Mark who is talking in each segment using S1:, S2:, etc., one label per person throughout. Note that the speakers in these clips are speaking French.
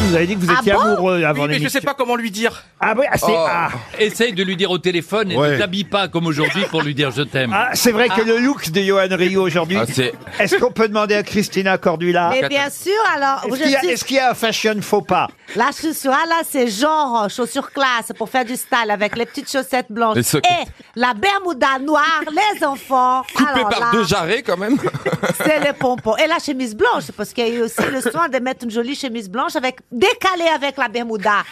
S1: vous avez dit que vous
S2: Ah
S1: étiez
S2: bon
S1: amoureux avant
S3: Oui, mais je
S1: l'émission.
S3: sais pas comment lui dire.
S1: Ah oui, ah, c'est ah.
S4: Essaye de lui dire au téléphone et
S5: Ouais.
S4: ne t'habille pas comme aujourd'hui pour lui dire je t'aime.
S1: Ah, c'est vrai que le look de Johan Rio aujourd'hui.
S5: Ah, c'est-
S1: Est-ce qu'on peut demander à Christina Cordula
S2: Mais bien sûr, alors,
S1: Ah. Est-ce
S2: je
S1: qu'il y, a-
S2: suis-
S1: est-ce qu'il y a un fashion faux pas
S2: là, je suis ah, là, c'est genre chaussures classe pour faire du style avec les petites chaussettes blanches
S5: Les sockets.
S2: et la bermuda noire, les enfants.
S5: Coupé
S2: Alors
S5: par
S2: là,
S5: deux jarrets quand même.
S2: C'est les pompons. Et la chemise blanche, parce qu'il y a eu aussi le soin de mettre une jolie chemise blanche avec, décalée avec la Bermuda.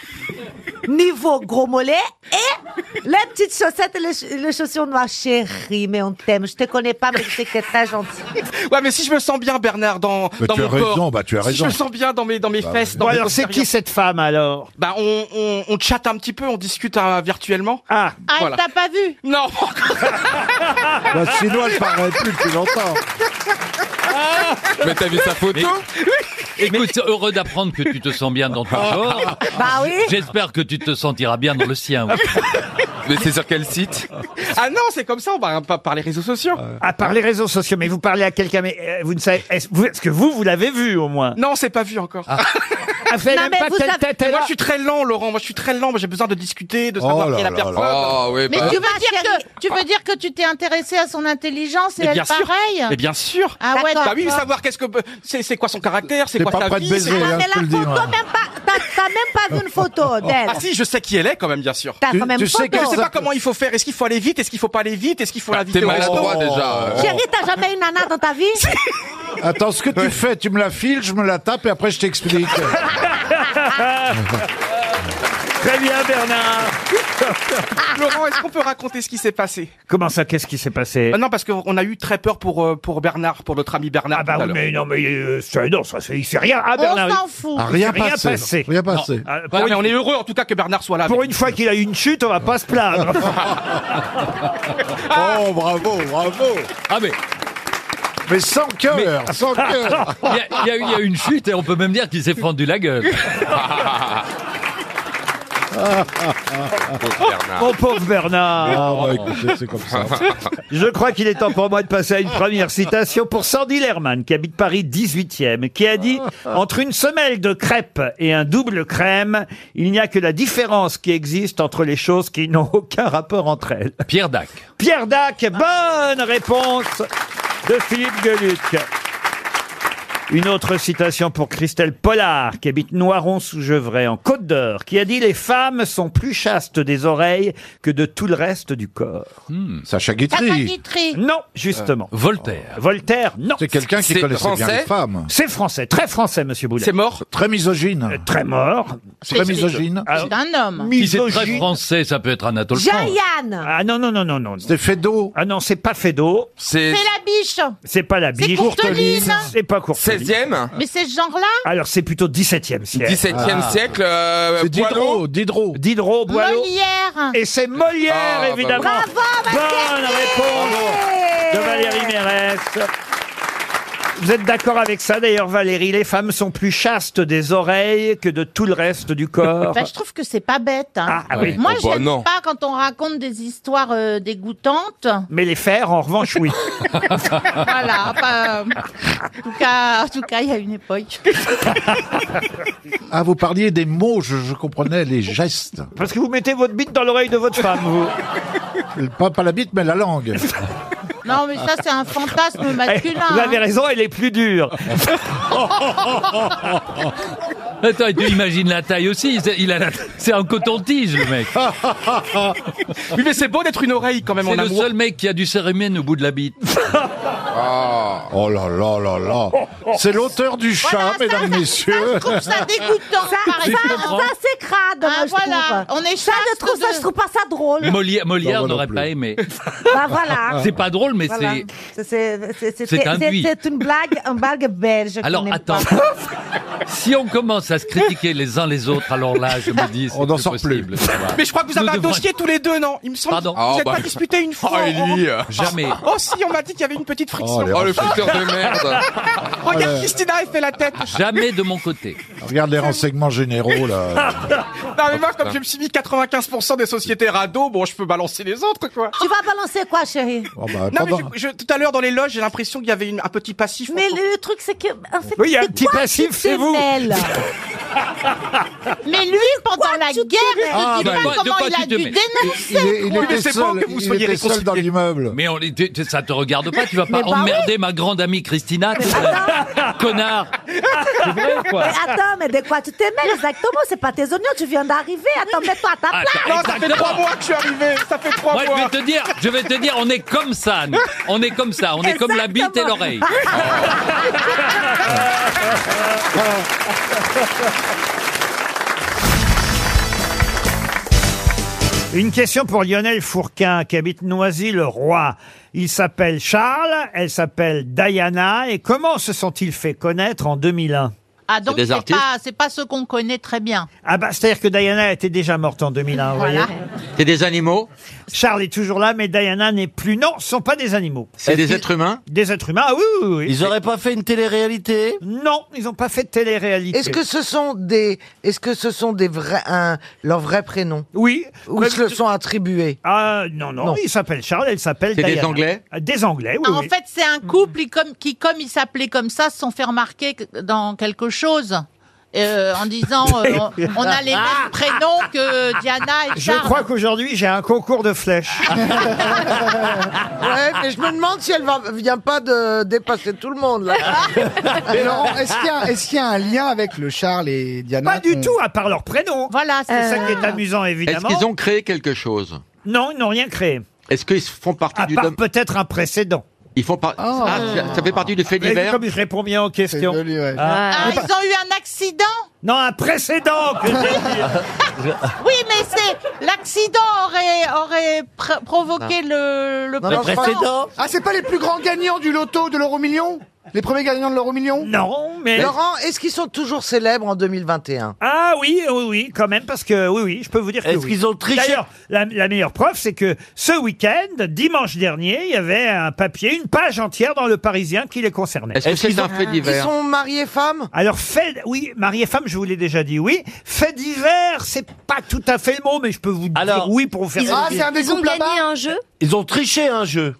S2: Niveau gros mollet et les petites chaussettes et les, cha- les chaussures noires. Chérie, mais on t'aime. Je te connais pas, mais je sais que t'es très gentille.
S3: Ouais, mais si je me sens bien, Bernard, dans,
S5: Mais
S3: dans
S5: tu
S3: mon
S5: as raison,
S3: corps,
S5: bah, tu as
S3: Si je
S5: raison. Bah,
S3: me sens bien dans mes, dans mes fesses, dans
S1: Bon
S3: mes
S1: alors c'est qui
S3: postérieurs,
S1: cette femme alors
S3: Bah, on, on, on chatte un petit peu, on discute hein, virtuellement.
S1: Ah,
S6: Ah,
S3: Voilà.
S6: t'as pas vu
S3: Non
S5: Bah,
S7: La chinoise parle plus depuis longtemps.
S3: Ah.
S5: Mais t'as vu sa photo
S4: Écoute, c'est heureux d'apprendre que tu te sens bien dans ton
S1: Ah.
S5: Ah.
S3: Oh.
S4: corps.
S2: Bah oui.
S4: J'espère que tu te sentiras bien dans le sien. aussi.
S5: Mais c'est sur quel site
S3: Ah non, c'est comme ça, on va pas par les réseaux sociaux.
S5: Euh.
S1: à part les réseaux sociaux, mais vous parlez à quelqu'un, mais euh, vous ne savez, est-ce vous- est-ce que vous, vous l'avez vu au moins
S3: Non, c'est pas vu encore.
S1: Ah, fait
S2: Non,
S1: même
S2: mais
S1: pas
S2: vous
S1: telle
S2: savez-
S1: tête, elle
S3: Moi,
S1: a-
S3: je suis très lent, Laurent. Moi, je suis très lent. Moi, J'ai besoin de discuter, de
S7: Oh
S3: savoir qui est
S7: là là
S3: la personne.
S5: Oh oui,
S6: Mais
S5: bah,
S6: tu veux, dire
S2: chérie.
S6: que, tu veux dire que tu t'es intéressé à son intelligence et
S3: Mais
S6: elle
S3: bien sûr.
S6: pareil
S3: Mais bien sûr.
S6: Ah ouais,
S2: D'accord.
S3: Bah oui,
S6: d'accord.
S3: savoir qu'est-ce que c'est, c'est quoi son caractère, c'est
S7: T'es
S3: quoi
S7: pas
S3: sa
S7: prêt de
S3: vie.
S7: baiser,
S3: c'est-
S2: Non,
S7: hein,
S2: Ah, mais
S7: je
S2: la
S7: peux le
S2: photo,
S7: dire. hein.
S2: même pas, t'as, t'as même pas vu une photo d'elle.
S3: Ah si, je sais qui elle est quand même, bien sûr.
S2: T'as
S7: Tu-
S2: quand même
S7: tu
S2: une
S7: sais
S2: photo.
S3: Je
S7: qu'elle
S3: sais pas
S7: ça-
S3: comment il faut faire. Est-ce qu'il faut aller vite Est-ce qu'il faut pas aller vite Est-ce qu'il faut
S5: bah,
S3: l'inviter
S5: t'es
S3: au
S5: maladroit
S3: resto
S5: déjà. Oh.
S2: Chérie, t'as jamais une nana dans ta vie
S7: Attends, ce que tu fais, tu me la files, je me la tape et après je t'explique.
S1: Très bien Bernard
S3: Laurent, est-ce qu'on peut raconter ce qui s'est passé
S1: Comment ça, qu'est-ce qui s'est passé
S3: Ah Non, parce qu'on a eu très peur pour euh, pour Bernard, pour notre ami Bernard.
S1: Ah bah
S3: tout à
S1: oui,
S3: l'heure.
S1: mais non, mais euh, ça, non, ça, c'est- il fait rien. Ah Bernard,
S6: On
S1: il-
S6: s'en fout.
S7: Ah, rien,
S1: Rien
S7: passé,
S1: passé.
S7: Rien passé.
S1: Ah,
S3: Bon,
S1: pour,
S3: mais
S1: une,
S3: on est heureux en tout cas que Bernard soit là.
S1: pour
S3: avec
S1: une fois qu'il a eu une chute, on va pas se plaindre.
S7: Oh, bravo, bravo.
S4: Ah mais
S7: Mais sans cœur, sans cœur.
S4: il y, a- il y a eu- il y a eu une chute et on peut même dire qu'il s'est fendu la gueule.
S1: Mon Oh, pauvre Bernard. Eh,
S7: Ah, bah écoutez, c'est comme ça.
S1: Je crois qu'il est temps pour moi de passer à une première citation pour Sandy Lerman, qui habite Paris 18e, qui a dit « Entre une semelle de crêpe et un double crème, il n'y a que la différence qui existe entre les choses qui n'ont aucun rapport entre elles.
S4: Pierre Dac. »
S1: Pierre Dac, bonne réponse de Philippe Gueluc. Une autre citation pour Christelle Pollard, qui habite Noiron-sous-Gevrey, en Côte d'Or, qui a dit « Les femmes sont plus chastes des oreilles que de tout le reste du corps.
S7: Hmm, Sacha
S6: T'as pas
S7: Guitry. Euh,
S6: guitry. »
S1: Non, justement.
S4: Voltaire.
S1: Voltaire, non.
S7: C'est quelqu'un qui
S5: C'est
S7: connaissait bien
S5: français
S7: les femmes.
S1: C'est français, très français, monsieur Boulet.
S3: C'est mort.
S7: Très misogyne.
S1: Très mort. Ah,
S7: Très misogyne.
S6: C'est un homme.
S4: Si c'est très
S1: Misogyne.
S4: français, ça peut être Anatole France.
S2: Jean-Yann
S1: Ah non, non, non, non, non. non.
S7: C'était Fédo.
S1: Ah non, c'est pas Fédo,
S5: C'est
S6: C'est la biche.
S1: c'est pas la
S6: C'est
S1: biche.
S6: Courteline.
S1: C'est pas Courteline.
S5: 16e
S6: Mais c'est ce genre-là
S1: Alors c'est plutôt 17e siècle.
S5: 17e siècle, euh,
S7: Ah. C'est
S5: Boileau.
S7: Diderot. Diderot.
S1: Diderot, Boileau.
S6: Molière.
S1: Et c'est Molière,
S5: Ah, bah
S1: évidemment.
S5: voilà.
S1: Bonne réponse de Valérie Mérès. Vous êtes d'accord avec ça d'ailleurs, Valérie Les femmes sont plus chastes des oreilles que de tout le reste du corps.
S6: Bah, je trouve que c'est pas bête. hein.
S1: Ah, ah oui.
S6: Moi,
S5: Oh, bah,
S6: j'aime
S5: non.
S6: pas quand on raconte des histoires euh, dégoûtantes.
S1: Mais les fers, en revanche, oui.
S6: voilà. bah, en tout cas, en tout cas, il y a une époque.
S7: Ah, vous parliez des mots, je, je comprenais les gestes.
S1: Parce que vous mettez votre bite dans l'oreille de votre femme, vous.
S7: Pas, pas la bite, mais la langue.
S6: Non, mais ça, c'est un fantasme
S1: Eh,
S6: masculin.
S1: Vous avez
S6: hein.
S1: raison, elle est plus dure.
S4: Oh, Attends, et tu imagines la taille aussi. c'est- Il a la- c'est un coton-tige, le mec.
S3: Oui, mais c'est beau d'être une oreille quand même
S4: C'est
S3: en
S4: le
S3: amour.
S4: seul mec qui a du cérumen au bout de la bite.
S3: Ah.
S7: Oh là là là là. C'est l'auteur du chat,
S6: Voilà, ça,
S7: mesdames,
S6: ça,
S7: messieurs.
S6: Je trouve ça dégoûtant.
S2: Ça,
S6: par
S2: ça,
S6: exemple.
S2: ça, c'est crade,
S6: Ah,
S2: moi, je
S6: voilà.
S2: trouve.
S6: On est
S2: ça, je
S6: chaste
S2: trouve ça,
S6: de-
S2: je trouve pas ça drôle.
S4: Molière, Molière
S7: Non, moi non
S4: n'aurait
S7: plus.
S4: pas aimé.
S2: Bah voilà.
S4: Ah. C'est pas drôle, mais
S2: Voilà. C'est-
S4: c'est.
S2: c'est- c'est- C'est
S4: C'est un
S2: c'est-
S4: buis.
S2: c'est une blague, une blague belge.
S4: Alors
S2: qu'on aime
S4: attends,
S2: pas.
S4: si on commence à se critiquer les uns les autres, alors là, je me dis, c'est
S7: On n'en
S4: plus
S7: sort plus.
S4: possible, ça va.
S3: Mais je crois que vous avez
S4: Nous
S3: un
S4: devons-
S3: dossier tous les deux, non Il me semble.
S4: Pardon.
S5: Ah,
S3: Vous êtes
S5: bah.
S3: pas disputé une fois.
S5: Oh, Élie
S1: euh.
S4: Jamais.
S3: Oh si, on m'a dit qu'il y avait une petite friction.
S7: Oh, les
S5: Oh, le fouteur de merde
S3: Regarde, Christina, elle fait la tête.
S4: Jamais de mon côté.
S7: Regarde les renseignements généraux, là.
S3: Non, mais moi, comme je me suis mis 95% des sociétés radeaux, bon, je peux balancer les autres, quoi.
S2: Tu vas balancer quoi, chérie
S7: Oh,
S1: Euh,
S7: bah,
S3: Non, mais
S7: pendant-
S3: je- je- tout à l'heure, dans les loges, j'ai l'impression qu'il y avait une- un petit passif.
S2: Mais le, le truc, c'est que. En fait,
S1: Oui, il y a
S2: c'est
S1: un petit
S2: toi
S1: passif,
S2: qui te
S1: c'est vous.
S2: mêles.
S6: Mais lui, pendant la guerre, je ne
S4: Ah,
S6: sais
S4: bah,
S6: pas
S4: de
S6: comment
S4: quoi
S6: il
S4: tu
S6: a
S4: te
S6: dû
S4: mets
S6: dénoncer.
S7: Il, est- il
S3: Oui, mais
S7: était
S3: c'est
S7: seul,
S3: bon que vous
S7: il
S3: soyez
S7: était seul
S3: réconciliés.
S7: dans l'immeuble.
S4: Mais on, tu- tu- ça te regarde pas, tu vas pas
S6: Mais bah
S4: emmerder ma grande amie Christina, tu- connard. C'est vrai ou quoi
S2: Mais attends, mais de quoi tu te mêles exactement C'est pas tes oignons, tu viens d'arriver. Attends, mets-toi à ta
S4: Ah,
S2: place.
S4: t'as-
S3: Non, ça fait
S4: exactement.
S3: trois mois que je suis arrivé. Ça fait trois
S4: Moi, je
S3: mois.
S4: vais te dire, je vais te dire, on est comme ça, nous. on est comme ça, on est comme la bite et
S2: Exactement.
S4: l'oreille.
S1: Une question pour Lionel Fourquin, qui habite Noisy-le-Roi. Il s'appelle Charles, elle s'appelle Diana, et comment se sont-ils fait connaître en 2001
S6: Ah, donc
S8: des
S6: c'est
S8: artistes
S6: pas, c'est pas ceux qu'on connaît très bien.
S1: Ah bah, c'est-à-dire que Diana était déjà morte en 2001, vous
S6: Voilà.
S1: voyez.
S8: C'est des animaux,
S1: Charles est toujours là, mais Diana n'est plus. Non, ce sont pas des animaux.
S8: c'est des êtres humains.
S1: Des êtres humains, ah oui, oui, oui.
S9: Ils auraient pas fait une télé-réalité
S1: Non, ils n'ont pas fait de télé-réalité.
S10: Est-ce que ce sont des, est-ce que ce sont des vrais, un, leurs vrais prénoms
S1: Oui.
S10: ou ils se le sont attribués
S1: Ah non, non,
S10: Non.
S1: il s'appelle Charles, elle s'appelle
S8: C'est des
S1: Diana.
S8: Anglais
S1: Ah, Des
S2: Eh
S1: Anglais, oui.
S6: en
S1: oui.
S6: fait, c'est un couple qui comme, qui, comme ils s'appelaient comme ça, se sont fait remarquer que- dans quelque chose. euh, en disant, euh, on, on a les
S2: Ah
S6: mêmes prénoms que Diana et
S1: Je
S6: Charles. Ah.
S1: crois qu'aujourd'hui, j'ai un concours de flèches.
S10: Ouais, mais je me demande si elle va, vient pas de dépasser tout le monde là.
S11: Mais Laurent, est-ce qu'il y, a- est-ce qu'il y a un lien avec le Charles et Diana
S1: Pas
S3: Mmh.
S1: du
S11: qu'on-
S1: tout, à part leur prénom.
S6: Voilà, c'est
S1: C'est ça
S6: ça.
S1: qui est
S3: Euh.
S1: amusant,
S8: Est-ce
S1: évidemment.
S8: qu'ils ont créé quelque chose
S1: Non, ils n'ont rien créé.
S8: Est-ce qu'ils font partie
S1: À
S8: du
S1: part
S8: dom...
S1: peut-être un précédent.
S8: Ils font par-
S11: Oh.
S8: Ah, ça- ça fait partie du fait
S1: Vous avez vu
S8: divers.
S1: comme je réponds bien aux
S11: C'est
S1: questions.
S11: joli, ouais.
S6: Ah, ils ont eu un accident
S1: Non, un précédent que j'ai dit.
S6: Oui, mais c'est l'accident aurait, aurait pr- provoqué le, le
S10: non,
S9: Le
S10: je crois-
S9: précédent
S11: Ah, c'est pas les plus grands gagnants du loto de l'euro million Les premiers gagnants de l'euro million
S1: Non, mais...
S10: Laurent, est-ce qu'ils sont toujours célèbres en 2021
S1: Ah oui, oui, oui, quand même, parce que oui, oui, je peux vous dire que
S9: Est-ce
S1: oui.
S9: qu'ils ont triché
S1: D'ailleurs, la, la meilleure preuve, c'est que ce week-end, dimanche dernier, il y avait un papier, une page entière dans Le Parisien qui les concernait.
S8: Est-ce que c'est un fait
S10: Ils
S8: divers
S10: sont mariés femmes
S1: Alors, fait, oui, mari et femme, je vous l'ai déjà dit, oui. Fait divers, c'est pas tout à fait le mot, mais je peux vous
S9: Alors,
S1: dire oui pour vous faire
S11: Ah, c'est
S1: plaisir.
S11: un des
S12: Ils ont
S11: couples
S12: gagné
S11: là-bas
S12: un jeu
S9: Ils ont triché un jeu.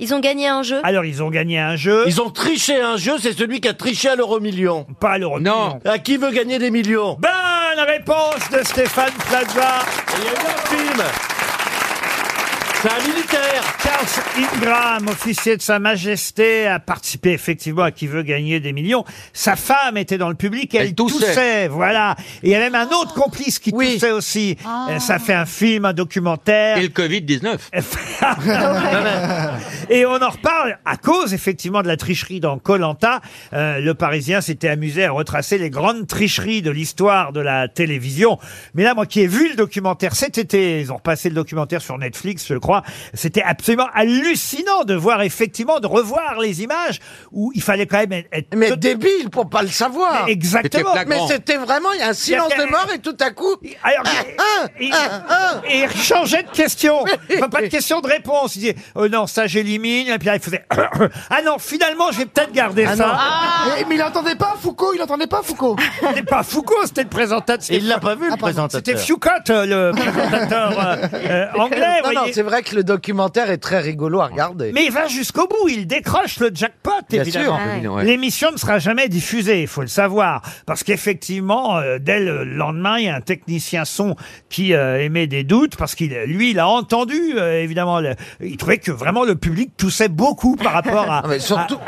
S12: Ils ont gagné un jeu
S1: Alors, ils ont gagné un jeu,
S9: Ils ont triché un jeu, c'est celui qui a triché à l'euro million.
S1: pas le retour.
S8: Non.
S9: À qui veut gagner des millions
S1: Bonne réponse de Stéphane Plaza.
S9: Il y a eu un film C'est un militaire
S1: Charles Ingram, officier de Sa Majesté, a participé effectivement à Qui veut gagner des millions. Sa femme était dans le public, elle,
S8: Elle toussait.
S1: voilà. Et il y a même un autre complice qui
S10: Oui.
S1: toussait aussi.
S12: Ah.
S1: Euh, Ça fait un film, un documentaire.
S8: Et le Covid-19
S1: Et on en reparle à cause effectivement de la tricherie dans Colanta. le Parisien s'était amusé à retracer les grandes tricheries de l'histoire de la télévision. Mais là, moi qui ai vu le documentaire cet été, ils ont repassé le documentaire sur Netflix, je crois. C'était absolument hallucinant de voir effectivement, de revoir les images où il fallait quand même être
S10: Mais
S1: tot-
S10: débiles pour pas le savoir.
S1: exactement.
S8: C'était
S10: Mais
S8: flagrant.
S10: c'était vraiment, il y a un silence de mort et tout à coup.
S1: Alors,
S10: Ah, un,
S1: et,
S10: un, un.
S1: et il changeait de question. Enfin, pas de question de réponse. Il disait, oh non, ça j'élimine. Et puis là, il faisait, ah non, finalement, je vais peut-être garder
S10: Ah
S1: ça. Ah.
S11: Eh, Mais il entendait pas Foucault, il entendait pas Foucault.
S1: C'était pas Foucault, c'était le présentateur.
S9: Et il l'a pas
S10: Ah,
S9: vu le
S1: C'était
S9: présentateur.
S1: Foucault, euh, le présentateur euh, euh, anglais.
S10: Non, non,
S1: voyez.
S10: c'est vrai que le documentaire est très rigolo à regarder.
S1: Mais il va jusqu'au bout, il décroche le jackpot,
S10: Bien
S1: évidemment.
S10: sûr. Ah
S8: Ouais.
S1: L'émission ne sera jamais diffusée, il faut le savoir, parce qu'effectivement, euh, dès le lendemain, il y a un technicien son qui euh, émet des doutes, parce qu'il, lui, il a entendu, euh, évidemment, le- il trouvait que vraiment le public toussait beaucoup par rapport à...
S10: Ah, mais surtout,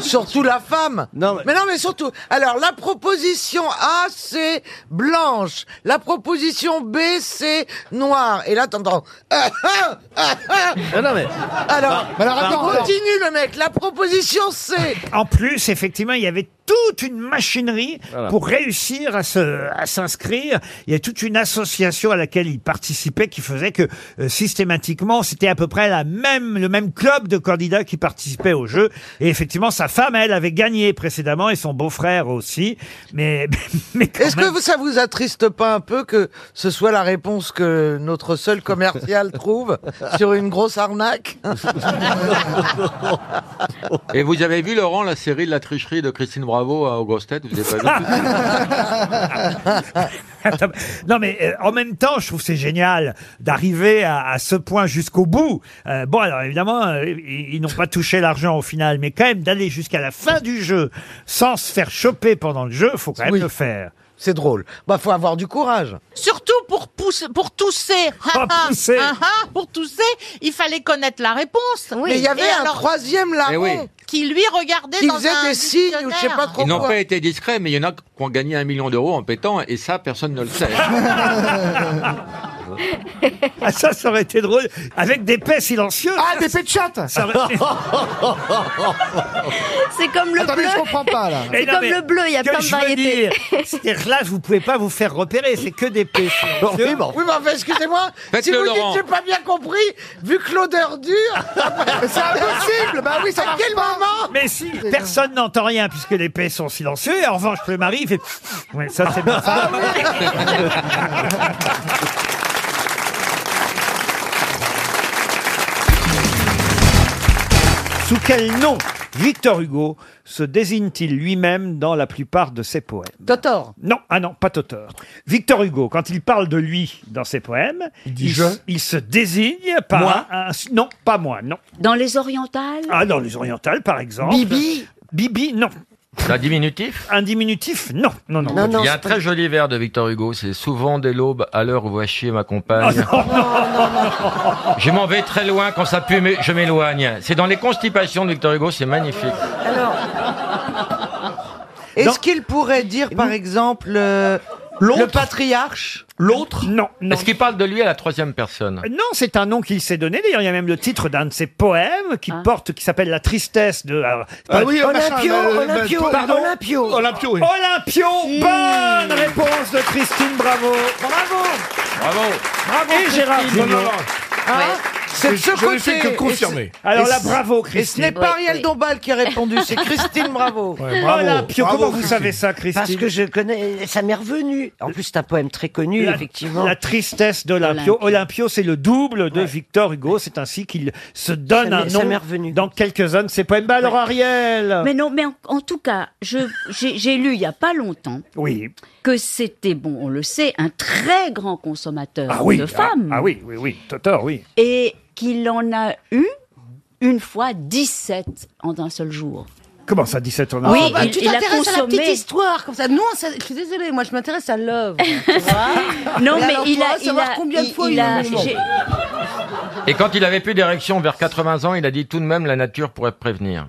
S10: surtout la femme.
S9: Non, mais-
S10: mais... non, mais surtout. Alors, la proposition A, c'est blanche. La proposition B, c'est noire. Et là, t'entends. Ah, ah, ah, ah.
S9: Non, non, mais... Bah,
S10: Alors,
S11: Mais alors, attends, attends.
S10: continue le mec. La proposition C.
S1: En plus, effectivement, il y avait toute une machinerie
S9: Voilà.
S1: pour réussir à se- à s'inscrire. Il y a toute une association à laquelle il participait qui faisait que euh, systématiquement, c'était à peu près la même, le même club de candidats qui participaient au jeu. Et effectivement, sa femme, elle, avait gagné précédemment et son beau-frère aussi. Mais, mais quand
S10: Est-ce
S1: même-
S10: que vous- ça vous attriste pas un peu que ce soit la réponse que notre seul commercial trouve sur une grosse arnaque
S8: Et vous avez vu, Laurent, la série de la tricherie de Christine Bravo à Auguste Tête Vous avez pas vu
S1: Attends, non mais euh, en même temps, je trouve que c'est génial d'arriver à, à ce point jusqu'au bout. Euh, bon alors évidemment, euh, ils, ils n'ont pas touché l'argent au final, mais quand même d'aller jusqu'à la fin du jeu sans se faire choper pendant le jeu, faut quand même le faire.
S10: C'est drôle. Bah, faut avoir du courage.
S6: Surtout pour, pousser, pour tousser.
S10: Pour pousser.
S6: Ah, ah, pour tousser, il fallait connaître la réponse.
S10: Mais il y avait
S6: Et
S10: un troisième larron Eh oui.
S6: qui lui regardait
S10: Qui
S6: dans
S10: faisait
S6: un
S10: des signes ou je sais pas trop
S8: Ils n'ont
S10: quoi.
S8: pas été discrets, mais il y en a qui ont gagné un million d'euros en pétant, et ça, personne ne le sait.
S1: Ah, ça, ça aurait été drôle. Avec des paix silencieux.
S11: Ah, des pétchates
S1: Ça aurait été-
S12: C'est comme le
S11: Attendez,
S12: bleu.
S11: je comprends pas, là.
S1: Mais
S12: C'est
S1: non,
S12: comme
S1: mais
S12: le bleu, il y a
S1: que
S12: plein de
S1: je veux
S12: variétés.
S1: dire, C'est-à-dire là, vous pouvez pas vous faire repérer, c'est que des paix silencieux.
S10: Oui, mais enfin, excusez-moi,
S1: Faites-le,
S10: si vous
S1: Laurent.
S10: dites j'ai pas bien compris, vu que l'odeur dure...
S11: C'est impossible Bah oui, ça
S10: À quel moment
S1: Mais si Personne n'entend rien puisque les paix sont silencieux. Et en revanche, le mari il fait. Ouais, ça c'est bien. Sous quel nom Victor Hugo se désigne-t-il lui-même dans la plupart de ses poèmes
S2: Totor.
S1: Non, ah non, pas Totor. Victor Hugo, quand il parle de lui dans ses poèmes, il,
S11: je
S1: s- il se désigne par
S11: Moi
S1: un- un- non, pas moi, non.
S12: Dans les orientales
S1: Ah, dans les orientales, par exemple.
S12: Bibi
S1: Bibi, non.
S9: Un diminutif
S1: Un diminutif, non. Non, non.
S9: Il y a un très joli vers de Victor Hugo, c'est souvent dès l'aube, à l'heure où va chier ma
S1: Oh,
S9: compagne. je m'en vais très loin, quand ça pue, mais je m'éloigne. C'est dans les constipations de Victor Hugo, c'est magnifique.
S10: Est-ce qu'il pourrait dire, par exemple, euh, le patriarche
S1: L'autre Non. Euh,
S8: Est-ce qu'il parle de lui à la troisième personne
S1: Non, c'est un nom qu'il s'est donné. D'ailleurs, il y a même le titre d'un de ses poèmes
S12: Ah.
S1: qui porte, qui s'appelle La tristesse de. alors,
S9: Ah
S1: pas-
S9: oui, oh, machin, Olympio, euh, euh, Olympio,
S1: Pardon
S9: Olympio. Olympio, oui.
S1: Olympio, bonne réponse de Christine Bravo. Bravo.
S9: Bravo.
S1: Bravo. Et Gérard
S9: Christine. Non,
S1: Junior.
S9: non, non.
S10: Hein
S1: Ah,
S10: C'est de
S9: Je-
S10: ce
S9: je ne
S10: côté.
S9: fais que
S10: et
S9: confirmer.
S10: c'est-
S1: Alors
S10: et
S1: là,
S10: c'est-
S1: bravo, Christine.
S10: Et ce n'est pas
S1: Ouais,
S10: Ariel
S1: oui.
S10: Dombal qui a répondu, c'est Christine Bravo.
S1: Olympio, comment vous savez ça, Christine
S13: Parce que je connais, ça m'est revenu. En plus, c'est un poème très connu,
S1: La-
S13: effectivement.
S1: La tristesse d'Olympio. Olympio, c'est le double de Victor Hugo. C'est ainsi qu'il se donne
S13: Ça
S1: un
S13: m'est-
S1: nom
S13: ça m'est
S1: dans quelques-uns de ses poèmes. Bah, alors, Ariel
S12: Mais non, mais en, en tout cas, je, j'ai, j'ai lu il y a pas longtemps
S1: Oui.
S12: que c'était, bon, on le sait, un très grand consommateur
S1: Ah oui.
S12: de femmes.
S1: Ah, ah oui, oui, oui. Totor, oui.
S12: Et qu'il en a eu une fois 17 en un seul jour.
S1: Comment ça, 17 ans
S12: Oui,
S1: Ah, bah,
S12: il-
S14: tu
S12: a
S14: t'intéresses à la
S12: consommé.
S14: petite histoire comme ça. Nous, on s'est- je suis désolée, moi je m'intéresse à l'œuvre.
S12: Non, mais il a- il
S14: savoir
S12: a-
S14: combien de
S12: il-
S14: fois
S12: il
S14: il,
S12: a-
S14: a.
S12: j'ai-
S9: Et quand il avait plus d'érection vers 80 ans, il a dit tout de même la nature pourrait prévenir.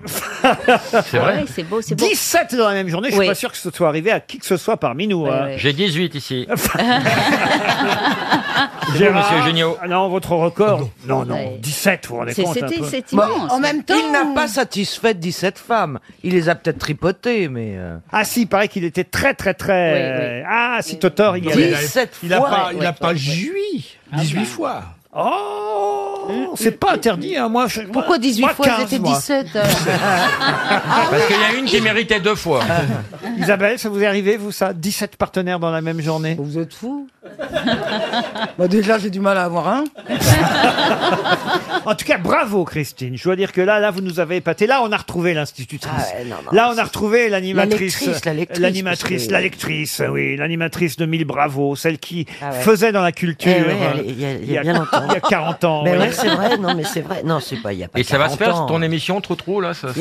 S9: C'est vrai
S12: Ouais, c'est beau, c'est beau.
S1: 17 dans la même journée, je
S12: Oui.
S1: suis pas sûr que ce soit arrivé à qui que ce soit parmi nous. hein.
S9: J'ai 18 ici.
S1: Gérard,
S9: monsieur Géniaud.
S1: ah Non, votre record. Non, non, 17, vous vous rendez
S10: Ah C'est-
S1: compte un
S10: c'était-
S1: peu.
S10: c'était Bon, immense. en même temps, Il n'a pas satisfait 17 femmes. Il les a peut-être tripotées, mais. euh,
S1: Ah si, il paraît qu'il était très très très...
S10: Oui, oui.
S1: Ah si, Totor, il y avait...
S10: 17
S1: il a
S10: fois.
S1: pas,
S10: Ouais,
S1: il a
S10: ouais,
S1: pas
S10: ouais. Ah
S1: jui
S10: 18
S1: fois. Oh C'est pas interdit, hein, moi... je-
S14: Pourquoi 18
S1: moi,
S14: fois
S1: 15,
S14: C'était
S1: moi.
S14: 17. euh.
S9: Parce qu'il y a une qui méritait deux fois.
S1: Isabelle, ça vous est arrivé, vous, ça 17 partenaires dans la même journée
S13: Vous êtes fou Bah, déjà, j'ai du mal à avoir un.
S1: En tout cas, bravo Christine. Je dois dire que là, là, vous nous avez épaté. Là, on a retrouvé l'institutrice.
S13: Ah ouais, non, non,
S1: là, on a retrouvé l'animatrice.
S13: La lectrice, la lectrice, parce
S1: L'animatrice,
S13: que-
S1: la lectrice, oui. L'animatrice de Mille Bravo, celle qui
S13: Ah ouais.
S1: faisait dans la culture.
S13: Eh ouais,
S1: euh,
S13: elle- il y a- il y a bien longtemps.
S1: Il y a 40 ans.
S13: Mais
S1: oui.
S13: ouais, c'est vrai, non, mais c'est vrai. Non, c'est pas, il y a pas
S9: Et ça va se
S13: 40
S9: faire
S13: ans.
S9: ton émission trop trop là ça.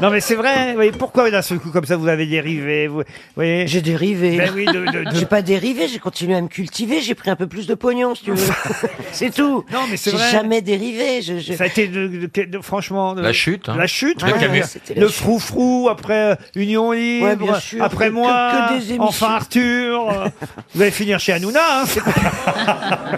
S1: Non, mais c'est vrai. vous voyez, pourquoi d'un seul coup comme ça, vous avez dérivé vous, vous voyez
S13: J'ai dérivé.
S1: Ben oui, de- de- de-
S13: J'ai pas dérivé, j'ai continué à me cultiver, j'ai pris un peu plus de pognon, si tu veux. c'est tout.
S1: Non, mais c'est
S13: J'ai
S1: vrai.
S13: jamais dérivé. Je, je- Ah
S1: Ça a été de- de- de- de- franchement de-
S9: La chute, hein.
S1: la chute,
S9: De
S1: ouais.
S9: Camus.
S13: C'était la
S1: le
S13: chute.
S1: frou-frou après euh, Union Libre,
S13: Ouais, bien sûr,
S1: après
S13: que- que-
S1: moi,
S13: que des émissions.
S1: enfin Arthur. euh, vous allez finir chez Hanouna. hein.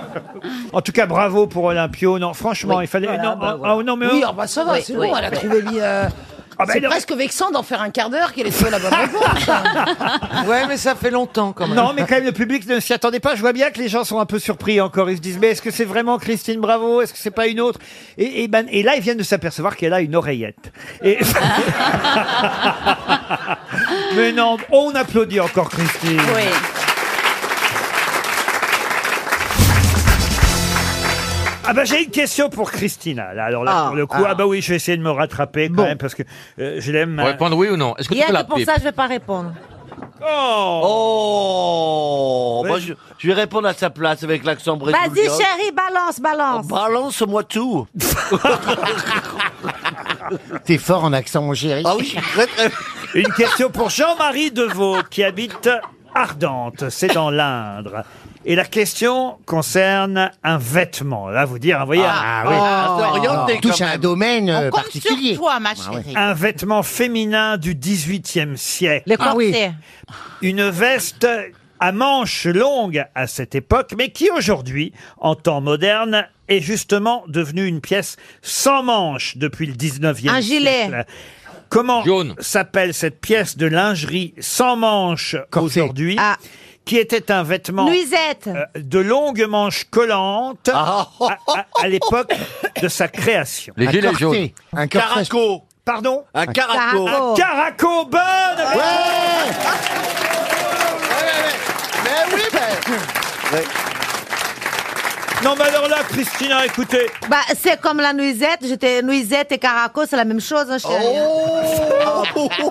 S1: en tout cas, bravo pour Olympio. Non, franchement, il fallait.
S14: Voilà,
S1: non,
S14: bah,
S1: ah,
S14: voilà.
S1: ah, non, mais
S14: oui,
S1: oh.
S14: ah, bah, ça va, c'est bon, elle a trouvé bien. euh,
S1: Ah, ben
S14: c'est
S1: non.
S14: presque vexant d'en faire un quart d'heure qu'elle ait trouvé la bonne réponse.
S10: Ouais, mais ça fait longtemps quand même.
S1: Non, mais quand même, le public ne s'y attendait pas. Je vois bien que les gens sont un peu surpris encore. Ils se disent, mais est-ce que c'est vraiment Christine Bravo Est-ce que c'est pas une autre et, et ben, et là, ils viennent de s'apercevoir qu'elle a une oreillette. Et... mais non, on applaudit encore Christine. Ah bah j'ai une question pour Christina. Là. Alors là,
S14: Ah,
S1: pour le coup,
S14: ah.
S1: ah. bah oui, je vais essayer de me rattraper quand même parce que euh, je l'aime.
S8: Répondre oui ou non Est-ce que
S2: Il y
S8: tu peux
S2: a
S8: la
S2: que pour
S8: pipe
S2: ça, je vais pas répondre.
S15: Oh, Moi, je, je vais répondre à sa place avec l'accent brésilien.
S2: Vas-y, chérie, balance, hein. Oh, balance.
S15: Balance-moi tout.
S1: T'es fort en accent, mon chéri.
S15: Ah oui, je suis très, très-
S1: Une question pour Jean-Marie Deveau, qui habite Ardente, c'est dans l'Indre. Et la question concerne un vêtement. Là, vous dire, vous voyez,
S16: Ah, oui. Ah, ça oriente
S1: on
S16: touche à un domaine euh, particulier.
S6: toi, ma
S16: Ah, ouais.
S6: chérie.
S1: Un vêtement féminin du XVIIIe siècle.
S6: Le Ah oui. corset.
S1: Une veste à manches longues à cette époque, mais qui aujourd'hui, en temps moderne, est justement devenue une pièce sans manches depuis le 19e siècle.
S6: Un gilet.
S1: Comment s'appelle cette pièce de lingerie sans manches aujourd'hui
S6: Ah.
S1: qui était un vêtement
S2: Nuisette.
S1: euh, de longues manches collantes à, à- à l'époque de sa création.
S9: Les Ah. Un gilets corset. jaunes. Un corset.
S1: caraco. Pardon
S15: Un caraco.
S1: Un caraco, bonne réponse
S15: Mais oui,
S1: Non, mais alors là, Christina, écoutez,
S2: Bah, c'est comme la nuisette. J'étais nuisette et caraco, c'est la même chose, hein, chérie.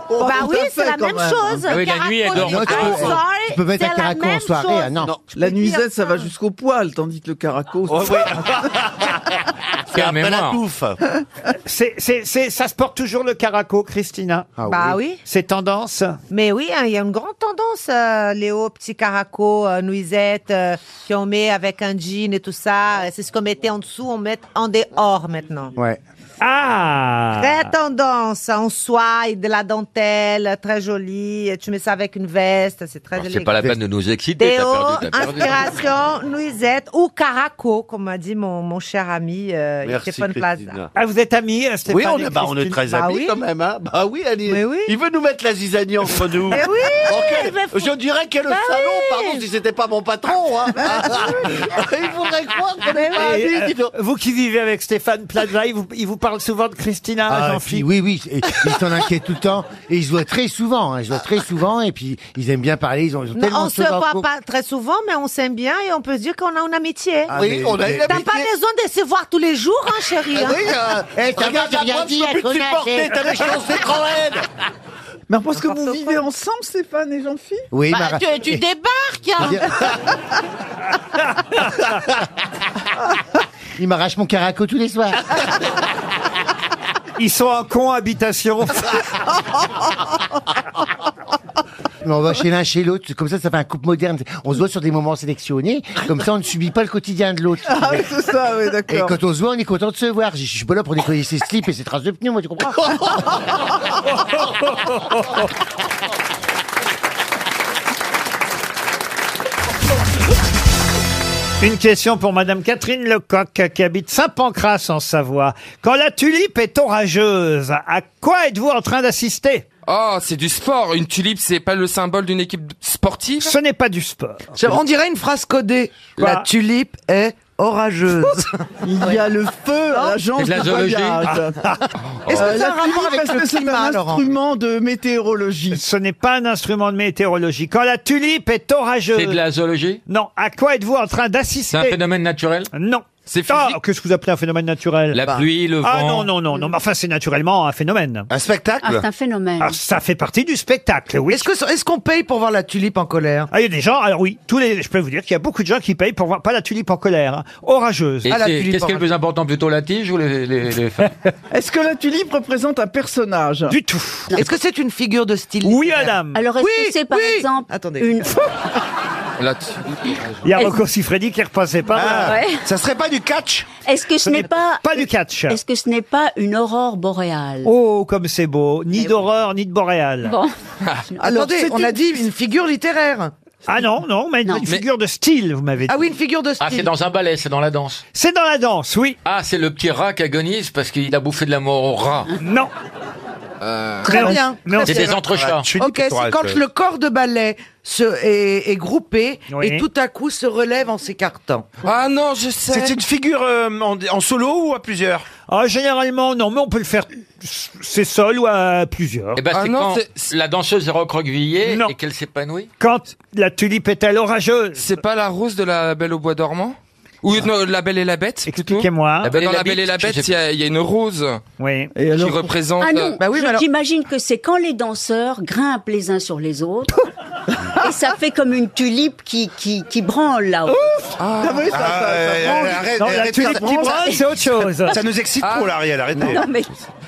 S2: bah oui, c'est la même chose.
S16: Ah oui, la nuit, elle dort.
S2: Caraco,
S16: Non,
S2: I'm
S16: tu peux-
S2: sorry,
S16: tu peux mettre un
S2: c'est la
S16: caraco en
S2: même
S16: soirée,
S2: chose.
S16: ah non. Non, La nuisette, ça va
S13: jusqu'au poil, tandis que le caraco.
S1: C'est
S13: après la touffe.
S1: Ça se porte toujours le caraco, Christina
S2: Bah oui. oui.
S1: C'est tendance
S2: Mais oui, hein, il y a une grande tendance, euh, Léo, petit caraco, euh, nuisette, euh, qu'on met avec un jean et tout ça. C'est ce qu'on mettait en dessous, on met en dehors maintenant.
S1: Ouais. Ah
S2: Très tendance, en soie et de la dentelle, très jolie. Et Tu mets ça avec une veste, c'est très élégant.
S9: C'est pas la peine de nous exciter,
S2: Théo,
S9: t'as perdu, t'as perdu.
S2: inspiration, nuisette ou caraco, comme a dit mon, mon cher ami euh, Stéphane Plaza.
S1: Ah, vous êtes amis, hein,
S15: Stéphanie,
S13: Oui, on est, bah, on est
S15: Christine
S13: très
S2: Bah
S13: amis
S2: oui.
S13: quand même. Hein. Bah oui, elle est- il veut nous mettre la zizanie entre nous.
S2: Mais oui,
S13: Ok,
S2: il veut fou-
S13: Je dirais qu'elle le
S2: Bah
S13: salon,
S2: oui.
S13: pardon, si c'était pas mon patron. Hein. il faudrait croire qu'on est pas
S1: Et,
S13: amis,
S1: euh,
S13: dis donc.
S1: vous qui vivez avec Stéphane Plaza, il vous, il vous parle souvent de Christina,
S16: Ah, puis,
S1: Jean-Philippe
S16: oui, oui, et- ils s'en inquiètent tout le temps. Et ils se voient très souvent, hein, ils se voient très souvent, et puis ils aiment bien parler, ils ont, ils ont
S2: Non,
S16: tellement
S2: on
S16: de
S2: se
S16: choses en
S2: voit
S16: commun.
S2: pas très souvent, mais on s'aime bien et on peut se dire qu'on a une amitié.
S16: Ah, Oui, mais- on a une
S2: T'as
S16: amitié.
S2: pas besoin de se voir tous les jours, hein, chérie. hein.
S13: Oui, euh,
S16: Eh,
S13: regarde la preuve, je peux plus te supporter, t'as les chances d'être en haine.
S12: Mais parce que vous vivez ensemble, Stéphane et Jean-Philippe
S16: Oui,
S17: Bah,
S16: Mara-
S17: tu, tu
S16: et-
S17: débarques hein.
S16: Il m'arrache mon caraco tous les soirs.
S1: Ils sont en cohabitation.
S16: Mais on va chez l'un, chez l'autre. Comme ça, ça fait un couple moderne. On se voit sur des moments sélectionnés. Comme ça, on ne subit pas le quotidien de l'autre.
S12: Ah oui, c'est ça, oui,
S16: Et
S12: d'accord.
S16: quand on se voit, on est content de se voir. Je je suis pas là pour nettoyer ses slips et ses traces de pneus, moi, tu comprends
S1: Une question pour Madame Catherine Lecoq qui habite Saint-Pancras en Savoie. Quand la tulipe est orageuse, à quoi êtes-vous en train d'assister
S3: Oh, c'est du sport. Une tulipe, c'est pas le symbole d'une équipe sportive
S1: Ce n'est pas du sport.
S10: On dirait une phrase codée.
S3: Quoi
S10: la tulipe est orageuse.
S12: Il y a le feu à l'agence
S10: C'est de la
S12: du
S10: zoologie.
S12: voyage.
S10: Est-ce que
S12: Euh,
S10: ça a
S12: la
S10: un rapport
S12: tulipe,
S10: avec
S12: est-ce
S10: le
S12: que c'est
S10: climat,
S12: un
S10: Laurent
S12: instrument de météorologie
S1: Ce n'est pas un instrument de météorologie. Quand la tulipe est orageuse.
S9: C'est de la zoologie
S1: Non. À quoi êtes-vous en train d'assister
S9: C'est un phénomène naturel
S1: Non. C'est physique. qu'est-ce que vous appelez un phénomène naturel
S9: La pluie, le
S1: Ah
S9: vent.
S1: non, non, non, non. Mais enfin, c'est naturellement un phénomène. Un spectacle
S8: Ah, c'est un phénomène.
S1: Ça fait partie du spectacle, oui.
S10: Est-ce que- est-ce qu'on paye pour voir la tulipe en colère
S1: Ah, il y a des gens, alors oui, tous les, je peux vous dire qu'il y a beaucoup de gens qui payent pour voir, pas la tulipe en colère, hein, orageuse.
S9: Et
S10: Ah,
S9: c'est- Qu'est-ce qui est le plus important plutôt la tige ou les, les, les femmes
S12: Est-ce que la tulipe représente un personnage
S1: Du tout.
S10: Est-ce que c'est une figure de style
S1: Oui, madame.
S8: Alors, est-ce que c'est par exemple une.
S1: Il y a Rocco Siffredi qui repassait pas.
S8: Ah, ouais.
S1: Ça serait pas du catch
S8: Est-ce que ce n'est pas.
S1: Pas du catch.
S8: Est-ce que ce n'est pas une aurore boréale
S1: Oh, comme c'est beau. Ni d'horreur, ni de boréal.
S8: Bon.
S10: Eh
S9: Ah.
S10: Attendez, on a dit une figure littéraire.
S1: Ah non, non, mais une figure de style, vous m'avez dit.
S10: Ah oui, une figure de style.
S9: Ah, c'est dans un ballet, c'est dans la danse.
S1: C'est dans la danse, oui.
S9: Ah, c'est le petit rat qui agonise parce qu'il a bouffé de la mort au rat.
S1: Non.
S10: Très bien.
S9: C'est des entrechats.
S10: Ok, c'est quand le corps de ballet se, est, est groupé
S9: Oui.
S10: et tout à coup se relève en s'écartant.
S3: Ah non, je sais.
S10: C'est une
S18: figure en, solo ou à plusieurs
S1: Ah, généralement, non, mais on peut le faire, c'est seul ou à plusieurs.
S9: Eh
S3: Ah
S9: ben,
S10: Ah
S9: c'est quand la danseuse est recroquevillée et qu'elle s'épanouit.
S1: Quand la tulipe est-elle orageuse
S3: C'est pas la rose de la Belle au bois dormant Ou non, euh, la Belle et la Bête plutôt Ah ben,
S1: Expliquez-moi.
S3: Dans la Belle et la Bête, il y, a- il y a une rose
S1: oui.
S3: qui représente.
S8: Ah non,
S3: euh,
S8: je- j'imagine que c'est quand les danseurs grimpent les uns sur les autres
S12: Et ça fait comme une tulipe qui, qui, qui branle là-haut.
S1: Ah,
S8: Ah,
S19: Ah, T'as vu, ça- ça- ça
S1: euh,
S19: branle. Non, la tulipe qui branle, c'est autre chose. Ah. Ça nous excite
S3: Ah.
S19: trop, là, Ariel, arrêtez.
S12: Non, mais...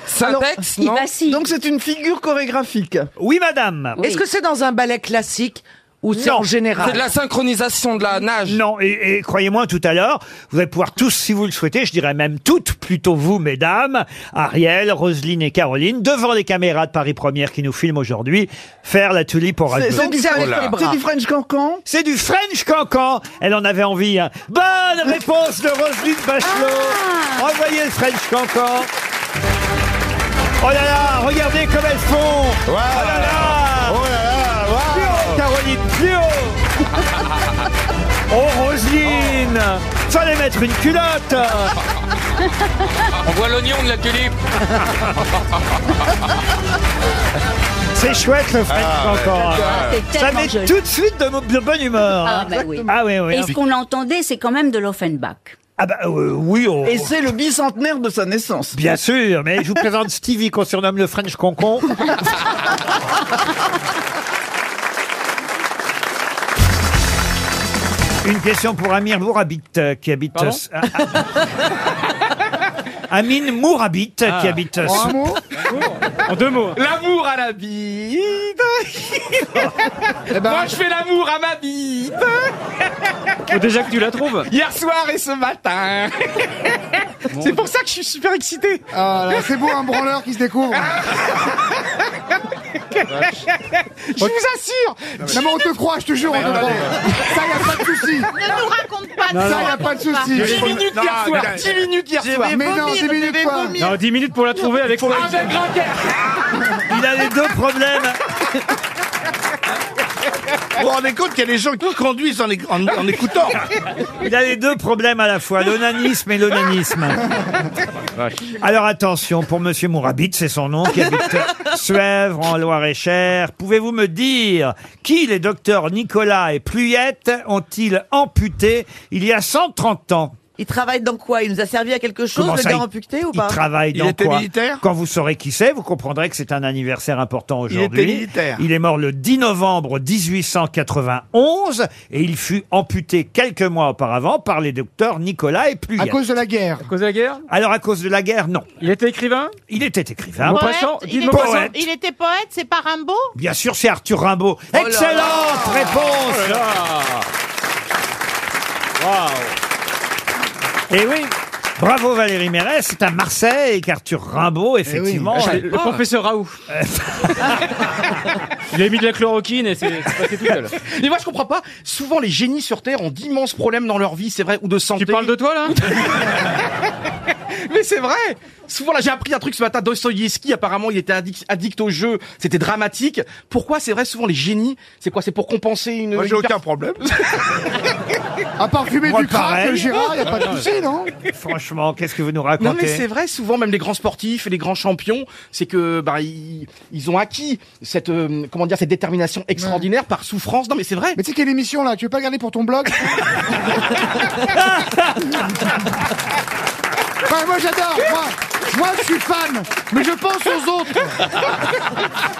S19: Syntaxe, non
S20: Donc c'est une figure chorégraphique.
S1: Oui, madame.
S10: Est-ce que c'est dans un ballet classique ou c'est
S1: Non.
S10: en général
S1: C'est de la
S10: synchronisation de la nage.
S1: Non, et, et croyez-moi, tout à l'heure, vous allez pouvoir tous, si vous le souhaitez, je dirais même toutes, plutôt vous, mesdames, Ariel, Roselyne et Caroline, devant les caméras de Paris Première qui nous filment aujourd'hui, faire la tulipe au
S20: C'est
S1: radio.
S20: c'est du,
S10: Oh
S20: French- c'est du French Cancan
S1: C'est du French cancan Elle en avait envie. hein. Bonne réponse de Roselyne Bachelot.
S12: Ah.
S1: Envoyez le French cancan. Oh là là, regardez comme elles font. Oh là là. Oh là là. Caroline, plus haut. Oh Roselyne. Fallait mettre une culotte.
S9: On voit l'oignon de la tulipe.
S1: C'est chouette le French
S19: Ah, ouais.
S1: cancan. hein.
S19: Ah,
S12: c'est
S1: Ça
S12: tellement
S1: met
S12: joli.
S1: tout de suite de, mo- de bonne humeur.
S12: Ah,
S1: hein.
S12: bah oui.
S1: Ah oui, oui.
S12: Et ce qu'on entendait, c'est quand même de l'Offenbach.
S1: Ah bah euh, oui,
S19: Oh.
S1: on-
S20: Et c'est le bicentenaire de sa naissance.
S1: bien sûr, mais je vous présente Stevie qu'on surnomme le French Concon. Une question pour Amir Mourabit euh, qui habite...
S19: Pardon
S1: euh, ah. Amine Mourabit
S3: Ah.
S8: ah.
S1: qui habite...
S3: Oh,
S1: euh,
S19: En un mot
S1: En deux mots.
S19: L'amour à la bite
S1: Eh ben,
S19: Moi je fais l'amour à ma bite
S21: déjà que tu la trouves.
S19: Hier soir et ce matin C'est pour ça que je suis super excité
S11: Ah, là, c'est beau un branleur qui se découvre.
S19: Je vous assure
S11: Non mais on te croit, je te jure, on te
S19: Mais
S11: croit.
S19: attendez.
S11: Ça, y a pas de souci.
S6: Ne nous raconte pas
S11: Non,
S6: de
S11: ça,
S6: ça.
S11: y a pas de souci.
S21: 10 minutes hier soir, 10
S19: minutes hier soir.
S11: Mais non, 10 minutes quoi.
S21: Non, 10 minutes pour la trouver avec quoi
S19: Avec Raquel
S1: Il a les deux problèmes.
S3: Eh
S21: Vous vous rendez compte qu'il y a des gens qui conduisent en, écoutant
S1: Il a les deux problèmes à la fois, l'onanisme et l'onanisme. Alors attention, pour Monsieur Mourabit, c'est son nom, qui habite euh, Suèvre, en Loire-et-Cher, pouvez-vous me dire qui les docteurs Nicolas et Pluyette ont-ils amputé il y a 130 ans
S13: Il travaille dans quoi Il nous a servi à quelque chose,
S1: Comment
S13: le
S1: ça,
S13: gars
S1: il-
S13: amputé ou
S1: il
S13: pas
S1: travaille dans quoi Quand vous saurez qui c'est, vous comprendrez que c'est un anniversaire important
S13: Il était
S1: aujourd'hui.
S13: militaire.
S1: Il est mort le 10 novembre 1891 et il fut amputé quelques mois auparavant par les docteurs Nicolas et Pluyette.
S11: À cause de la guerre.
S1: cause de la guerre Alors à cause de la guerre, non. Il était écrivain Il était écrivain.
S6: Poète, il, était,
S1: Poète.
S6: il était poète, c'est pas Rimbaud
S1: Bien sûr, c'est Arthur Rimbaud.
S6: Oh là là. Oh
S1: Excellente réponse Et oui Bravo Valérie Mérès, c'est à Marseille qu'Arthur
S21: Eh
S1: Rimbaud, effectivement.
S3: Ah,
S21: Le, le professeur Raoult. Il a mis de la chloroquine et c'est c'est passé tout seul.
S3: Mais moi je comprends pas, souvent les génies sur Terre ont d'immenses problèmes dans leur vie, c'est vrai, ou de santé. Tu parles de
S21: toi là
S3: Mais c'est vrai Souvent là j'ai appris un truc ce matin, Dostoïevski apparemment il était addic- addict au jeu, c'était dramatique. Pourquoi c'est vrai souvent les génies, c'est quoi C'est pour compenser une...
S21: Moi, j'ai
S3: une per-
S21: aucun problème.
S11: À part fumer
S3: Moi,
S11: du crack,
S3: pareil.
S11: Gérard, y a pas de
S3: Ah,
S11: souci, non
S1: Franchement, qu'est-ce que vous nous racontez
S3: Non mais c'est vrai, souvent même les grands sportifs et les grands champions, c'est que bah, ils, ils ont acquis cette euh, comment dire cette détermination extraordinaire par souffrance. Non mais c'est vrai.
S11: Mais tu sais qu'il y a une émission là, tu veux pas regarder pour ton blog Enfin, Moi j'adore, moi, moi je suis fan, mais je pense aux autres.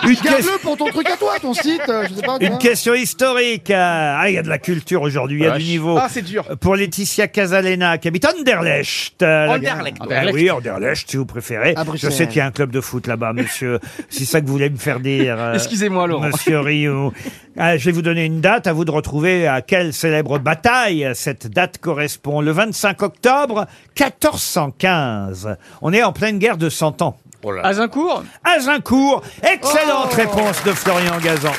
S1: Une
S11: Garde-le pour ton truc à toi, ton site, euh, je sais pas. tu
S1: Une
S11: vois.
S1: question historique. Ah, il y a de la culture aujourd'hui, il y a
S3: Vache.
S1: du niveau.
S3: Ah, c'est dur.
S1: Pour Laetitia Casalena, qui habite Anderlecht. Euh, la-
S3: Anderlecht.
S1: Ah, ben oui, Anderlecht, si vous préférez.
S3: À
S1: Je
S3: Bruxelles.
S1: sais qu'il y a un club de foot là-bas, monsieur. c'est ça que vous voulez me faire dire. euh,
S3: Excusez-moi, Laurent.
S1: Monsieur Rio. Ah, je vais vous donner une date, à vous de retrouver à quelle célèbre bataille cette date correspond. Le 25 octobre 1415. On est en pleine guerre de 100 ans.
S21: Azincourt
S1: Azincourt. Excellente
S21: Oh.
S1: réponse de Florian Gazan.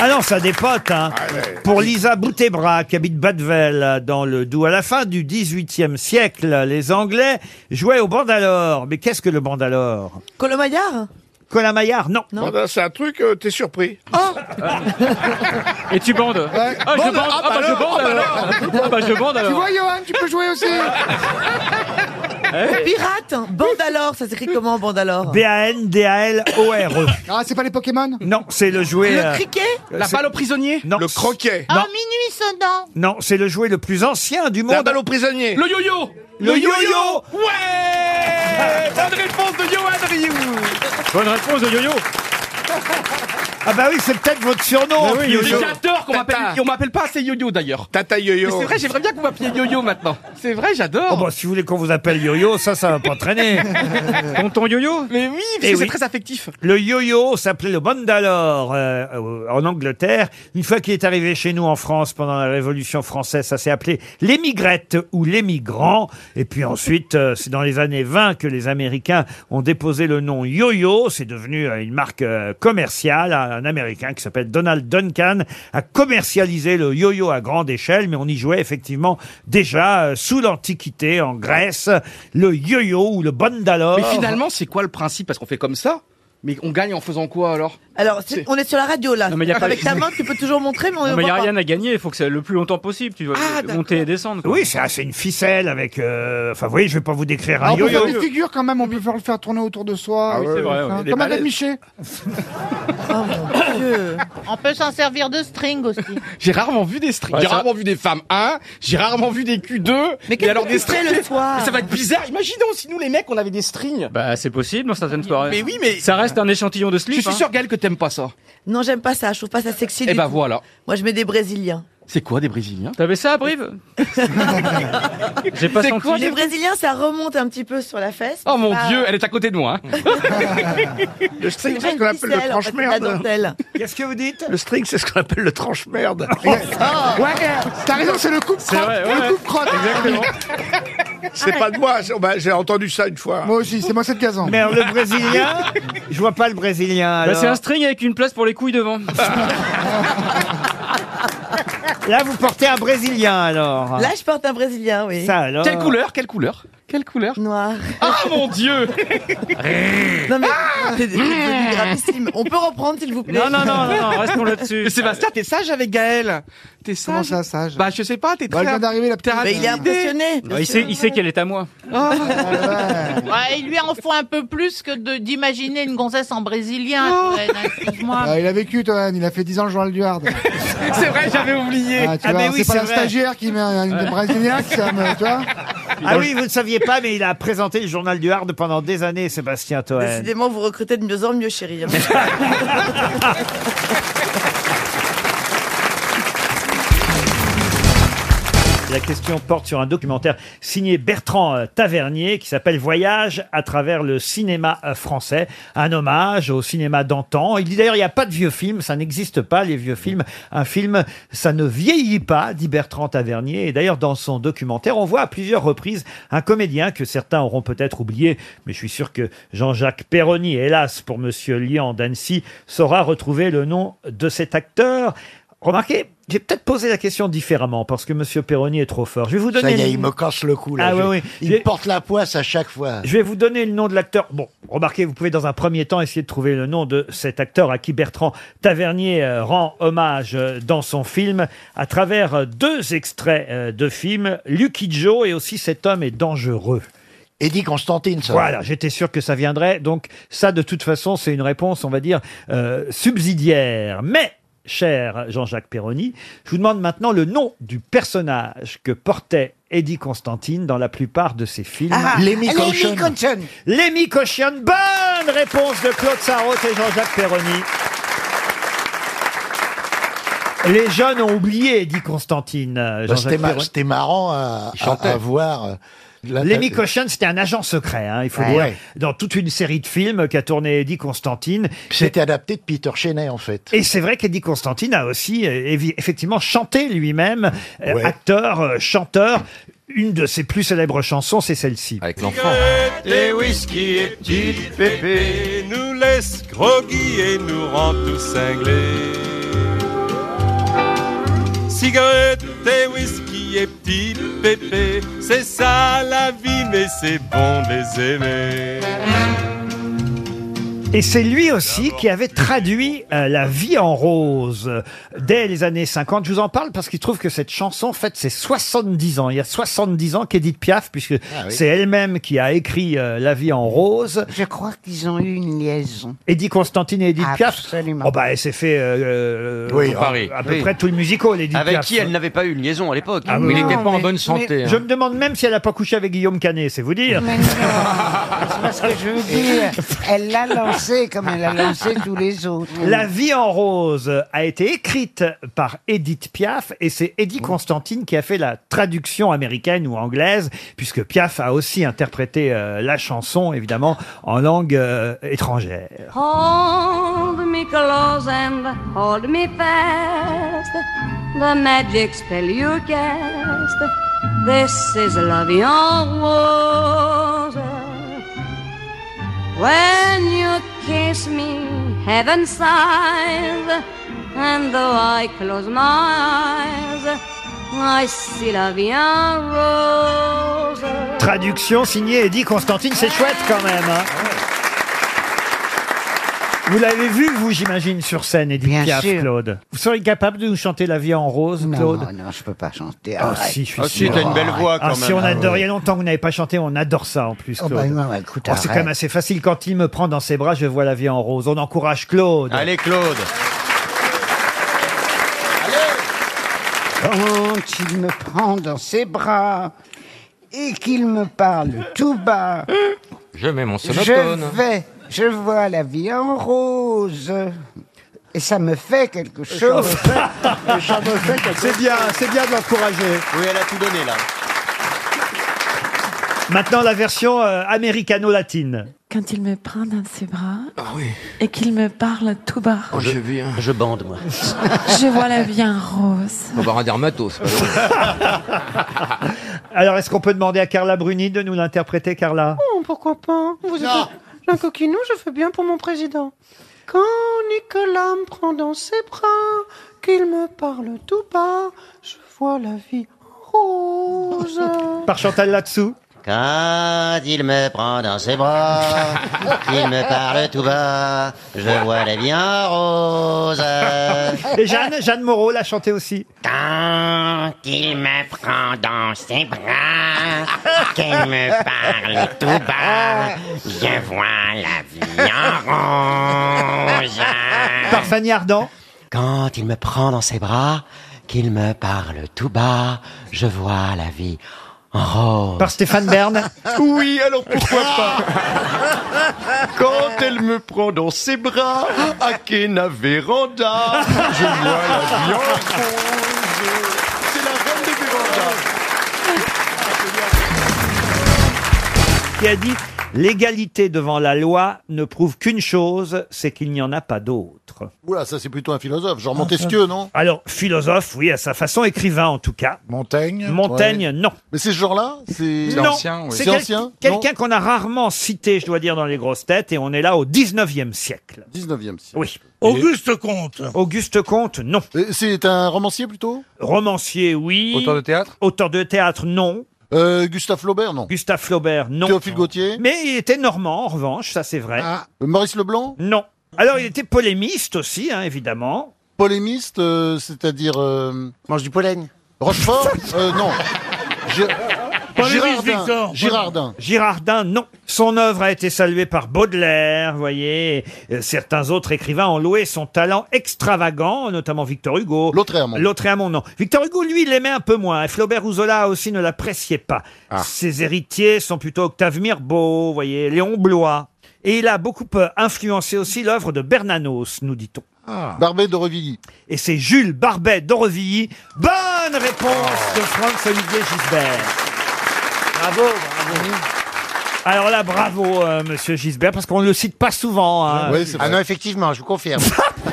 S1: Ah non, ça dépote, hein.
S21: Ah,
S1: Pour Lisa Boutébra, qui habite Badvel, dans le Doubs, à la fin du XVIIIe siècle, les Anglais jouaient au bandalore. Mais qu'est-ce que le bandalore
S13: Colomaillard
S1: Colamaillard, non.
S21: Bon, ben, C'est un truc, euh, t'es surpris.
S20: Oh!
S1: Et tu bandes
S3: Euh,
S21: Ah, je bande, ah, bah, je bande alors. Ah, bah, je bande
S11: Tu
S21: alors.
S11: vois Johan, tu peux jouer aussi Eh
S13: Pirate Bandalore, ça s'écrit comment Bandalore
S10: E.
S1: B-A-N-D-A-L-O-R-E.
S11: Ah, c'est pas les Pokémon
S1: Non, c'est le jouet... euh,
S3: La
S1: c'est-
S3: balle au prisonnier
S1: Non. Le croquet.
S6: Ah,
S1: Eh, Non,
S6: minuit sonnant.
S1: non c'est le jouet le plus ancien du monde. La balle aux prisonniers.
S3: Le yo-yo
S1: Le yo-yo
S3: Ouais Bonne réponse de Johan Rioux
S21: Bonne réponse de Yo-Yo.
S1: Ah bah oui, c'est peut-être votre surnom.
S3: Mais
S1: Yo-Yo.
S3: J'adore qu'on m'appelle.
S1: Tata.
S3: On m'appelle pas assez Yo-Yo d'ailleurs.
S1: Tata Yo-Yo.
S3: Mais C'est vrai, j'aimerais bien qu'on m'appelle Yo-Yo maintenant. C'est vrai, j'adore.
S1: Oh bah, si vous voulez qu'on vous appelle yo-yo, ça, ça va pas traîner.
S3: Tonton yo-yo Mais oui, parce
S1: Eh
S3: que c'est
S1: oui.
S3: très affectif.
S1: Le yo-yo s'appelait le Bandalore euh, euh, en Angleterre. Une fois qu'il est arrivé chez nous en France pendant la Révolution française, ça s'est appelé l'émigrette ou l'émigrant. Et puis ensuite, euh, c'est dans les années 20 que les Américains ont déposé le nom yo-yo. C'est devenu euh, une marque euh, commerciale. Un un Américain qui s'appelle Donald Duncan a commercialisé le yo-yo à grande échelle, mais on y jouait effectivement déjà euh, sous l'Antiquité en Grèce. Le yo-yo ou le Bandalore.
S3: Mais finalement, c'est quoi le principe Parce qu'on fait comme ça, mais on gagne en faisant quoi alors
S20: Alors, c'est- on est sur la radio là.
S3: Non, mais y a pas-
S20: Avec ta main, tu peux toujours montrer, mais on ne
S22: Non, mais il n'y
S20: voit
S22: a
S20: pas.
S22: rien à gagner, il faut que ça le plus longtemps possible. Tu dois monter et descendre. quoi.
S1: Oui, c'est assez une ficelle avec. euh, Enfin, vous voyez, je vais pas vous décrire un
S22: Ah, on peut
S1: yo-yo.
S22: faire
S20: des figures quand même, on peut le faire tourner autour de soi.
S1: Ah oui, c'est
S20: Enfin,
S1: vrai, ouais.
S20: Comme
S1: Les
S20: Adam
S1: balais-
S20: hein. Miché.
S6: On peut s'en servir de string aussi.
S3: J'ai rarement vu des strings.
S21: Ouais,
S3: j'ai
S21: ça-
S3: rarement vu des femmes 1, j'ai rarement vu des Q2. Mais
S21: qu'est-ce
S3: alors
S21: que
S3: des
S21: tu fais
S3: strings.
S21: le soir
S3: Mais Ça va être bizarre. Imaginons si nous les mecs on avait des strings.
S22: Bah, c'est possible dans certaines soirées.
S3: Mais oui, mais-
S22: Ça reste un échantillon de slip. hein.
S3: Je suis sûr, Gaël, que t'aimes pas ça.
S20: Non, j'aime pas ça, je trouve pas ça sexy.
S3: Eh
S20: du
S3: ben
S20: tout.
S3: voilà.
S20: Moi, je mets des Brésiliens.
S3: C'est quoi des Brésiliens
S22: T'avais ça, Brive J'ai pas
S20: C'est
S22: senti.
S20: quoi, les Brésiliens, ça remonte un petit peu sur la fesse.
S3: Oh mon
S20: Ah.
S3: dieu, elle est à côté de moi. hein.
S22: hein.
S21: Le string,
S20: C'est
S21: c'est ce qu'on appelle le
S20: ficelle, en fait, c'est la
S21: tranche-merde.
S20: dentelle. Oh,
S1: Qu'est-ce que vous dites
S21: Le string, c'est ce qu'on appelle le tranche-merde.
S11: Ouais, t'as raison, c'est le coupe
S21: C'est
S11: crotte.
S21: vrai, ouais, ouais.
S11: le coupe crotte.
S21: Exactement.
S3: Ah,
S21: C'est pas de moi, c'est- bah, j'ai entendu ça une fois.
S11: Moi aussi, c'est moi cette gazon.
S1: Mais alors, le Brésilien, je vois pas le Brésilien.
S22: Bah,
S1: alors.
S22: c'est un string avec une place pour les couilles devant.
S1: Là, vous portez un Brésilien alors.
S20: Là, je porte un Brésilien, oui.
S1: Ça, alors. Quelle couleur
S3: Quelle couleur Quelle couleur
S20: Noir.
S3: Ah mon dieu
S20: Non, mais
S12: Ah
S20: c'est c'est devenu gravissime. On peut reprendre, s'il vous plaît
S22: Non, non, non, non, non, restons là-dessus.
S3: Mais Sébastien, t'es sage avec Gaël. T'es sage. Comment ça, sage Bah, je sais pas, t'es
S22: Bah, elle
S3: très.
S22: vient d'arriver,
S3: la petite.
S20: Mais il est impressionné. Oh,
S22: Bah, il sait, il sait qu'elle est à moi.
S3: Oh.
S6: Euh, Ouais, il lui en faut un peu plus que de- d'imaginer une gonzesse en brésilien. Touraine, hein, excuse-moi.
S20: Bah,
S11: Ah, il a vécu, toi, Anne, il a fait 10 ans le journal du Hard.
S3: C'est vrai, j'avais oublié.
S11: Ah, tu vois, c'est pas un stagiaire qui met un, un
S1: Ouais.
S11: Brésilien qui ça me- tu vois
S1: Ah oui, vous ne saviez pas, mais il a présenté le journal du Hard pendant des années, Sébastien Toen.
S20: Décidément, vous recrutez de mieux en mieux, chérie.
S12: hein.
S1: La question porte sur un documentaire signé Bertrand euh, Tavernier qui s'appelle Voyage à travers le cinéma euh, français, un hommage au cinéma d'antan. Il dit d'ailleurs il n'y a pas de vieux films, ça n'existe pas les vieux films. Un film, ça ne vieillit pas, dit Bertrand Tavernier. Et d'ailleurs dans son documentaire, on voit à plusieurs reprises un comédien que certains auront peut-être oublié, mais je suis sûr que Jean-Jacques Perroni, hélas pour Monsieur Lian d'Annecy, saura retrouver le nom de cet acteur. Remarquez, j'ai peut-être posé la question différemment parce que Monsieur Perroni est trop fort. Je vais vous
S16: Ça
S1: donner.
S16: y est,
S1: le-
S16: il me casse le cou là.
S1: Ah
S16: Je-
S1: oui, oui.
S16: Il me porte la poisse à chaque fois.
S1: Je vais vous donner le nom de l'acteur. Bon, remarquez, vous pouvez dans un premier temps essayer de trouver le nom de cet acteur à qui Bertrand Tavernier euh, rend hommage euh, dans son film à travers euh, deux extraits euh, de films, Lucky Joe et aussi Cet homme est dangereux.
S16: Eddie Constantine, ça.
S1: Voilà, j'étais sûr que ça viendrait. Donc ça, de toute façon, c'est une réponse, on va dire, euh, subsidiaire. Mais, cher Jean-Jacques Perroni, je vous demande maintenant le nom du personnage que portait Eddie Constantine dans la plupart de ses films.
S11: Ah, Lemmy Lemmy Caution. Caution.
S1: Lemmy Caution. Bonne réponse de Claude Sarraute et Jean-Jacques Perroni. Les jeunes ont oublié Eddie Constantine. euh,
S16: Bah,
S1: Jean-Jacques
S16: C'était mar-
S1: Perroni.
S16: c'était marrant à, à-
S1: chantait.
S16: à
S13: euh,
S16: voir.
S1: Lemmy Cochin, c'était un agent secret, hein, il faut
S16: Ouais.
S1: dire,
S16: Ouais.
S1: dans toute une série de films qu'a tourné Eddie Constantine.
S16: C'était adapté de Peter Chenet, en fait.
S1: Et c'est vrai qu'Eddie Constantine a aussi euh, évi- effectivement chanté lui-même, euh, acteur, euh, chanteur. Une de ses plus célèbres chansons, c'est celle-ci. Avec l'enfant.
S23: Et whisky et petite pépé nous laisse groggy et nous rend tous cinglés. Cigarette et whisky et petit pépé, c'est ça la vie, mais c'est bon de les aimer.
S1: Et c'est lui aussi qui avait traduit euh, La vie en rose euh, dès les années 50. Je vous en parle parce qu'il trouve que cette chanson, en fait, c'est 70 ans. Il y a 70 ans qu'Edith Piaf, puisque
S24: Ah oui.
S1: c'est elle-même qui a écrit euh, La vie en rose.
S24: Je crois qu'ils ont eu une liaison.
S1: Eddie Constantine et Edith
S24: Absolument.
S1: Piaf. Oh bah, elle s'est fait euh, euh,
S24: Oui,
S1: à-
S24: Paris.
S1: à peu
S24: Oui.
S1: près tout le musical, Edith
S24: Avec
S1: Piaf.
S24: qui elle n'avait pas eu une liaison à l'époque.
S1: hein.
S25: hein.
S1: Ah
S24: mais
S1: oui.
S24: il n'était pas en
S1: mais-
S24: bonne santé. hein.
S1: mais- Je me demande même si elle n'a pas couché avec Guillaume Canet, c'est vous dire.
S11: Ah,
S24: C'est parce que je veux dire, elle l'a lancé
S1: lancé
S26: comme elle a lancé tous les autres.
S1: La vie en rose a été écrite par Edith Piaf et c'est Eddie Constantine qui a fait la traduction américaine ou anglaise puisque Piaf a aussi interprété euh, la chanson évidemment en langue euh, étrangère.
S11: Hold me close and hold me fast. The magic spell you cast. This is love en rose. When you kiss me, heaven sighs. And though I close my eyes, I see love en rose.
S1: Traduction signée Eddie Constantine, c'est chouette quand même. hein. Vous l'avez vu, vous, j'imagine, sur scène, Edith
S11: Bien
S1: Piaf,
S11: sûr.
S1: Claude. Vous serez capable de nous chanter La vie en rose, Claude
S11: non, je peux pas chanter.
S1: Ah
S11: arrête.
S1: si, je suis
S11: Ah, si,
S1: sûr.
S11: t'as une belle voix, quand
S1: Ah,
S11: même.
S1: Si on
S11: Ah,
S1: adore,
S11: ouais.
S1: il y a longtemps que vous n'avez pas chanté, on adore ça en plus.
S11: Oh,
S1: Claude.
S11: bah, non, bah, écoute,
S1: Oh, c'est quand
S11: arrête.
S1: même assez facile. Quand il me prend dans ses bras, je vois la vie en rose. On encourage Claude.
S27: Allez, Claude.
S16: Quand il me prend dans ses bras et qu'il me parle tout bas,
S9: Je mets mon
S16: je
S9: sonotone.
S16: vais, je vois la vie en rose. Et ça me fait quelque chose.
S28: C'est bien, c'est bien de l'encourager.
S27: Oui, elle a tout donné là.
S1: Maintenant, la version euh, américano-latine.
S4: Quand il me prend dans ses bras
S1: Ah oui.
S4: et qu'il me parle tout bas,
S9: je, je bande, moi.
S4: je vois la vie en rose.
S9: On va voir un dermatos.
S1: Alors, est-ce qu'on peut demander à Carla Bruni de nous l'interpréter, Carla
S10: Oh, pourquoi pas Vous êtes
S1: Non.
S10: un- un coquinou, je fais bien pour mon président. Quand Nicolas me prend dans ses bras, qu'il me parle tout bas, je vois la vie rose.
S1: Par Chantal là-dessous
S25: Quand il me prend dans ses bras, il me parle tout bas, je vois la vie en rose.
S11: Euh.
S1: Et Jeanne, Jeanne Moreau l'a chanté aussi.
S25: Quand il me prend dans ses bras, qu'il me parle tout bas, je vois la vie en rose.
S1: Par Fanny Ardant.
S25: Quand il me prend dans ses bras, qu'il me parle tout bas, je vois la vie en rose.
S1: Par Stéphane Bern.
S25: Oui, alors pourquoi pas
S19: Quand elle me prend dans ses bras, à Kena Véranda, je vois la vie en
S1: qui a dit L'égalité devant la loi ne prouve qu'une chose, c'est qu'il n'y en a pas d'autre.
S13: Oula, ça c'est plutôt un philosophe,
S1: Ah,
S13: genre Oh, Montesquieu, non
S1: Alors, philosophe, oui, à sa façon, écrivain en tout cas.
S13: Montaigne
S1: Montaigne,
S13: Ouais.
S1: non.
S13: Mais ces gens-là, c'est
S1: Non, c'est
S13: C'est
S1: quel-
S13: ancien
S1: quelqu'un qu'on a rarement cité, je dois dire, dans les grosses têtes, et on est là au 19e siècle.
S13: 19e siècle.
S1: Oui.
S13: Auguste Comte.
S1: Auguste Comte, non.
S13: C'est un romancier plutôt
S1: Romancier, oui. Auteur de théâtre Auteur de théâtre, non.
S13: Euh, Gustave Flaubert, non.
S1: Gustave Flaubert, non.
S13: Théophile Gautier Ah. Euh,
S1: Mais il était normand, en revanche, ça c'est vrai.
S13: Maurice Leblanc
S1: Non. Alors, il était polémiste aussi, hein, évidemment.
S13: Polémiste, euh, c'est-à-dire... Mange du pollen. Rochefort Euh, Non. Gé- Girardin. Girardin.
S1: Girardin, non. Son œuvre a été saluée par Baudelaire, voyez. Euh, Certains autres écrivains ont loué son talent extravagant, notamment Victor Hugo. Lautréamont. Lautréamont, non. Victor Hugo, lui, l'aimait un peu moins. Et Flaubert ou Zola aussi ne l'appréciait pas.
S13: Ah.
S1: Ses héritiers sont plutôt Octave Mirbeau, voyez, Léon Blois. Et il a beaucoup euh, influencé aussi l'œuvre de Bernanos, nous dit-on.
S13: Ah. Barbet d'Aurevilly.
S1: Et c'est Jules Barbet d'Aurevilly. Bonne réponse
S13: Ah.
S1: de Franck-Olivier Gisbert. Bravo, bravo. Alors là, bravo, euh, monsieur Gisbert, parce qu'on ne le cite pas souvent. hein.
S29: ah non, effectivement, je vous confirme.
S13: Ah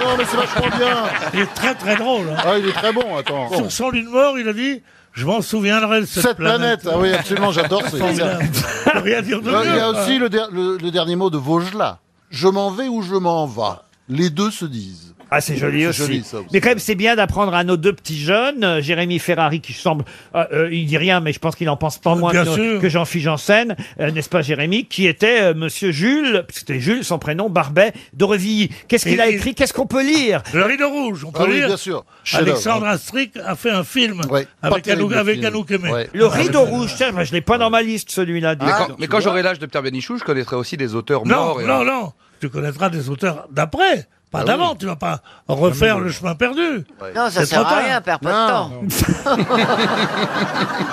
S13: non, mais c'est vachement bien.
S30: Il est très très drôle. hein.
S13: Ah, il est très bon, attends.
S30: Sur son lit de mort, il a dit Je m'en souviendrai de cette,
S13: Cette planète, ah oui, absolument, j'adore ce-
S30: Formidable. Rien dire de
S13: Euh, Il y a- il y a
S30: mieux.
S1: Ah.
S13: aussi le, der- le- le dernier mot de Vaugelas. Je m'en vais ou je m'en vas. Les deux se disent.
S1: Ah, c'est joli aussi.
S13: ça aussi.
S1: mais quand même, c'est bien d'apprendre à nos deux petits jeunes, euh, Jérémy Ferrari, qui semble, euh, euh, il dit rien, mais je pense qu'il en pense pas moins
S30: bien
S1: que, nos-
S30: sûr.
S1: que Jean-Philippe Janssen, euh, n'est-ce pas, Jérémy, qui était euh, Monsieur Jules, c'était Jules, son prénom, Barbet d'Aurevilly. Qu'est-ce qu'il
S30: Et-
S1: a écrit Qu'est-ce qu'on peut lire
S30: Le rideau rouge, on peut
S1: Ah oui,
S30: lire.
S1: bien sûr. Chef-d'œuvre.
S30: Alexandre Astric a fait un film avec
S1: terrible,
S30: Anouk
S1: le
S30: avec
S1: film.
S30: Anouk Aimé.
S1: Le rideau rouge, tiens, moi, je l'ai pas dans ma liste, celui-là.
S30: Mais
S22: Ah,
S30: quand-
S1: mais quand
S3: j'aurai l'âge de Pierre Bénichou, je connaîtrai aussi des auteurs
S30: Non,
S3: morts. et-
S30: non, non. Tu connaîtras des auteurs d'après. Pas
S31: Ah
S30: d'avant,
S31: oui.
S30: tu vas pas refaire
S31: Non, mais-
S30: le chemin perdu.
S31: Non, ça
S30: C'est
S31: sert
S30: trop
S31: à
S30: tard.
S31: rien, perds pas de temps.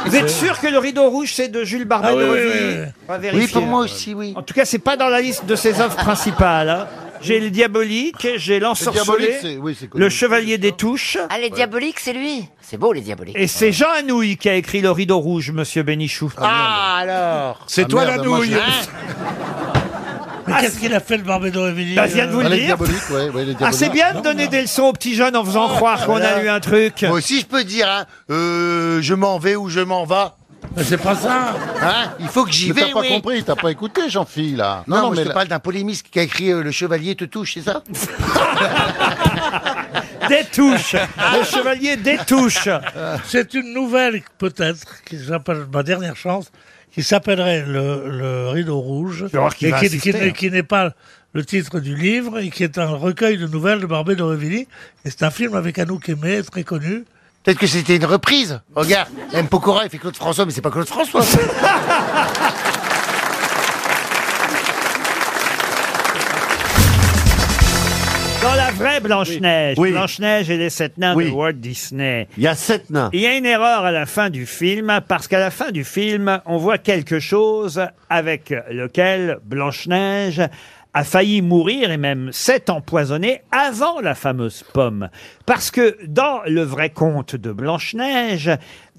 S1: Vous êtes sûr que le rideau rouge, c'est de Jules Barbet
S30: Ah oui,
S1: de
S30: oui,
S1: Reville
S30: oui, oui.
S1: On va vérifier.
S30: Oui, pour moi
S1: aussi, oui. En tout cas, c'est pas dans la liste de ses œuvres principales. hein. J'ai le diabolique, j'ai
S31: Diabolique,
S1: l'ensorcelé,
S31: c'est- oui, c'est connu.
S1: le chevalier des touches.
S31: Ah, les diaboliques, c'est lui C'est beau, les diaboliques.
S1: Et c'est Jean Anouilh qui a écrit le rideau rouge, monsieur Bénichou.
S31: Ah, alors
S1: C'est toi, la Ah, nouille.
S30: Mais qu'est-ce qu'il a fait le Barbé d'Aurevilly
S1: Ah, Bah, je viens de vous le dire. Ah, c'est bien de donner des leçons aux petits jeunes en
S16: Oh,
S1: faisant croire qu'on a eu un truc.
S31: Moi aussi, je peux dire, hein, euh, je m'en vais ou je m'en va.
S30: Mais c'est pas ça.
S31: Hein Il faut que j'y
S30: Mais
S31: vais.
S30: t'as pas
S31: oui.
S30: compris,
S31: t'as pas écouté, Jean-Phil, là. Non,
S16: Non,
S31: non,
S16: moi,
S31: mais
S16: je te
S31: là-
S16: parle d'un polémiste qui a écrit euh, Le Chevalier te touche, c'est ça
S1: Des touches Le Chevalier des touches
S30: C'est une nouvelle, peut-être, qui s'appelle Ma dernière chance, qui s'appellerait le, le Rideau Rouge,
S1: vais voir qui
S30: et
S1: va
S30: qui,
S1: assister,
S30: qui
S1: hein.
S30: n'est- qui n'est pas le titre du livre, et qui est un recueil de nouvelles de Barbé d'Aurevilly. Et c'est un film avec Anouk Aimé, très connu.
S31: Peut-être que c'était une reprise. Regarde, M. Pokora, il fait Claude François, mais c'est pas Claude François.
S1: Dans la vraie Blanche-Neige, Blanche-Neige et les sept nains de Walt Disney. Il y a sept nains. Il y a une erreur à la fin du film, parce qu'à la fin du film, on voit quelque chose avec lequel Blanche-Neige a failli mourir et même s'est empoisonnée avant la fameuse pomme. Parce que dans le vrai conte de Blanche-Neige,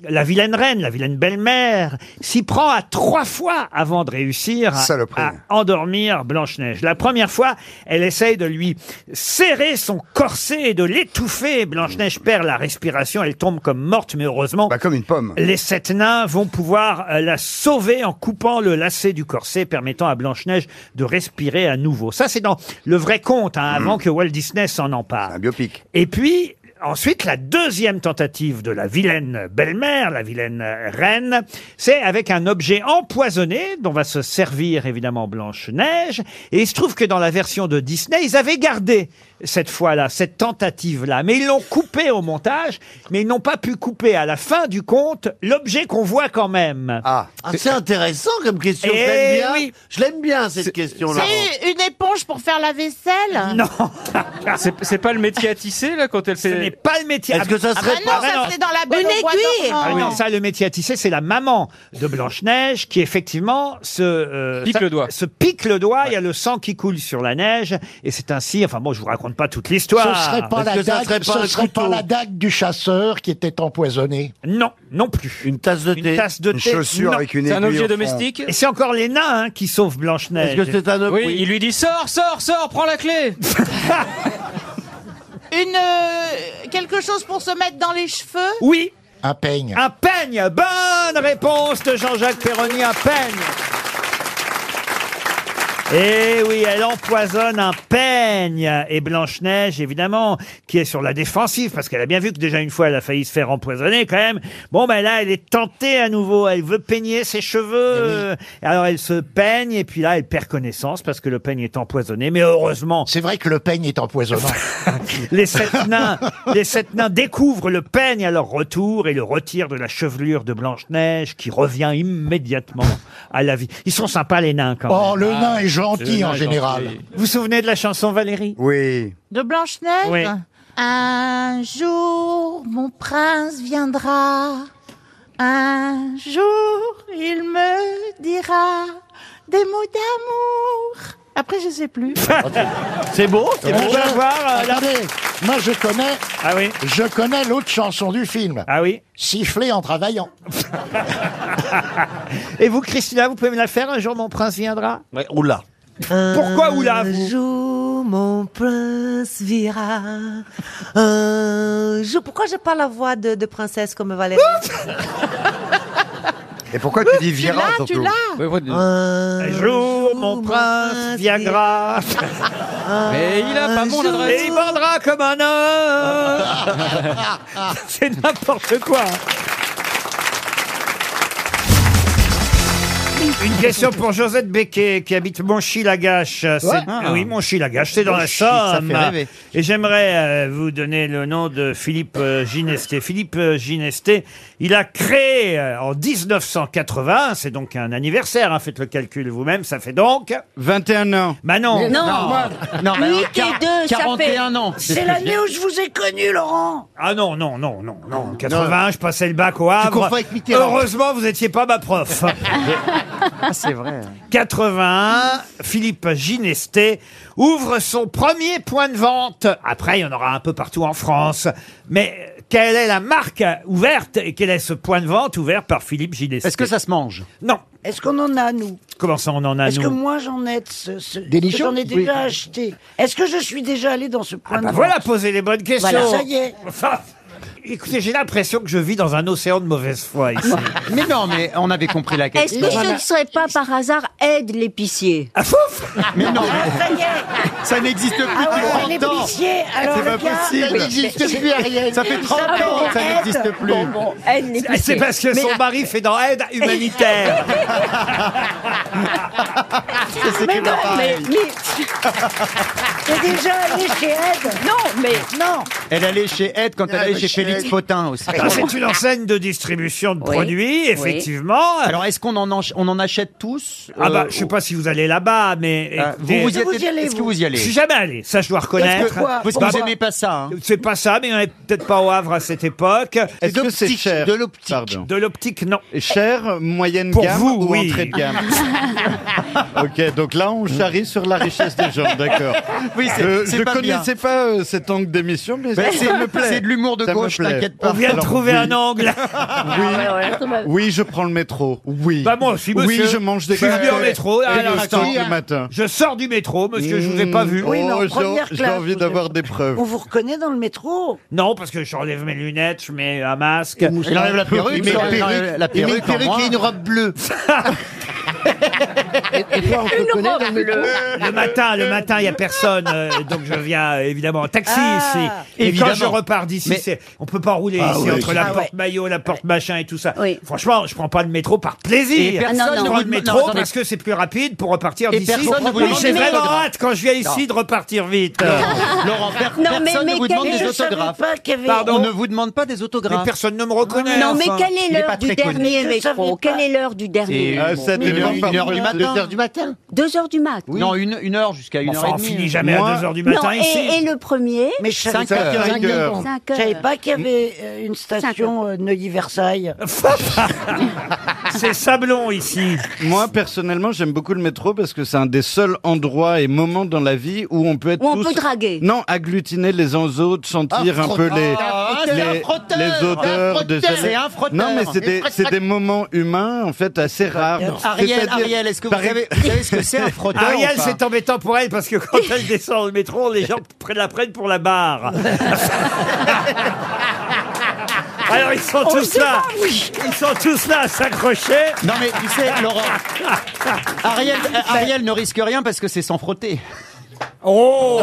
S1: la vilaine reine, la vilaine belle-mère, s'y prend à trois fois avant de réussir à- à endormir Blanche-Neige. La première fois, elle essaye de lui serrer son corset et de l'étouffer. Blanche-Neige perd la respiration, elle tombe comme morte, mais heureusement. Bah, comme une pomme. Les sept nains vont pouvoir euh, la sauver en coupant le lacet du corset, permettant à Blanche-Neige de respirer à nouveau. Ça, c'est dans le vrai conte, hein, avant que Walt Disney s'en empare. Un biopic. Et puis, Ensuite, la deuxième tentative de la vilaine belle-mère, la vilaine euh, reine, c'est avec un objet empoisonné dont va se servir évidemment Blanche-Neige. Et il se trouve que dans la version de Disney, ils avaient gardé cette fois-là, cette tentative-là. Mais ils l'ont coupée au montage, mais ils n'ont pas pu couper à la fin du conte l'objet qu'on voit quand même. Eh Ah, c'est intéressant comme question.
S30: je l'aime bien.
S1: Je l'aime bien cette question-là.
S6: C'est une éponge pour faire la vaisselle
S1: Non
S22: C'est c'est pas le métier à tisser, là, quand elle fait. Ce n'est
S1: pas le métier
S22: à- Ah bah
S6: non, ça c'est dans la belle au bois dormant.
S1: Ah oui, non, ça, le métier à tisser, c'est la maman de Blanche-Neige qui, effectivement, se, euh,
S22: Pique
S1: ça-
S22: le doigt.
S1: se pique le doigt. Il y a le sang qui coule sur la neige. Et c'est ainsi. Enfin, bon, je vous raconte pas toute l'histoire.
S2: Ce serait pas, la dague, ce serait pas la dague du chasseur qui était empoisonnée.
S1: Non, non plus.
S2: Une tasse de
S1: Une tasse de thé. Non. Et c'est encore les nains hein, qui sauvent Blanche-Neige.
S22: Oui, il lui dit sors, sors, sors, prends la clé
S6: Une euh, quelque chose pour se mettre dans les cheveux
S1: Oui.
S2: Un peigne.
S1: Un peigne. Bonne réponse de Jean-Jacques Perroni. Un peigne. Eh oui, elle empoisonne un peigne. Et Blanche-Neige, évidemment, qui est sur la défensive, parce qu'elle a bien vu que déjà une fois, elle a failli se faire empoisonner quand même. Bon, ben là, elle est tentée à nouveau. Elle veut peigner ses
S2: Eh
S1: cheveux. Alors, elle se peigne, et puis là, elle perd connaissance, parce que le peigne est empoisonné. Mais heureusement...
S2: C'est vrai que le peigne est empoisonnant.
S1: les sept nains, les sept nains découvrent le peigne à leur retour et le retirent de la chevelure de Blanche-Neige qui revient immédiatement à la vie. Ils sont sympas les nains quand même.
S2: Oh, le nain est gentil en général.
S1: Vous vous souvenez de la chanson Valérie Oui.
S6: De Blanche-Neige
S1: Oui.
S6: Un jour, mon prince viendra. Un jour, il me dira des mots d'amour. Après, je sais plus.
S2: C'est beau,
S6: c'est beau. On va voir, euh, là-
S2: Eh Attendez, moi je connais.
S1: Ah oui.
S2: Je connais l'autre chanson du film.
S1: Ah oui.
S2: Siffler en travaillant.
S1: Et vous, Christina, vous pouvez me la faire un jour, mon prince viendra Oula. Pourquoi oula vous
S5: Un jour, mon prince vira. Un jour. Pourquoi j'ai pas la voix de, de princesse comme Valérie
S19: Et pourquoi tu dis Vira
S5: l'as,
S19: surtout
S5: tu l'as
S1: Un jour, mon prince viendra.
S5: Mais il a pas mon adresse.
S1: Et il vendra comme un homme. C'est n'importe quoi.
S8: Une
S1: Une question pour Josette Becquet qui habite Monchy-Lagache. C'est-
S11: Ouais. Ah.
S1: Oui, Monchy-Lagache, c'est dans la
S11: Monchy, ça
S1: Somme.
S11: fait rêver.
S1: Et j'aimerais euh, vous donner le nom de Philippe euh, Ginesté. Philippe euh, Ginesté, il a créé euh, en 1980, c'est donc un anniversaire, hein, faites le calcul vous-même, ça fait donc 21 ans. Bah non.
S11: Mais non. Non, bah non, quar- 41 ans.
S1: C'est l'année où
S11: je vous ai connu, Laurent.
S1: Ah non, non, non, non, non. 80, je passais le bac au
S11: confonds
S1: Havre.
S11: avec Mitterrand.
S1: Heureusement, vous n'étiez pas ma prof. Ah.
S11: Ah, c'est vrai.
S1: 81, Philippe Ginesté ouvre son premier point de vente. Après, il y en aura un peu partout en France. Mais quelle est la marque ouverte et quel est ce point de vente ouvert par Philippe Ginesté
S3: Est-ce que ça se mange
S1: Non.
S3: Est-ce qu'on en a, nous
S1: Comment ça, on en a,
S3: Est-ce que
S1: nous
S3: moi, j'en ai de ce, ce-
S1: Des
S3: que
S1: nichons
S3: J'en ai déjà
S1: Oui.
S3: acheté. Est-ce que je suis déjà allé dans ce point
S1: Ah bah
S3: de
S1: voilà,
S3: vente
S1: posez les bonnes questions.
S3: Voilà, ça y est.
S1: Enfin, écoutez, j'ai l'impression que je vis dans un océan de mauvaise foi ici.
S3: Mais non, mais
S1: on avait compris la
S8: Est-ce que ce ne serait pas par hasard aide l'épicier
S1: Ah fouf
S8: Mais non
S3: Ça y est
S8: Ça n'existe plus
S3: Ah
S8: depuis
S3: ouais,
S8: 30 ans.
S3: l'épicier, alors
S8: C'est
S3: le
S8: pas
S3: gars-
S8: possible.
S3: Mais-
S8: n'existe
S3: mais-
S8: plus, Ariel. Ça fait
S3: Il
S8: 30 ans que
S3: s'appelle
S8: ça
S3: Ed.
S8: n'existe plus.
S3: Bon, bon, Ed
S1: Ah, C'est
S3: l'épicier.
S1: parce que son
S3: Mais-
S1: mari fait dans aide humanitaire.
S3: mais, non, mais, mais- T'es déjà allé chez Ed Non, mais non. Elle allait Ah, chez Ed quand
S1: elle allait chez Félix
S3: Potin aussi.
S1: Ah, C'est une enseigne de distribution de
S3: Oui.
S1: produits,
S3: Oui.
S1: effectivement.
S3: Alors,
S1: est-ce qu'on en, on en achète tous Ah bah,
S3: euh,
S1: je sais pas si vous allez là-bas, mais...
S3: Ah,
S1: écoutez-
S3: vous- vous y Est-ce que êtes- vous y allez, est-ce que vous vous y allez
S1: Je suis jamais allé, ça je dois reconnaître.
S3: Parce que- Pourquoi parce que vous
S1: Bah,
S3: aimez hein.
S1: bah, C'est pas ça, mais il n'y en avait peut-être pas au Havre à cette époque.
S19: Est-ce que c'est cher De l'optique.
S1: De l'optique, non.
S19: Cher, moyenne
S1: Pour
S19: gamme
S1: vous,
S19: ou
S1: oui.
S19: entrée de gamme Ok, donc là, on charrie sur la richesse des gens, d'accord.
S3: Oui, c'est-
S19: Je-
S3: c'est
S19: Je
S3: pas
S19: connaissais pas euh, cet angle d'émission, mais
S3: Ben,
S19: ça
S3: c'est-
S19: me plaît.
S3: c'est de l'humour de
S19: Ça me
S3: gauche,
S19: plaît.
S3: t'inquiète pas. On vient de trouver un angle. Ah
S19: Oui.
S3: ouais, ouais, tout va-
S19: oui, je prends le métro. Oui.
S1: Bah moi aussi, monsieur.
S19: Oui, je mange des
S1: Je suis venu en métro, à
S19: et des
S1: l'instant.
S19: raclets le matin.
S1: Je sors du métro, monsieur, je vous ai pas vu.
S3: Mmh.
S19: Oh, j'ai- J'ai envie d'avoir des preuves.
S3: On vous reconnaît dans le métro
S1: Non, parce que j'enlève mes lunettes, je mets un masque.
S16: Il enlève la perruque, il met une perruque, il met une perruque et une robe bleue.
S1: Le matin, le matin, il n'y a personne, euh, donc je viens euh, évidemment en taxi ici. Et
S11: évidemment.
S1: quand je repars d'ici,
S11: Mais-
S1: c'est- on peut pas rouler
S11: Ah
S1: ici
S11: oui.
S1: entre la
S11: Ah
S1: porte
S11: ouais.
S1: maillot, la porte machin et tout ça. Franchement, je prends pas le métro par plaisir.
S11: Et personne Ah non,
S1: je
S11: non.
S1: prends le
S11: non,
S1: métro
S11: attendez.
S1: parce que c'est plus rapide pour repartir
S11: Et
S1: d'ici.
S11: personne ne vous
S1: Mais
S11: demande
S1: j'ai
S11: des
S1: vraiment
S11: autographes.
S1: hâte quand je viens ici
S3: Non.
S1: de repartir vite.
S3: Laurent, per- Non, mais- personne ne mais vous demande quel- des je savais autographes. pas qu'il y avait-
S1: Pardon
S3: On ne vous demande pas des autographes.
S1: Mais personne ne me reconnaît.
S3: Non,
S1: enfin.
S3: mais quel est
S1: Il
S3: l'heure
S1: pas
S3: du
S1: très connu.
S3: dernier
S8: Premier métro, quelle est l'heure du dernier
S3: C'est, euh,
S8: métro
S3: sept, une heure, une heure du matin.
S8: Deux heures du matin Deux heures du matin.
S3: Non, une, une heure jusqu'à une
S8: Enfin,
S3: heure et
S8: on
S3: demie.
S8: finit
S1: jamais à deux heures du matin
S8: Non, et- Et, le premier
S3: Mais je savais pas-
S8: Cinq heures.
S3: Je savais pas qu'il y avait euh, une station euh, Neuilly-Versailles.
S1: C'est sablon ici.
S19: Moi, personnellement, j'aime beaucoup le métro parce que c'est un des seuls endroits et moments dans la vie où on peut être
S8: Où on
S19: tous...
S8: peut draguer.
S19: Non, agglutinés les uns aux autres, sentir
S11: Ah,
S19: un peu les,
S11: frotteur.
S19: les,
S11: Ah, c'est un frotteur.
S19: les odeurs.
S11: C'est un frotteur.
S19: des-
S11: C'est un frotteur.
S19: Non, mais c'est
S11: Et
S19: des,
S11: frac,
S19: c'est
S11: frac.
S19: des moments humains, en fait, assez rares.
S3: Ariel,
S19: C'est-à-dire-
S3: Ariel, est-ce que vous
S19: Par-
S3: savez, vous savez ce que c'est un frotteur
S1: Ariel,
S3: ou pas
S1: c'est embêtant pour elle parce que quand elle descend dans le métro, les gens prennent- la prennent pour la barre. Alors ils sont
S11: On
S1: tous
S11: le
S1: là.
S11: demande, oui.
S1: Ils sont tous là à s'accrocher.
S3: Non mais tu sais, Laurent, Ariel, euh, Ariel ne risque rien parce que c'est sans frotter.
S1: Oh,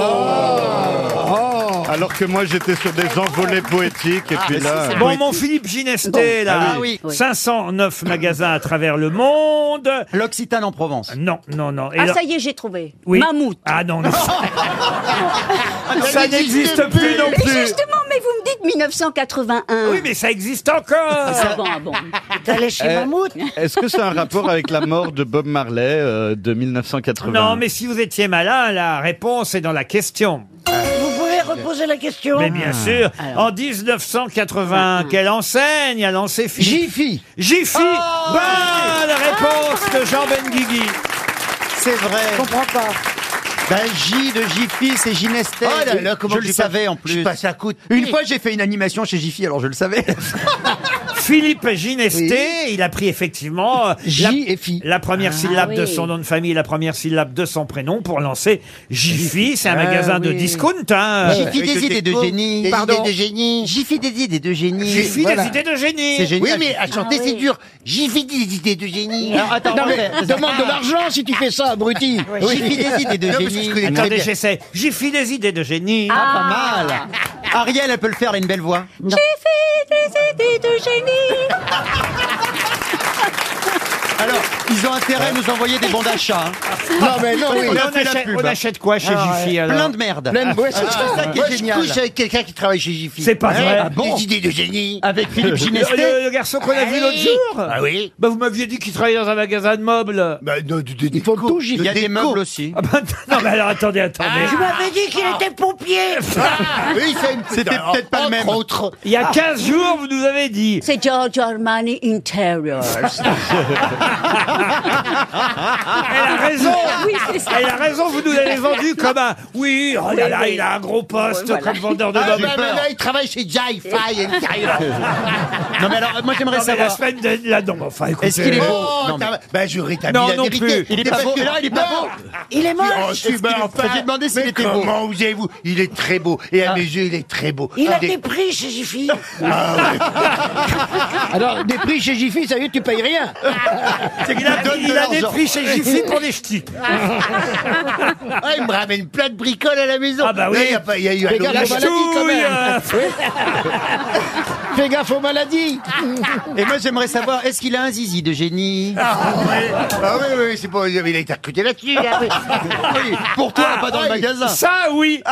S11: Oh.
S19: Alors que moi, j'étais sur des envolées poétiques
S1: Ah,
S11: Ah,
S19: et puis là... euh,
S1: Bon, mon Philippe Ginesté,
S19: Bon.
S1: là,
S19: Ah oui.
S1: 509 magasins à travers le monde.
S3: L'Occitane en Provence.
S1: Non, non, non.
S8: Ah, ça y est, j'ai trouvé.
S1: Oui.
S8: Mammouth.
S1: Ah non, non.
S8: Ça
S1: Ah, ça n'existe plus non
S8: Mais
S1: plus. Ah
S8: justement, mais vous me dites 1981.
S1: Oui, mais ça existe encore.
S8: Ah bon, ah bon. T'allais
S19: Euh, Est-ce que c'est un rapport avec la mort de Bob Marley euh, de 1980
S1: Non, mais si vous étiez malin, la réponse est dans la question.
S3: Vous pouvez reposer la question
S1: Mais bien sûr, en 1980,
S3: Mm,
S1: quelle enseigne a lancé Philippe Jiffy Jiffy
S3: Oh.
S1: Bonne réponse de Jean Benguigui
S3: Ah. C'est vrai. Je comprends pas. Ben, J de Jiffy, c'est Ginestère.
S16: Oh là là, comment
S3: je
S16: je
S3: le
S16: suis
S3: savais
S16: pas-
S3: en plus.
S16: je suis passé à côté.
S3: Une fois, j'ai fait une animation chez Jiffy, alors je le savais.
S1: Philippe Ginesté, il a pris effectivement euh, la, la première
S3: Ah,
S1: syllabe de
S3: oui.
S1: son nom de famille, la première syllabe de son prénom pour lancer Jiffy. C'est un
S3: Ah,
S1: magasin de
S3: oui.
S1: discount. Hein.
S3: Jiffy des idées de génie.
S1: Pardon.
S3: génie. Jiffy des idées de génie.
S1: Jiffy des idées de génie.
S3: C'est génial.
S16: Ah, Oui, mais à
S3: Ah
S16: chanter, c'est dur. J'y fais des idées de génie.
S3: Alors, attends,
S16: Non, mais
S3: attends.
S16: demande de l'argent si tu fais ça, abruti.
S3: J'y fais des idées de
S16: Non, parce que
S3: génie.
S16: je connais très
S1: Attendez,
S16: bien.
S1: j'essaie. Jiffy des idées de génie.
S3: Ah, pas mal. Ariel, elle peut le faire, elle a une belle voix.
S8: J'ai fait des idées de génie.
S25: Alors, ils ont intérêt à nous envoyer des bons d'achat. hein.
S1: Non, mais non,
S25: Parce
S1: oui.
S25: qu'on a
S1: On
S25: fait la
S1: achète-
S25: pub.
S1: on achète quoi chez
S25: Ah,
S1: Jiffy,
S25: ouais.
S1: alors
S25: Plein de merde.
S16: Plein de- ouais,
S25: Ah,
S16: c'est
S25: c'est ça qui
S16: Moi,
S25: est
S16: je
S25: génial.
S16: couche avec quelqu'un qui travaille chez Jiffy.
S1: C'est pas vrai. Ah bon
S16: Des idées de génie.
S25: Avec
S1: Le- Le, le garçon qu'on a vu l'autre jour
S16: Ah oui.
S1: Bah vous m'aviez dit qu'il travaillait dans un magasin de meubles. Bah non, ils font tout,
S25: Il y a des meubles aussi.
S1: Ah bah, non mais alors attendez, attendez.
S16: Ah,
S25: Tu
S32: m'avais dit qu'il était pompier.
S10: Ah,
S1: Oui, c'est une- C'était peut-être pas Ah. le même. Il
S16: Ah.
S1: y a 15 jours, vous nous avez dit.
S8: C'est Giorgio Armani Interiors.
S1: Elle a raison
S16: Ah
S8: Oui, c'est ça.
S1: Elle a raison, vous nous l'avez vendu comme un... Oui, oh là là, il a un gros poste comme vendeur de
S16: Ah,
S1: meubles.
S16: bah, mais là, il travaille chez Jiffy Interior.
S25: Non, mais alors, moi, j'aimerais
S1: Non, mais
S25: savoir-
S1: La semaine dernière, là, non, mais enfin, écoutez...
S25: Est-ce qu'il est beau
S16: Oh,
S25: Non, mais-
S16: t'as- Ben, je rétablis
S1: Non,
S16: la
S1: non
S16: vérité.
S1: plus.
S25: Il est pas
S16: Parce
S25: beau.
S16: que-
S25: Mais non, il est pas
S16: Non.
S25: beau. Il est moche.
S16: Oh,
S25: Est-ce
S16: je suis
S25: qu'il est-
S16: ben, enfin,
S25: J'ai demandé s'il
S16: mais
S25: était beau.
S16: Comment osez-vous Il est très beau. Et à mes yeux, il est très beau. Ah,
S32: Il a
S16: est-
S32: des prix chez Jiffy.
S10: Ah,
S16: Alors, des prix chez Jiffy, ça y est, tu payes rien.
S1: Il a, il a des prix chez Jiffy pour les ch'tis.
S16: Ah, il me ramène plein de bricoles à la maison.
S1: Ah bah oui.
S16: Là, Il y
S1: euh.
S16: a, pas- il y a eu
S1: Fais gaffe aux
S16: Halloween.
S1: maladies, quand même. La
S16: Fais gaffe aux maladies.
S25: Et moi, j'aimerais savoir, est-ce qu'il a un zizi de génie
S16: Ah oui, ah, oui, oui, c'est pas... Il a été recruté là-dessus.
S1: Ah,
S16: là, oui.
S25: Oui, Pour toi, pas dans le magasin. Ah.
S1: Ça, oui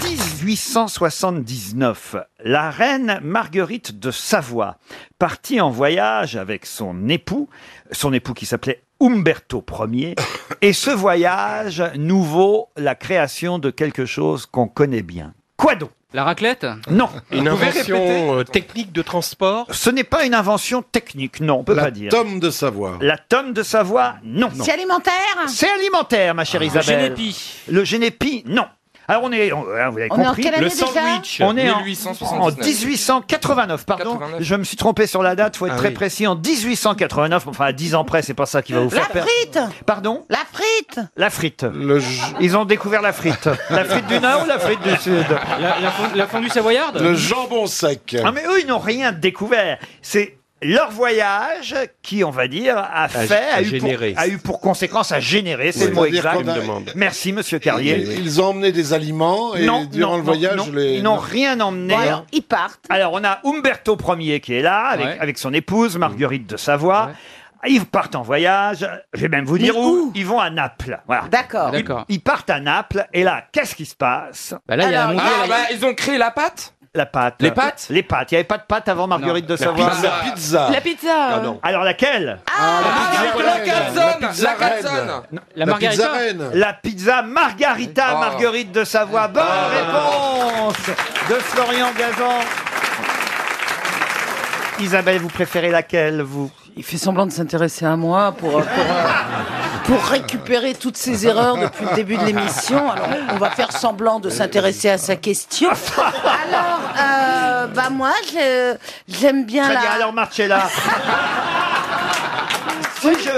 S1: En 1879, la reine Marguerite de Savoie partit en voyage avec son époux, son époux qui s'appelait Umberto Ier, et ce voyage nous vaut la création de quelque chose qu'on connaît bien. Quoi donc
S3: La raclette
S1: Non.
S33: Une
S1: Vous pouvez répéter
S33: invention euh, technique de transport
S1: Ce n'est pas une invention technique, non, on peut
S33: La
S1: pas dire.
S33: tome de savoir.
S1: La tome de Savoie, non.
S10: C'est alimentaire
S1: C'est alimentaire, ma chère
S10: Ah.
S1: Isabelle.
S10: Le génépi.
S1: Le génépi, non. Alors on est, on- hein, vous avez
S10: On est en
S1: compris.
S10: quelle année Le déjà sandwich,
S1: On est en-
S33: 1879.
S1: en 1889, pardon. Je me suis trompé sur la date, faut être
S33: Ah
S1: très
S33: oui.
S1: précis. En 1889, enfin à 10 ans près, c'est pas ça qui va vous
S25: La
S1: faire perdre.
S25: frite
S1: Pardon
S10: La frite
S1: La frite. Ils ont découvert la frite. La frite du Nord ou la frite du Sud
S3: La, la fond- la fondue savoyarde
S33: Le jambon sec.
S1: Ah mais eux, ils n'ont rien découvert. C'est leur voyage qui, on va dire, a, fait, a,
S33: a
S1: eu, pour,
S33: généré.
S1: a eu pour conséquence à générer, c'est le mot
S13: C'est-à-dire
S1: exact.
S13: qu'on a-
S1: Merci, monsieur Carrier.
S13: Ils, ils ont emmené des aliments et
S1: Non,
S13: durant
S1: non,
S13: le voyage,
S1: non, non,
S13: les...
S1: ils n'ont rien emmené.
S13: Bon, alors,
S1: ils partent. Alors, on a Umberto Ier qui est là, avec, avec son épouse, Marguerite de Savoie. Ils partent en voyage, je vais même vous dire où, Ils vont à Naples. D'accord. Ils,
S3: D'accord.
S1: ils partent à Naples, et là, qu'est-ce qui se passe
S3: Bah là, il y a la montée, là, il y a-
S1: ah, ils ont créé la pâte La pâte.
S3: Les pâtes
S1: Les pâtes. Il n'y avait pas de pâte avant Marguerite
S33: Non.
S1: de
S33: La
S1: Savoie.
S33: pizza. La pizza. La
S12: pizza,
S6: Ah,
S1: Ah,
S33: euh. non.
S1: Alors laquelle
S33: la calzone, la
S1: Ah, pizza
S33: calzone.
S1: reine.
S33: Non. La
S1: La margarita.
S33: pizza reine.
S1: La pizza margarita
S33: Ah.
S1: Marguerite de Savoie. Bonne
S33: Ah.
S1: réponse de Florian Gazan. Isabelle, vous préférez laquelle, vous
S6: Il fait semblant de s'intéresser à moi pour, euh, pour, euh, pour récupérer toutes ses erreurs depuis le début de l'émission. Alors, on va faire semblant de s'intéresser à sa question.
S8: Alors, euh, bah moi, je- j'aime bien
S1: Très
S8: la...
S12: Ah.
S1: bien, alors Marcella. Si je,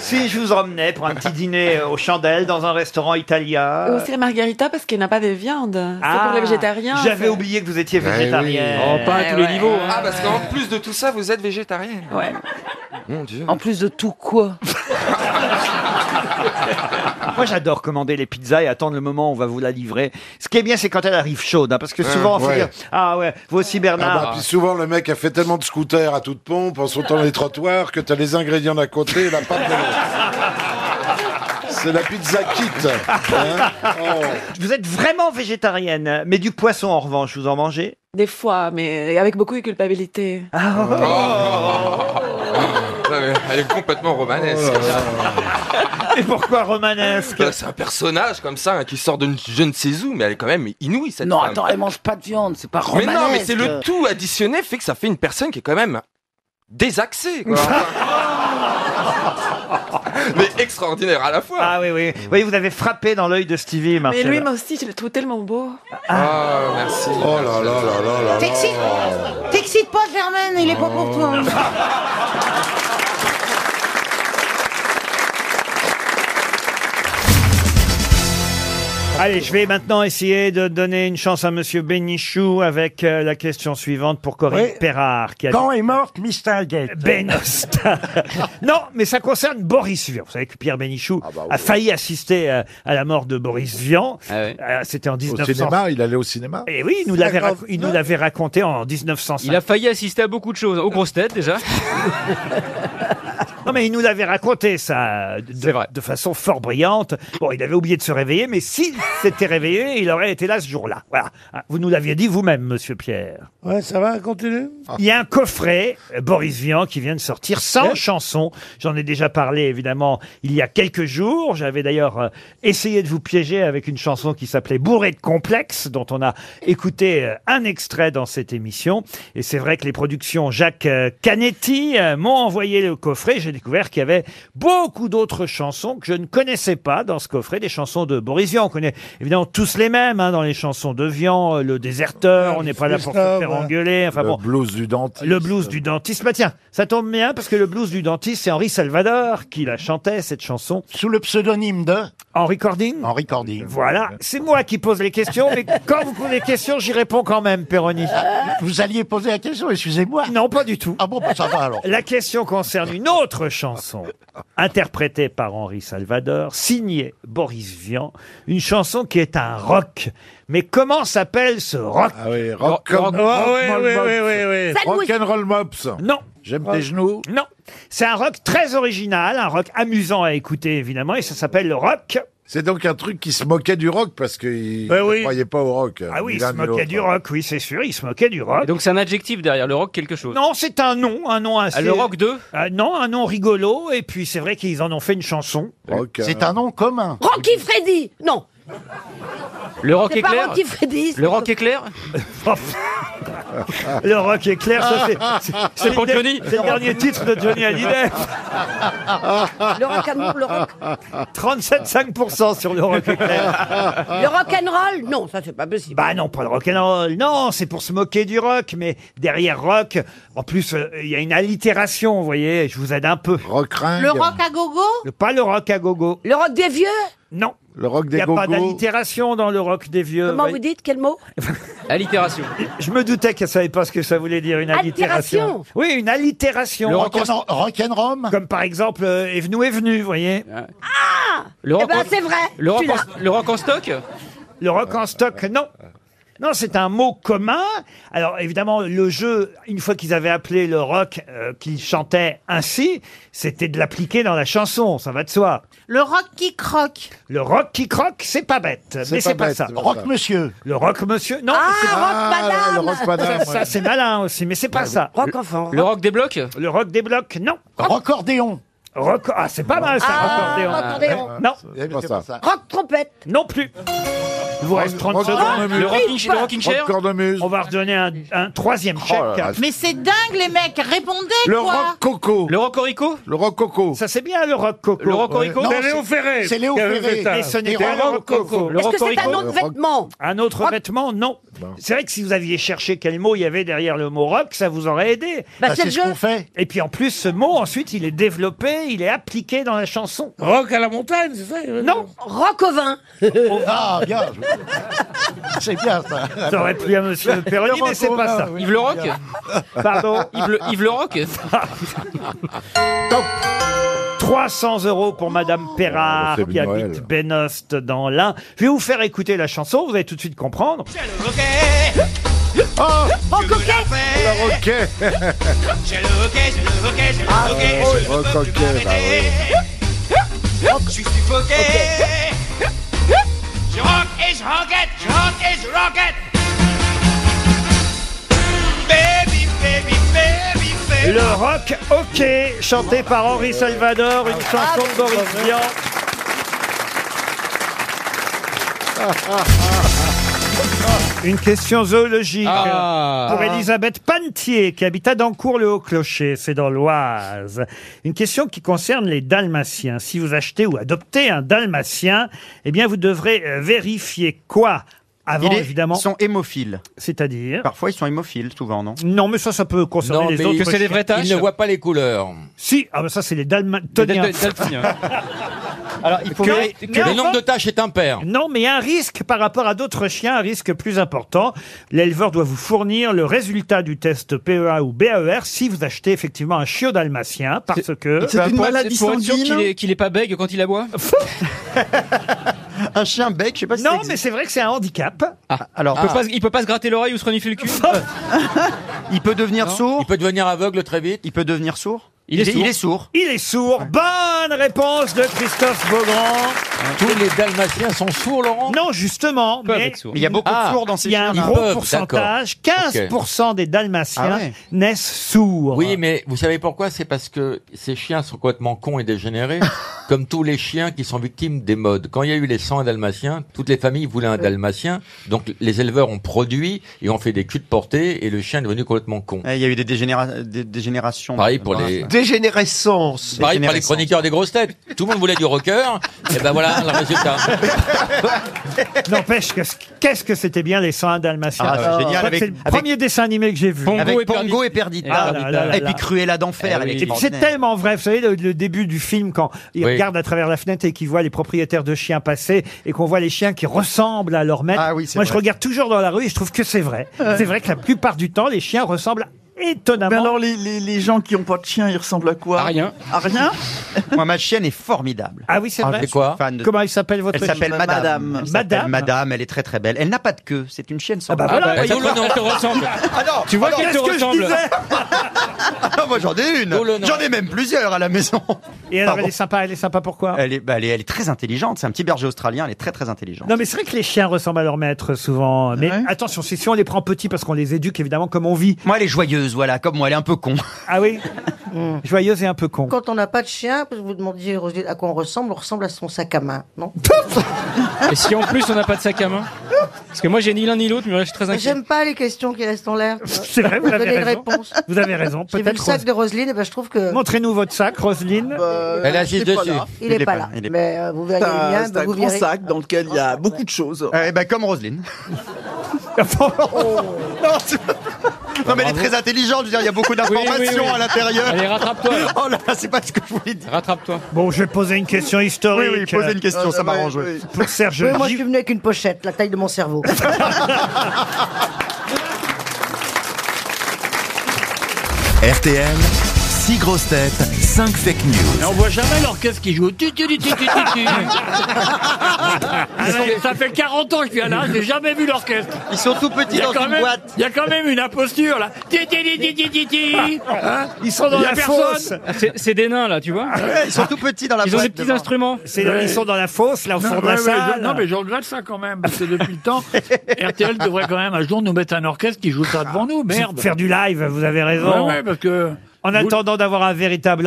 S1: si je vous emmenais pour un petit dîner euh, aux chandelles dans un restaurant italien. Ah.
S12: Ou Oh, c'est la margarita parce qu'elle n'a pas de viande. c'est pour les végétariens.
S1: J'avais
S12: c'est-
S1: oublié que vous étiez
S12: Eh oui.
S1: végétarienne.
S12: Oh, pas à tous les Ouais. niveaux, hein.
S33: bah,
S9: Ah, parce qu'en plus de tout ça, vous êtes végétarienne.
S6: Ouais.
S1: Mon Dieu.
S6: En plus de tout quoi
S1: Moi, j'adore commander les pizzas et attendre le moment où on va vous la livrer. Ce qui est bien, c'est quand elle arrive chaude, hein, parce que
S13: Hein,
S1: souvent, on
S13: ouais.
S1: fait dire Ah ouais, vous aussi, Bernard.
S13: Ah bah, puis souvent, le mec a fait tellement de scooters à toute pompe en sautant les trottoirs que t'as les ingrédients d'un côté et la pâte de l'autre. C'est la pizza kit. hein.
S1: Vous êtes vraiment végétarienne, mais du poisson en revanche, vous en mangez
S12: Des fois, mais avec beaucoup de culpabilité.
S1: Ah. Oh,
S9: Oh, Elle est complètement romanesque.
S1: Et pourquoi romanesque
S9: Bah, C'est un personnage comme ça hein, qui sort de n- je ne sais où, mais elle est quand même inouïe cette
S6: Non,
S9: femme.
S6: attends, elle mange pas de viande, c'est pas
S9: Mais
S6: romanesque.
S9: non, mais c'est le tout additionné fait que ça fait une personne qui est quand même désaxée. quoi. mais extraordinaire à la fois.
S1: Ah oui, oui. Vous voyez, vous avez frappé dans l'œil de Stevie,
S12: Mais
S1: Marcella.
S12: lui, moi aussi, je le trouve tellement beau.
S9: Ah, merci.
S13: Oh là là là là là.
S8: T'excites t'excites pas, Germaine, il est pas pour toi.
S1: Allez, je vais maintenant essayer de donner une chance à Monsieur Bénichou avec euh, la question suivante pour Corinne
S4: Oui.
S1: Perrard. Qui a
S4: Quand est morte Miss Target
S1: Benosta. Ben non, mais ça concerne Boris Vian. Vous savez que Pierre Bénichou
S22: Ah bah
S1: a failli assister euh, à la mort de Boris Vian.
S22: Ah
S1: Euh, C'était en 1900.
S4: cinéma,
S1: il allait au cinéma. Et Eh oui, il nous l'avait rac- il nous l'avait raconté en 1950.
S22: Il a failli assister à beaucoup de choses. Aux grosses têtes, déjà.
S1: Non, mais il nous l'avait raconté, ça, de, de façon fort brillante. Bon, il avait oublié de se réveiller, mais s'il s'était réveillé, il aurait été là ce jour-là. Voilà. Ah, Vous nous l'aviez dit vous-même, monsieur Pierre.
S30: Ouais, ça va, continue
S1: Il y a un coffret, euh, Boris Vian, qui vient de sortir 100 chansons. J'en ai déjà parlé, évidemment, il y a quelques jours. J'avais d'ailleurs euh, essayé de vous piéger avec une chanson qui s'appelait Bourré de complexes, dont on a écouté euh, un extrait dans cette émission. Et c'est vrai que les productions Jacques euh, Canetti euh, m'ont envoyé le coffret. J'ai découvert qu'il y avait beaucoup d'autres chansons que je ne connaissais pas dans ce coffret. Des chansons de Boris Vian. On connaît évidemment tous les mêmes hein, dans les chansons de Vian, euh, Le Déserteur, On n'est pas là pour se
S4: Christophe,
S1: faire
S4: ouais.
S1: engueuler. Enfin,
S4: Le
S1: bon, blues du dentiste. Le blues du dentiste. Bah tiens, ça tombe bien parce que le blues du dentiste, c'est Henri Salvador qui la chantait, cette chanson. Sous le pseudonyme de Henri Cording. Henri Cording. Voilà. C'est moi qui pose les questions, mais quand vous posez les questions, j'y réponds quand même, Péroni. Vous alliez poser la question, excusez-moi. Non, pas du tout. Ah bon, ça va alors. La question concerne une autre chanson, interprétée par Henri Salvador, signée Boris Vian, une chanson qui est un rock. Mais comment s'appelle ce rock Ah oui,
S4: rock Rock- and- rock- rock- ouais, ouais, ouais, ouais, ouais. Ça nous-
S1: Rock'n'roll Mops. Non. J'aime tes genoux. Non. C'est un rock très original, un rock amusant à écouter évidemment, et ça s'appelle le rock.
S4: C'est donc un truc qui se moquait du rock parce qu'il
S13: Eh
S1: Ben
S4: ne
S1: oui.
S4: croyait pas au rock.
S1: Ah oui, il se moquait du rock, oui, c'est sûr, il se moquait du rock.
S22: Donc c'est un adjectif derrière le rock quelque chose.
S1: Non, c'est un nom, un nom assez.
S22: Ah, le rock
S1: 2 Non, un nom rigolo, et puis c'est vrai qu'ils en ont fait une chanson.
S4: C'est un
S1: nom commun.
S13: Rocky Freddy Non
S1: Le
S13: rock C'est pas éclair Rocky Freddy, c'est- Le rock
S1: éclair Le rock éclair, ça c'est- c'est.
S13: C'est pour
S1: le der-
S13: Johnny
S1: C'est le dernier titre de Johnny Hallyday.
S13: Le rock and roll, le rock.
S1: 37,5% sur le rock éclair.
S13: Le rock and roll Non, ça c'est pas possible.
S1: Bah non, pas le rock'n'roll. Non, c'est pour se moquer du rock, mais derrière rock, en plus, euh, il y a une allitération, vous voyez, je vous aide un peu. Rock
S6: Le rock à gogo
S1: Pas le rock à gogo.
S13: Le rock Oh, des vieux
S1: Non.
S4: Le rock
S1: Il n'y
S4: des
S1: a pas
S4: gogos.
S1: d'allitération dans le rock des
S10: Euh,
S1: vieux.
S13: Comment
S1: voyez.
S13: vous dites Quel mot
S1: Allitération. Je me doutais qu'elle savait pas ce que ça voulait dire une allitération.
S13: Allitération.
S1: Oui, une allitération.
S13: Le
S1: rock'n'rom. Comme par exemple euh, est venu est venu, vous voyez.
S13: Ah. Le rock Eh ben, en- c'est vrai, le rock tu en- l'as.
S1: stock Le rock en stock, non. Non, c'est un mot commun. Alors évidemment, le jeu, une fois qu'ils avaient appelé le rock euh, qu'ils chantaient ainsi, c'était de l'appliquer dans la chanson, ça va de soi.
S6: Le rock qui croque.
S1: Le rock qui croque, c'est pas bête,
S4: C'est
S1: mais
S4: pas
S1: c'est pas
S4: bête,
S1: ça.
S4: c'est pas Rock ça.
S1: monsieur. Le rock monsieur. Non,
S4: Ah,
S1: mais c'est
S4: rock madame. le rock madame,
S1: Ça, ça,
S4: ouais. Bah,
S1: c'est malin aussi, mais c'est pas ça. Rock enfant. Le rock des blocs Le rock des blocs, non. Rockordéon. Rock... Ah, c'est pas mal ça,
S13: Ah,
S1: rockordéon.
S13: rockordéon.
S1: Non.
S4: C'est pas ça.
S13: Rock trompette
S1: Non plus. Il vous reste 30 secondes.
S4: cornemuse. Le rocking- le rocking chair Rock Oh
S1: On va redonner un, un troisième
S6: Oh
S1: chèque.
S6: Mais c'est dingue, les mecs. Répondez, quoi.
S1: coco. Le rocorico
S4: Le rock coco.
S1: Ça c'est bien le rock coco.
S4: Le rocorico
S1: Non,
S4: C'est Léo Ferré
S1: C'est Léo
S4: qui avait
S1: Ferré.
S4: fait ça.
S1: Mais ce n'est
S4: Et
S1: pas le
S4: rock
S1: rock coco.
S4: coco. Est-ce que c'est un autre Le rock-
S13: vêtement
S1: Un autre vêtement Non. C'est vrai que si vous aviez cherché quel mot il y avait derrière le mot rock, ça vous aurait aidé.
S13: Bah, Bah, c'est c'est le ce jeu. qu'on
S1: fait. Et puis en plus, ce mot ensuite, il est développé, il est appliqué dans la chanson.
S30: Rock à la montagne, c'est ça
S1: Non.
S13: Rock au vin.
S1: Ah bien.
S4: C'est bien ça.
S1: Ça aurait plu à Eh Monsieur Perroni, mais c'est pas ça.
S4: Yves le Rock
S1: Pardon
S4: Yves Le- Yves
S1: Rock 300 euros pour Madame Perrard
S4: c'est
S1: qui
S4: Noël.
S1: habite Benost dans l'Ain. Je vais vous faire écouter la chanson, vous allez tout de suite comprendre.
S4: Oh,
S13: oh coquet
S4: Le roquet
S14: J'ai le hockey, j'ai le hockey, j'ai
S1: Ah,
S14: le hockey, je ne peux plus
S13: bah
S14: m'arrêter. Je suis suffoqué. Je rock et je rockette, je rock et je rockette. Baby, baby, baby, baby.
S1: Le rock hockey, chanté par Henri Salvador, une
S14: Ah,
S1: chanson de Boris Vian. Une question zoologique
S14: Ah.
S1: pour
S14: Ah.
S1: Elisabeth Pantier qui habite à Dancourt le Haut-Clocher, c'est dans l'Oise. Une question qui concerne les dalmatiens. Si vous achetez ou adoptez un dalmatien, eh bien vous devrez euh, vérifier quoi avant
S3: Il est-
S1: évidemment.
S3: Ils sont hémophiles.
S1: C'est-à-dire
S3: Parfois, ils sont hémophiles, souvent, non
S1: Non, mais ça, ça peut concerner
S3: Non,
S1: les
S3: mais
S1: autres.
S3: que c'est des vraies
S1: chiens.
S3: taches Ils ne voient
S9: pas les couleurs.
S1: Si, ah ben ça c'est les dalmatoniens.
S9: Les dal- daltoniens.
S1: Alors, il
S9: faut vérifier que- Le nombre de
S1: tâches est impair. Non, mais il y a un risque par rapport à d'autres chiens, un risque plus important. L'éleveur doit vous fournir le résultat du test PEA ou BER si vous achetez effectivement un chiot dalmatien, parce que... ben,
S3: C'est une maladie sanguine. Qu'il est, qu'il est pas bègue quand il aboie
S1: Un chien bec, je sais pas si Non, mais c'est vrai que c'est un handicap.
S3: Alors, il, peut
S1: Ah.
S3: pas, se- il peut pas se gratter l'oreille ou se renifler le cul
S1: Il peut devenir sourd
S3: Il peut devenir aveugle très vite.
S1: Il peut devenir sourd
S3: Il est sourd.
S1: Il est sourd. Bonne réponse de Christophe Beaugrand. Tous les Dalmatiens sont sourds, Laurent Non, justement.
S3: Peu
S1: mais- Ah.
S3: avec sourd. Mais il y a beaucoup de sourds dans ces
S1: Il y a un
S3: chiens-là.
S1: gros
S3: Ils peuvent,
S1: pourcentage.
S9: d'accord.
S1: 15% des Dalmatiens
S9: Ah ouais.
S1: naissent sourds.
S9: Oui, mais vous savez pourquoi C'est parce que ces chiens sont complètement cons et dégénérés, comme tous les chiens qui sont victimes des modes. Quand il y a eu les 100 dalmatiens, toutes les familles voulaient un dalmatien, donc les éleveurs ont produit et ont fait des culs de portée, et le chien est devenu complètement con.
S25: Eh, Il y a eu des, dégénéra- des dégénérations.
S9: Pareil pour les-
S25: Dégénérescence.
S9: Pareil pour les chroniqueurs des grosses têtes. Tout le monde voulait du rocker, et ben voilà le résultat.
S1: N'empêche que ce- qu'est-ce que c'était bien les 101 Dalmatiens.
S25: Ah, c'est
S1: Je
S25: génial,
S1: crois que
S25: avec-
S1: c'est le premier dessin animé que j'ai vu.
S25: Avec Pongo et Perdita. Ah
S1: Ah là là là
S25: Et
S1: là.
S25: puis Cruella d'enfer.
S1: Eh
S25: elle est
S1: oui. C'est
S25: extraordinaire.
S1: tellement vrai. Vous savez, le, le début du film, quand il
S25: Oui.
S1: regarde à travers la fenêtre et qu'il voit les propriétaires de chiens passer et qu'on voit les chiens qui ressemblent à leur maître.
S25: Ah c'est
S1: Moi, je
S25: vrai.
S1: regarde toujours dans la rue et je trouve que c'est vrai. C'est vrai que la plupart du temps, les chiens ressemblent étonnamment.
S34: Mais alors, les, les, les gens qui n'ont pas de chien, ils ressemblent à quoi À rien. À rien
S25: Moi, ma chienne est formidable.
S1: Ah oui, c'est vrai.
S25: fan de-
S1: Comment elle s'appelle votre
S25: Elle s'appelle
S1: chien
S25: Madame.
S1: Madame.
S25: Elle s'appelle
S1: Madame.
S25: Madame, elle est très très belle. Elle n'a pas de queue, c'est une chienne sans
S1: bah
S25: queue.
S1: voilà, Ah bah, voyons.
S25: non,
S1: elle te ressemble. Tu vois qu'elle te ressemble.
S25: Ah, moi j'en ai une.
S1: D'où le nom.
S25: J'en ai même plusieurs à la maison.
S1: Oh Et alors,
S25: Pardon.
S1: elle est sympa. Elle est sympa pourquoi
S25: Elle est, bah, elle est, elle est très intelligente. C'est un petit berger australien. Elle est très très intelligente.
S1: Non, mais c'est vrai que les chiens ressemblent à leur maître souvent. Mais attention, c'est si on les prend petits parce qu'on les éduque évidemment comme on vit.
S25: Moi, elle est joyeuse, voilà. Comme moi, elle est un peu con.
S1: Ah oui
S25: Mm.
S1: Joyeuse et un peu con.
S10: Quand on n'a pas de chien, parce que vous demandiez à quoi on ressemble, on ressemble à son sac à main, non
S3: Et si en plus on n'a pas de sac à main Parce que moi j'ai ni l'un ni l'autre, mais je suis très
S10: Mais
S3: inquiet.
S10: J'aime pas les questions qui restent en l'air.
S3: C'est vrai, vous avez
S10: Donnez une
S3: raison.
S10: réponse.
S1: Vous avez raison.
S10: J'ai vu le
S1: Peut-être.
S10: sac de Roselyne, et ben je trouve que.
S1: Montrez-nous votre sac, Roselyne.
S10: Elle assise il est pas dessus. là. Il est pas là. Mais, euh, vous verriez Oh, le mien,
S34: Ah, C'est
S10: bah,
S34: un
S10: vous
S34: grand
S10: verrez.
S34: sac dans lequel il y a beaucoup de choses.
S25: Eh ben, comme Roselyne. Non, c'est-
S34: Oh.
S25: Non, mais elle est très intelligente, je veux dire, il y a beaucoup d'informations
S1: Oui, oui, oui.
S25: à l'intérieur.
S1: Allez, rattrape-toi.
S25: Oh là là, c'est pas ce que je voulais dire.
S3: Rattrape-toi.
S1: Bon, je vais poser une question historique. Euh,
S25: Oui, oui, posez une
S34: Ah,
S25: question, ça
S34: bah,
S25: m'arrange, oui.
S1: Pour Serge
S10: Oui, moi, je
S1: Gilles.
S10: suis venu avec une pochette, la taille de mon cerveau.
S4: RTL, 6 grosses têtes, 5 fake news.
S35: Et on voit jamais l'orchestre qui joue. Tu, tu, tu, tu, tu, tu. Ah ouais, ça fait 40 ans que je viens là, j'ai jamais vu l'orchestre.
S25: Ils sont tout
S35: Il
S25: petits
S35: y a
S25: dans
S35: quand
S25: une
S35: même-
S25: boîte.
S35: Il y a quand même une imposture là. Ti, ti, ti, ti, ti, ti, ti. Hein
S1: Ils sont
S3: dans
S35: Il y a
S3: la
S35: personne.
S3: Ah, C'est- C'est des nains là, tu vois
S35: Ah Ouais,
S25: ils sont tout petits dans la
S3: Ils ont
S35: boîte
S3: des petits
S35: devant.
S3: instruments.
S1: C'est- Ils sont dans la fosse, là, au fond de la
S35: ouais, ouais,
S1: salle.
S35: je- non, mais je regrette ça quand même, parce que depuis le temps, RTL devrait quand même un jour nous mettre un orchestre qui joue ça devant nous, merde.
S1: Faire du live, vous avez raison.
S35: Ouais, ouais, parce que.
S1: En attendant d'avoir un véritable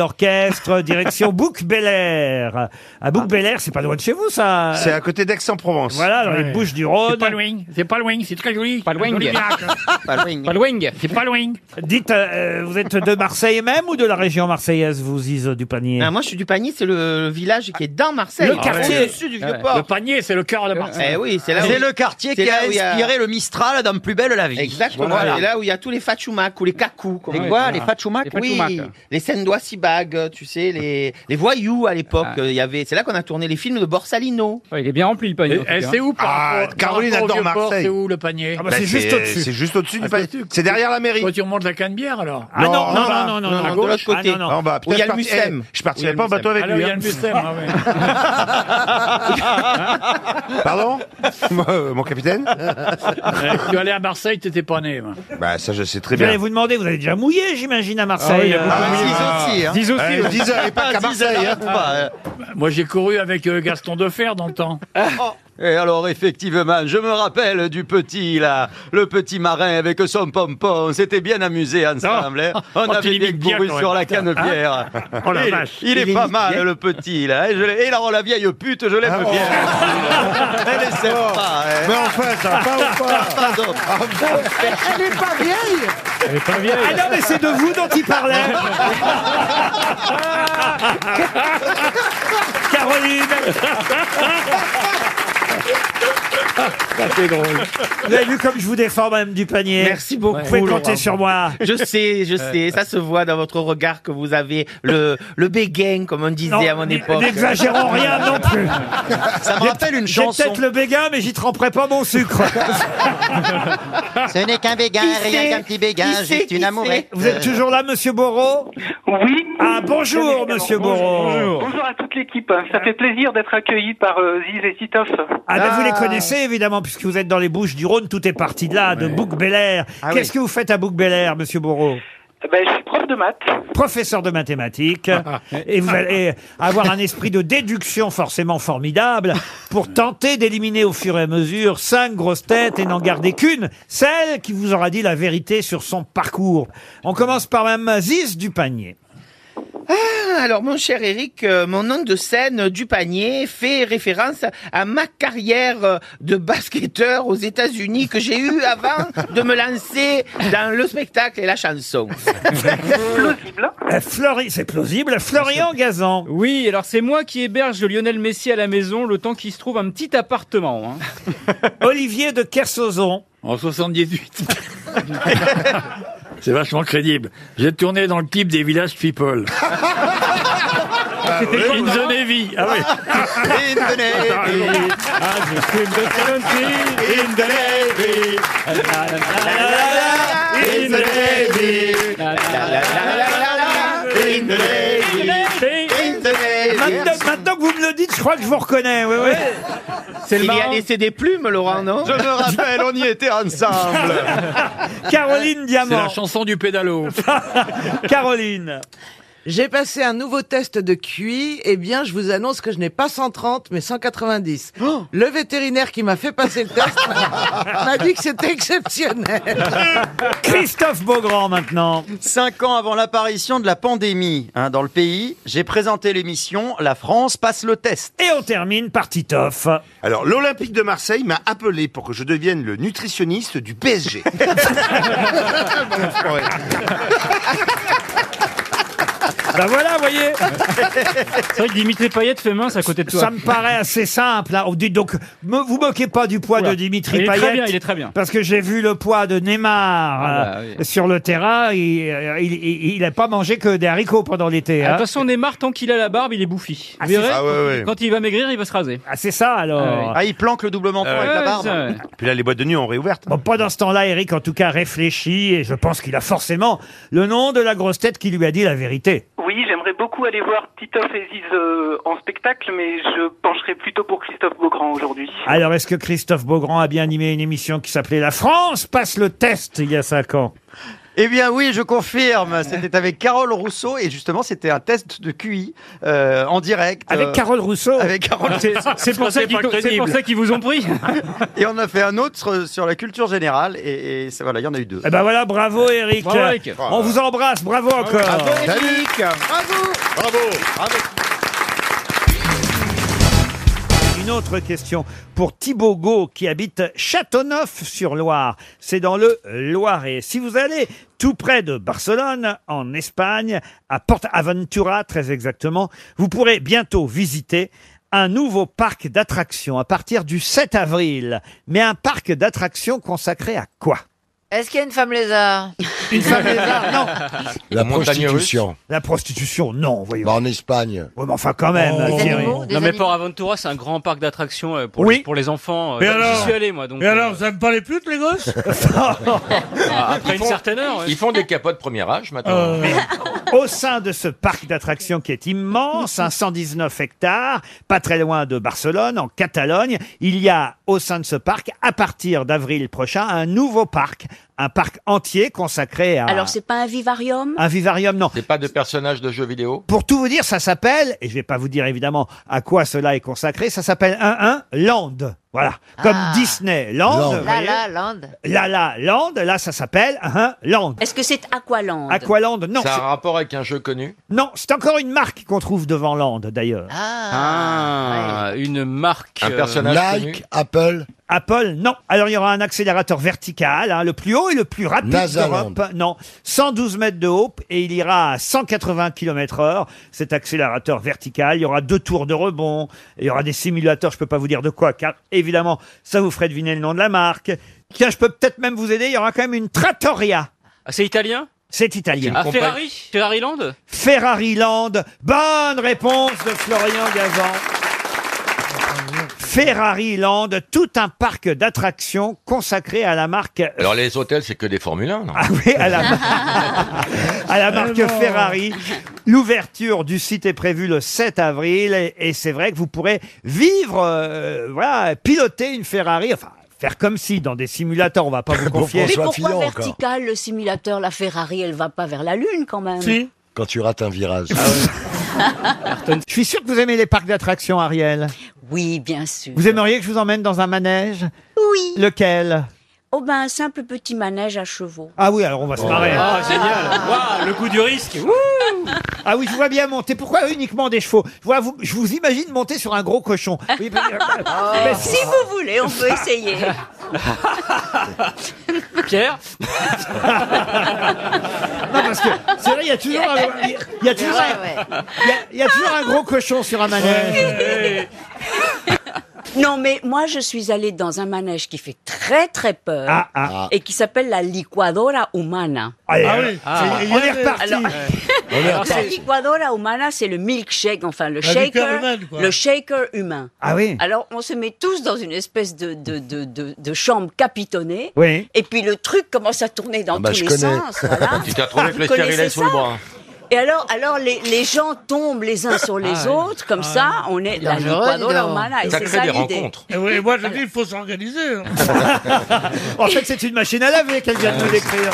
S1: orchestre, direction Bouc Bel Air. À
S35: Ah.
S1: Bouc Bel Air, c'est pas loin de chez vous, ça.
S13: C'est à côté d'Aix-en-Provence.
S1: Voilà, dans les Bouches du Rhône.
S35: C'est pas loin, c'est pas loin, c'est très joli. Pas
S1: loin.
S35: Pas loin.
S3: Pas loin.
S35: C'est pas loin.
S1: Dites, euh, vous êtes de Marseille même ou de la région marseillaise, vous, Iso du Panier
S6: Ah, moi, je suis du Panier, c'est le village qui est dans Marseille.
S1: Le quartier.
S6: au-dessus du
S1: Ah ouais.
S6: Vieux-Port.
S1: Le
S35: panier, c'est le cœur de
S6: Marseille. Eh oui, c'est là
S25: C'est
S6: où-
S25: le quartier
S6: c'est
S25: qui
S6: là
S25: a
S6: où il y a-
S25: inspiré le Mistral, la dame plus belle la vie.
S6: Exactement.
S25: Voilà.
S6: Et là où il y a tous les Fatchoumacs ou les Kakou.
S25: Les quoi, les Fatchoumacs
S6: Oui,
S25: Fatchoumacs.
S6: les Sendois Sibag, tu sais, les, les voyous à l'époque. euh, il y avait. C'est là qu'on a tourné les films de Borsalino.
S3: Ah. Il est bien rempli le panier. en tout cas.
S6: C'est où par
S13: Ah,
S6: rapport- par
S13: Caroline
S6: rapport au
S13: adore
S6: Vieux-Port,
S13: Marseille.
S6: C'est où le panier
S13: Ah bah, Bah, c'est juste c'est- au-dessus. c'est juste au-dessus du
S6: Ah, c'est-
S13: panier. C'est derrière la mairie.
S6: Toi, tu remontes la canebière alors
S13: Ah non, Non, non, non, bah, non, non, non,
S6: À
S13: non.
S6: gauche, De l'autre
S13: Ah
S6: côté.
S13: non, non. En bas.
S6: Où il y a le
S13: Peut-être parti-
S6: Mucem.
S13: eh, je
S6: Où
S13: partirais
S6: il y a
S13: pas en
S6: le Mucem.
S13: bateau avec
S6: Ah, là où
S13: lui,
S6: Il y a
S13: hein.
S6: le Mucem, ah ouais.
S13: Pardon Euh, Mon capitaine
S6: Ouais, Tu allais à Marseille, t'étais pas né. moi.
S13: Bah ça je sais très
S1: Je vais
S13: bien.
S1: vous demander, vous avez déjà mouillé, j'imagine, à Marseille.
S6: Ah oui, il y a beaucoup
S1: euh,
S6: mouillé.
S1: euh, Dis aussi,
S6: Eh,
S1: ouais.
S6: dis, euh, et pas qu'à Dis, Marseille, euh, hein.
S25: pas,
S6: Moi, j'ai couru avec euh, Gaston Defer dans le temps.
S25: Et alors effectivement, je me rappelle du petit là, le petit marin avec son pompon, on s'était bien amusé ensemble. hein.
S6: Oh,
S25: On
S6: tu
S25: avait bien
S6: l'imites bien,
S25: couru
S6: quand même.
S25: sur la canebière.
S6: Hein Oh, la
S25: il,
S6: vache.
S25: il est
S6: Il
S25: pas
S6: l'imite
S25: mal
S6: bien.
S25: le petit là. hein. Je l'ai- Et alors la vieille pute, je l'aime bien. Elle est sympa. hein.
S13: Mais enfin, ça va pas ou pas
S25: Pardon.
S10: Elle n'est pas vieille
S1: Elle est pas vieille. Ah non, mais c'est de vous dont il parlait. Caroline.
S36: Ça fait drôle.
S1: Vous avez vu comme je vous défends, Madame Dupanier
S36: Merci beaucoup.
S1: Vous pouvez
S36: Laurent.
S1: compter sur moi. Euh.
S36: Je sais, je sais. Ça se voit dans votre regard que vous avez le, le béguin, comme on disait
S1: Non,
S36: à mon
S1: n-
S36: époque.
S1: N'exagérons rien non plus.
S36: Ça me rappelle une
S1: J'ai
S36: chanson.
S1: peut-être le béguin, mais j'y tremperai pas mon sucre.
S5: Ce n'est qu'un béguin,
S1: Qui
S5: rien
S1: c'est
S5: qu'un petit béguin,
S1: Qui c'est
S5: juste
S1: Qui
S5: une
S1: c'est
S5: amourette.
S1: Vous êtes toujours là, monsieur Borot Oui. Ah, bonjour, monsieur Borot.
S7: à toute l'équipe. Ça fait plaisir d'être accueilli par euh, Ziz et Titoff.
S1: Ah, ben, vous les connaissez évidemment, puisque vous êtes dans les Bouches du Rhône, tout est parti de là, de Bouc-Bel-Air.
S7: Ah
S1: Qu'est-ce
S7: oui.
S1: que vous faites à Bouc-Bel-Air, monsieur Borot
S7: Ben, je suis prof de maths.
S1: Professeur de mathématiques,
S7: Ah,
S1: et vous allez avoir un esprit de déduction forcément formidable pour tenter d'éliminer au fur et à mesure cinq grosses têtes et n'en garder qu'une, celle qui vous aura dit la vérité sur son parcours. On commence par Mme Ziz du panier.
S36: Ah, alors mon cher Eric, euh, mon nom de scène euh, du panier fait référence à ma carrière euh, de basketteur aux États-Unis que j'ai eue avant de me lancer dans le spectacle et la chanson.
S1: Euh, Flori, c'est plausible. Florian Gazan.
S2: Oui, alors c'est moi qui héberge Lionel Messi à la maison le temps qu'il se trouve un petit appartement. hein.
S1: Olivier de Kersozon.
S35: En 78. C'est vachement crédible. J'ai tourné dans le clip des Village People.
S13: Ah
S14: C'était
S35: In
S14: quand,
S35: the
S14: Laurent
S35: Navy. Ah oui.
S14: In the Navy.
S35: Ah, je suis de country. In the Navy.
S14: In the Navy. In the Navy. In the
S1: Maintenant, maintenant que vous me le dites, je crois que je vous reconnais. Oui, oui.
S36: Il y a laissé des plumes, Laurent, non
S1: Je me rappelle,
S36: on y était ensemble.
S1: Caroline Diamant.
S35: C'est la chanson du pédalo.
S1: Caroline.
S10: J'ai passé un nouveau test de QI, eh bien je vous annonce que je n'ai pas 130 mais 190.
S1: Oh.
S10: le vétérinaire qui m'a fait passer le test m'a dit que c'était exceptionnel.
S1: Christophe Beaugrand maintenant.
S25: Cinq ans avant l'apparition de la pandémie hein, dans le pays, j'ai présenté l'émission La France passe le test.
S1: Et on termine par Titoff.
S11: Alors, l'Olympique de Marseille m'a appelé pour que je devienne le nutritionniste du PSG.
S1: Ben voilà, voyez.
S2: C'est vrai que Dimitri Payet fait mince à côté de toi.
S1: Ça me paraît assez simple. Là. On dit donc, me, vous moquez pas du poids
S2: Oula.
S1: de Dimitri
S2: Il est
S1: Payet.
S2: très bien, il est très bien.
S1: Parce que j'ai vu le poids de Neymar
S2: Ah bah
S1: euh,
S2: oui.
S1: sur le terrain. Il, euh, il, il- il a pas mangé que des haricots pendant l'été.
S2: Ah, De
S1: hein.
S2: toute façon, Neymar, tant qu'il a la barbe, il est bouffi.
S1: Ah,
S2: Vous
S1: c'est-
S2: verrez,
S1: ah ouais, ouais.
S2: Quand il va maigrir, il va se raser.
S1: Ah, c'est ça alors.
S2: Ah,
S25: il planque le double
S11: Euh,
S25: menton
S2: avec la barbe.
S3: hein.
S11: Puis là, les boîtes de nuit ont réouvert.
S1: Bon, pendant ce temps-là, Eric, en tout cas, réfléchit et je pense qu'il a forcément le nom de la grosse tête qui lui a dit la vérité.
S7: Oui, j'aimerais beaucoup aller voir Titoff et Ziz euh, en spectacle, mais je pencherai plutôt pour Christophe Beaugrand aujourd'hui.
S1: Alors, est-ce que Christophe Beaugrand a bien animé une émission qui s'appelait La France passe le test il y a cinq ans
S25: Eh bien oui, je confirme, c'était avec Carole Rousseau et justement c'était un test de QI euh, en direct.
S1: Avec Carole Rousseau Ah,
S25: Avec Carole
S1: Oh, C'est- c'est pour ça qu'ils- c'est pour ça
S2: qu'ils vous ont pris.
S25: et on a fait un autre sur la culture générale et, et ça voilà, il y en a eu deux.
S1: Eh ben voilà, bravo Eric.
S25: Bravo, Eric.
S1: On vous embrasse, bravo encore.
S25: Bravo,
S1: Eric.
S25: Bravo
S1: Ah
S11: Bravo
S1: Une autre question pour Thibaut Gau qui habite Châteauneuf-sur-Loire. C'est dans le Loiret. Si vous allez tout près de Barcelone, en Espagne, à Portaventura très exactement, vous pourrez bientôt visiter un nouveau parc d'attractions à partir du 7 avril. Mais un parc d'attractions consacré à quoi
S16: Est-ce qu'il y a une femme lézard
S1: Une femme lézard, non.
S16: La montagne
S2: prostitution. russe.
S1: La prostitution, non, voyons. en Espagne. Oui, mais enfin, quand même.
S2: Oh.
S1: Thierry.
S2: Non, mais Port Aventura, c'est un grand parc d'attractions euh, pour,
S1: Oui.
S2: les, pour les enfants. euh,
S30: Et
S2: J'y
S30: alors
S2: suis allé, moi. Donc, euh,
S30: Et alors, vous aimez pas les putes, les gosses
S2: Ah, après une certaine heure.
S9: Ils font des capotes premier âge maintenant.
S1: Euh. Au sein de ce parc d'attractions qui est immense, 119 hectares, pas très loin de Barcelone, en Catalogne, il y a au sein de ce parc, à partir d'avril prochain, un nouveau parc, un parc entier consacré à
S8: Alors c'est pas un vivarium
S1: un vivarium, non.
S9: C'est pas de personnages de jeux vidéo.
S1: Pour tout vous dire, ça s'appelle, et je vais pas vous dire évidemment à quoi cela est consacré, ça s'appelle 1-1 Land. Voilà. Comme Disney Land.
S16: Ah.
S1: vous
S16: La
S1: voyez.
S16: la land.
S1: La La Land, là ça s'appelle 1-1 Land.
S8: Est-ce que c'est Aqualand
S1: Aqualand, non.
S9: Ça a
S1: c'est-
S9: un rapport avec un jeu connu.
S1: Non, c'est encore une marque qu'on trouve devant Land, d'ailleurs.
S2: Ah, une marque.
S9: Un personnage Nike, connu.
S1: Apple. Apple, non. Alors, il y aura un accélérateur vertical, hein, le plus haut et le plus rapide
S6: Nasaland.
S1: d'Europe. Non, 112 mètres de haut et il ira à 180 km heure, cet accélérateur vertical. Il y aura deux tours de rebond, il y aura des simulateurs, je peux pas vous dire de quoi, car évidemment, ça vous ferait deviner le nom de la marque. Tiens, je peux peut-être même vous aider, il y aura quand même une trattoria.
S2: Ah, c'est italien
S1: C'est italien.
S2: Ah, Ferrari Ferrari Land
S1: Ferrari Land. Bonne réponse de Florian Gazan. Ferrari Land, tout un parc d'attractions consacré à la marque
S9: Alors les hôtels, c'est que des Formule 1, non Ah
S1: oui, à la, à la marque
S9: Alors.
S1: Ferrari. L'ouverture du site est prévue le 7 avril et, et c'est vrai que vous pourrez vivre, euh, voilà, piloter une Ferrari, enfin faire comme si dans des simulateurs, on va pas vous confier.
S8: Mais pourquoi vertical, le simulateur, la Ferrari, elle va pas vers la Lune quand même
S1: Quand tu rates un virage.
S2: Ah
S1: je suis sûr que vous aimez les parcs d'attractions, Ariel.
S8: Oui, bien sûr.
S1: Vous aimeriez que je vous emmène dans un manège
S8: Oui.
S1: Lequel
S8: Oh ben, un simple petit manège à chevaux.
S1: Ah oui, alors on va se marrer.
S2: Ah, génial Waouh, Le coup du risque
S1: Ah oui, je vois bien monter. Pourquoi uniquement des chevaux je, vois, vous, je vous imagine monter sur un gros cochon. Oui, mais- euh, mais-
S8: Ah. Si vous voulez, on peut essayer.
S2: Pierre
S1: Non, parce que c'est vrai, il y a toujours un, il y a toujours un- il y a- il y a toujours un gros cochon sur un manège.
S8: Non, mais moi, je suis allée dans un manège qui fait très très peur
S1: Ah, ah.
S8: et qui s'appelle la licuadora humana.
S1: Allez,
S9: Ah
S1: c'est- eh, on est reparti.
S8: Alors-
S1: On est
S8: Alors, la
S1: reparti.
S8: licuadora humana, c'est le milkshake, enfin le
S1: La liqueur
S8: shaker,
S1: humaine, quoi.
S8: le shaker humain.
S1: Ah oui.
S8: Alors, on se met tous dans une espèce de, de, de, de, de chambre capitonnée.
S1: Oui.
S8: Et puis le truc commence à tourner
S1: Ah
S8: dans
S1: bah,
S8: tous les sens. voilà.
S9: Tu t'as trouvé avec
S8: Vous
S9: le
S8: connaissez
S9: stérilet sous le hein.
S8: ça
S9: bras.
S8: Et alors, alors les, les gens tombent les uns sur les
S9: Ah, oui.
S8: autres, comme ça, on est la
S9: Dangereux,
S8: licuadora
S9: dis donc.
S8: humana. Et
S9: Ça
S8: c'est
S9: crée
S8: ça
S9: des
S8: l'idée.
S9: rencontres.
S30: Et, oui, et moi, je dis, il faut s'organiser. hein.
S1: En fait, c'est une machine à laver qu'elle vient de nous décrire.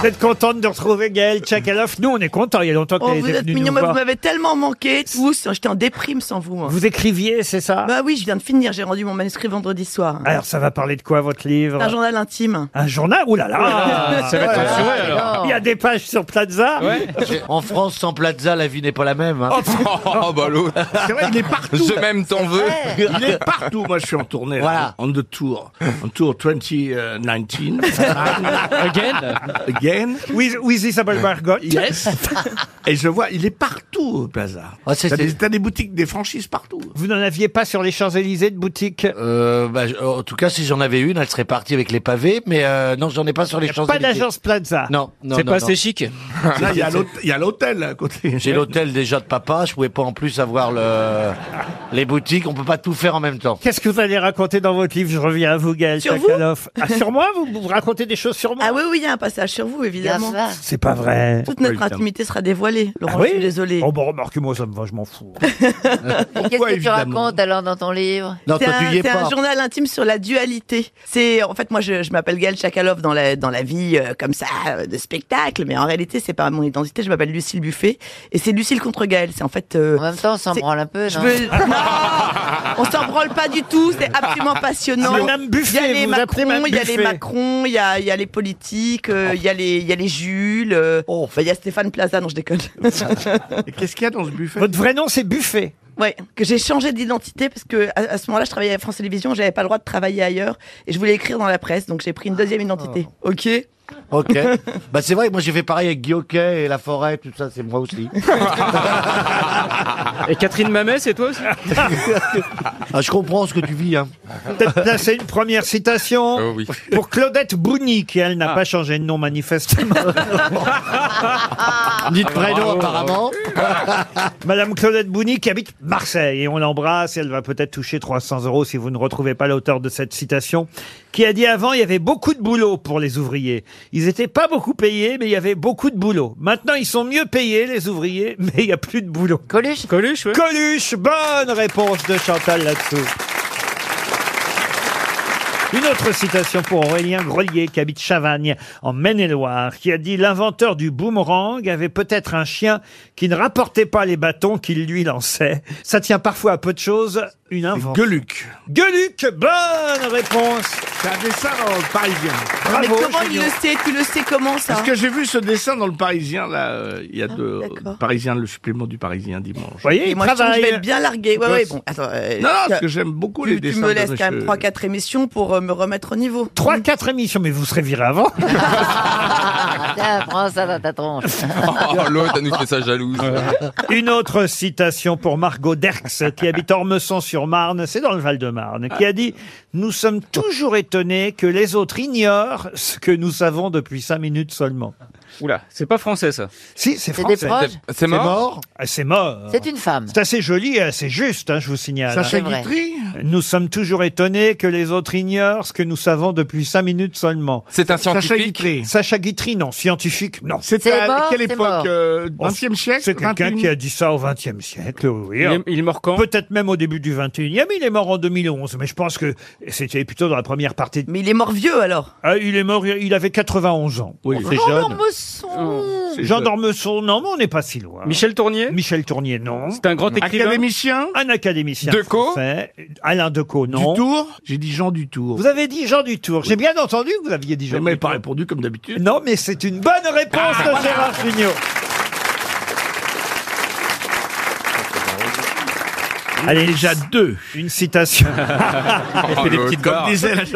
S1: Vous êtes contente de retrouver Gaël Tchakaloff Nous, on est contents. Il y a longtemps
S12: Oh,
S1: qu'elle
S12: vous
S1: était
S12: êtes
S1: venue
S12: mignons,
S1: nous
S12: mais vous
S1: voir.
S12: m'avez tellement manqué tous. J'étais en déprime sans vous. Moi.
S1: Vous écriviez, c'est ça
S12: Bah oui, je viens de finir. J'ai rendu mon manuscrit vendredi soir.
S1: Alors, ça va parler de quoi, votre livre
S12: Un journal intime.
S1: Un journal Ouh là là
S12: Ah, ça va être censuré, alors.
S1: Il y a des pages sur Plaza.
S13: En France, sans Plaza, la vie n'est pas la même. hein.
S11: Oh, bah l'autre. C'est vrai, il est partout.
S13: Je m'aime, t'en veux.
S11: Il est partout. Moi, je suis en tournée. Voilà.
S13: Voilà.
S11: On the tour. On tour 2019.
S1: Again.
S11: Again.
S1: With, with Isabelle Margot.
S11: Yes. Et je vois, il est partout, Plaza.
S13: Oh,
S11: T'as des, t'as des boutiques, des franchises partout.
S1: Vous n'en aviez pas sur les Champs-Élysées de boutique
S13: Euh, bah, je- en tout cas, si j'en avais une, elle serait partie avec les pavés, mais euh, non, j'en ai pas sur les champs
S1: Pas d'agence Plaza.
S13: Non, non,
S1: C'est
S13: non,
S1: pas
S13: non.
S1: assez chic.
S13: C'est-
S11: Là, il y a
S13: c'est-
S11: l'hôte- il y a l'hôtel à côté.
S13: J'ai l'hôtel déjà de papa, je pouvais pas en plus avoir le... les boutiques, on peut pas tout faire en même temps.
S1: Qu'est-ce que vous allez raconter dans votre livre Je reviens à vous, Gaël
S12: Sur vous
S1: Tchakaloff. Ah, sur moi vous, vous racontez des choses sur moi
S12: Ah oui, oui, il y a un passage sur vous, évidemment.
S1: C'est pas vrai.
S12: Toute notre intimité sera dévoilée. Laurent,
S1: oui
S12: je suis désolée.
S1: Oh, bah, remarquez-moi, ça me va, je m'en fous.
S12: Pourquoi,
S16: Qu'est-ce que tu racontes alors dans ton livre
S12: c'est un, c'est un journal intime sur la dualité. C'est en fait moi je, je m'appelle Gaël Chakalov dans la dans la vie euh, comme ça euh, de spectacle, mais en réalité c'est pas mon identité. Je m'appelle Lucille Buffet et c'est Lucille contre Gaël. C'est en fait. en même temps on s'en branle un peu. Je
S16: non
S12: veux- Non, on s'en branle pas du tout. C'est absolument passionnant.
S1: C'est Madame Buffet,
S12: Il y a les
S1: vous appelez
S12: Macron,
S1: Madame
S12: il y a les
S1: Buffet.
S12: Macron, il y a il y a les politiques, euh, il y a les il y a les Jules. euh, enfin, il y a Stéphane Plaza. Non je déconne.
S11: Qu'est-ce qu'il y a dans ce buffet
S1: Votre vrai nom, c'est Buffet.
S12: Ouais, que j'ai changé d'identité parce que à, à ce moment-là, je travaillais à France Télévisions, j'avais pas le droit de travailler ailleurs et je voulais écrire dans la presse, donc j'ai pris une deuxième identité.
S1: Ah.
S12: Ok.
S13: Ok. bah c'est vrai, moi j'ai fait pareil avec Guilloquet et La Forêt, tout ça, c'est moi aussi.
S2: Et Catherine Mamet, c'est toi aussi
S13: Ah, je comprends ce que tu vis. Hein.
S1: Peut-être placer une première citation pour Claudette Bouni, qui elle
S2: Ah.
S1: n'a pas changé de nom manifestement.
S13: Ni de prénom, apparemment.
S1: Ah, Madame Claudette Bouni qui habite Marseille et on l'embrasse et elle va peut-être toucher 300 euros si vous ne retrouvez pas l'auteur de cette citation qui a dit avant il y avait beaucoup de boulot pour les ouvriers. Ils n'étaient pas beaucoup payés mais il y avait beaucoup de boulot. Maintenant ils sont mieux payés les ouvriers mais il n'y a plus de boulot. Coluche Coluche Coluche Bonne réponse de Chantal là-dessous. Une autre citation pour Aurélien Grelier qui habite Chavagne en Maine-et-Loire qui a dit l'inventeur du boomerang avait peut-être un chien qui ne rapportait pas les bâtons qu'il lui lançait. Ça tient parfois à peu de choses. une invention.
S3: Gueluc.
S1: Gueluc, bonne réponse.
S3: T'as un dessin dans le Parisien.
S12: mais
S3: Bravo,
S12: comment il
S3: Junior.
S12: le sait Tu le sais comment ça Ah,
S3: Parce que j'ai vu ce dessin dans le Parisien, là, euh, il y a deux
S12: d'accord.
S3: Parisien, le supplément du Parisien dimanche. Vous
S12: Et moi, je, trouve que je vais être bien largué. Ouais, ouais, bon, attends, euh,
S3: Non, non, parce
S12: tu-
S3: que j'aime beaucoup
S12: tu-
S3: les
S12: Tu
S3: dessins
S12: me
S3: de
S12: laisses quand même
S3: monsieur-
S12: 3-4 émissions pour euh, me remettre au niveau.
S1: 3-4 émissions, mais vous serez viré avant.
S2: Ah, Tiens, prends ça dans ta tronche.
S9: Oh, l'autre, elle nous fait ça jalouse.
S1: Une autre citation pour Margot Derx, qui habite Ormesson-sur-Marne, c'est dans le Val-de-Marne, qui a dit « Nous sommes toujours étonnés que les autres ignorent ce que nous savons depuis cinq minutes seulement. »
S10: Oula, c'est pas français ça.
S1: Si, c'est
S10: C'est des
S1: français.
S10: proches C'est- c'est mort
S1: Ah, C'est mort.
S2: C'est une femme.
S1: C'est assez joli et assez juste, hein, je vous signale.
S2: Sacha C'est vrai. Guitry
S1: Nous sommes toujours étonnés que les autres ignorent ce que nous savons depuis cinq minutes seulement.
S9: C'est un scientifique
S1: Sacha Guitry. Sacha Guitry, non. Scientifique, non.
S3: C'était C'est à mort, quelle c'est époque, mort. euh, 20e siècle,
S1: C'est quelqu'un
S3: 21e?
S1: qui a dit ça au 20e siècle, oui.
S10: Il est- mort quand
S1: Peut-être même au début du 21e. Il est mort en 2011, mais je pense que c'était plutôt dans la première partie. Ah,
S12: Mais il est mort vieux alors
S1: Il est mort, il avait 91 ans. Oui,
S8: Oh,
S1: Jean d'Ormesson, non, mais on n'est pas si loin.
S10: Michel Tournier
S1: Michel Tournier, non.
S10: C'est un grand
S1: Non.
S10: écrivain
S3: Académicien
S1: Un académicien
S3: Decaux
S1: français. Alain Decaux, non.
S3: Dutour J'ai dit Jean Dutour.
S1: Vous avez dit Jean Dutour. J'ai bien entendu que vous aviez dit Jean
S3: Mais elle n'a pas répondu comme d'habitude.
S1: Non, mais c'est une bonne réponse
S3: Ah,
S1: de
S3: voilà.
S1: Gérard Jugnot. Allez, déjà deux. Une citation. Oh,
S37: Il fait des petites barres.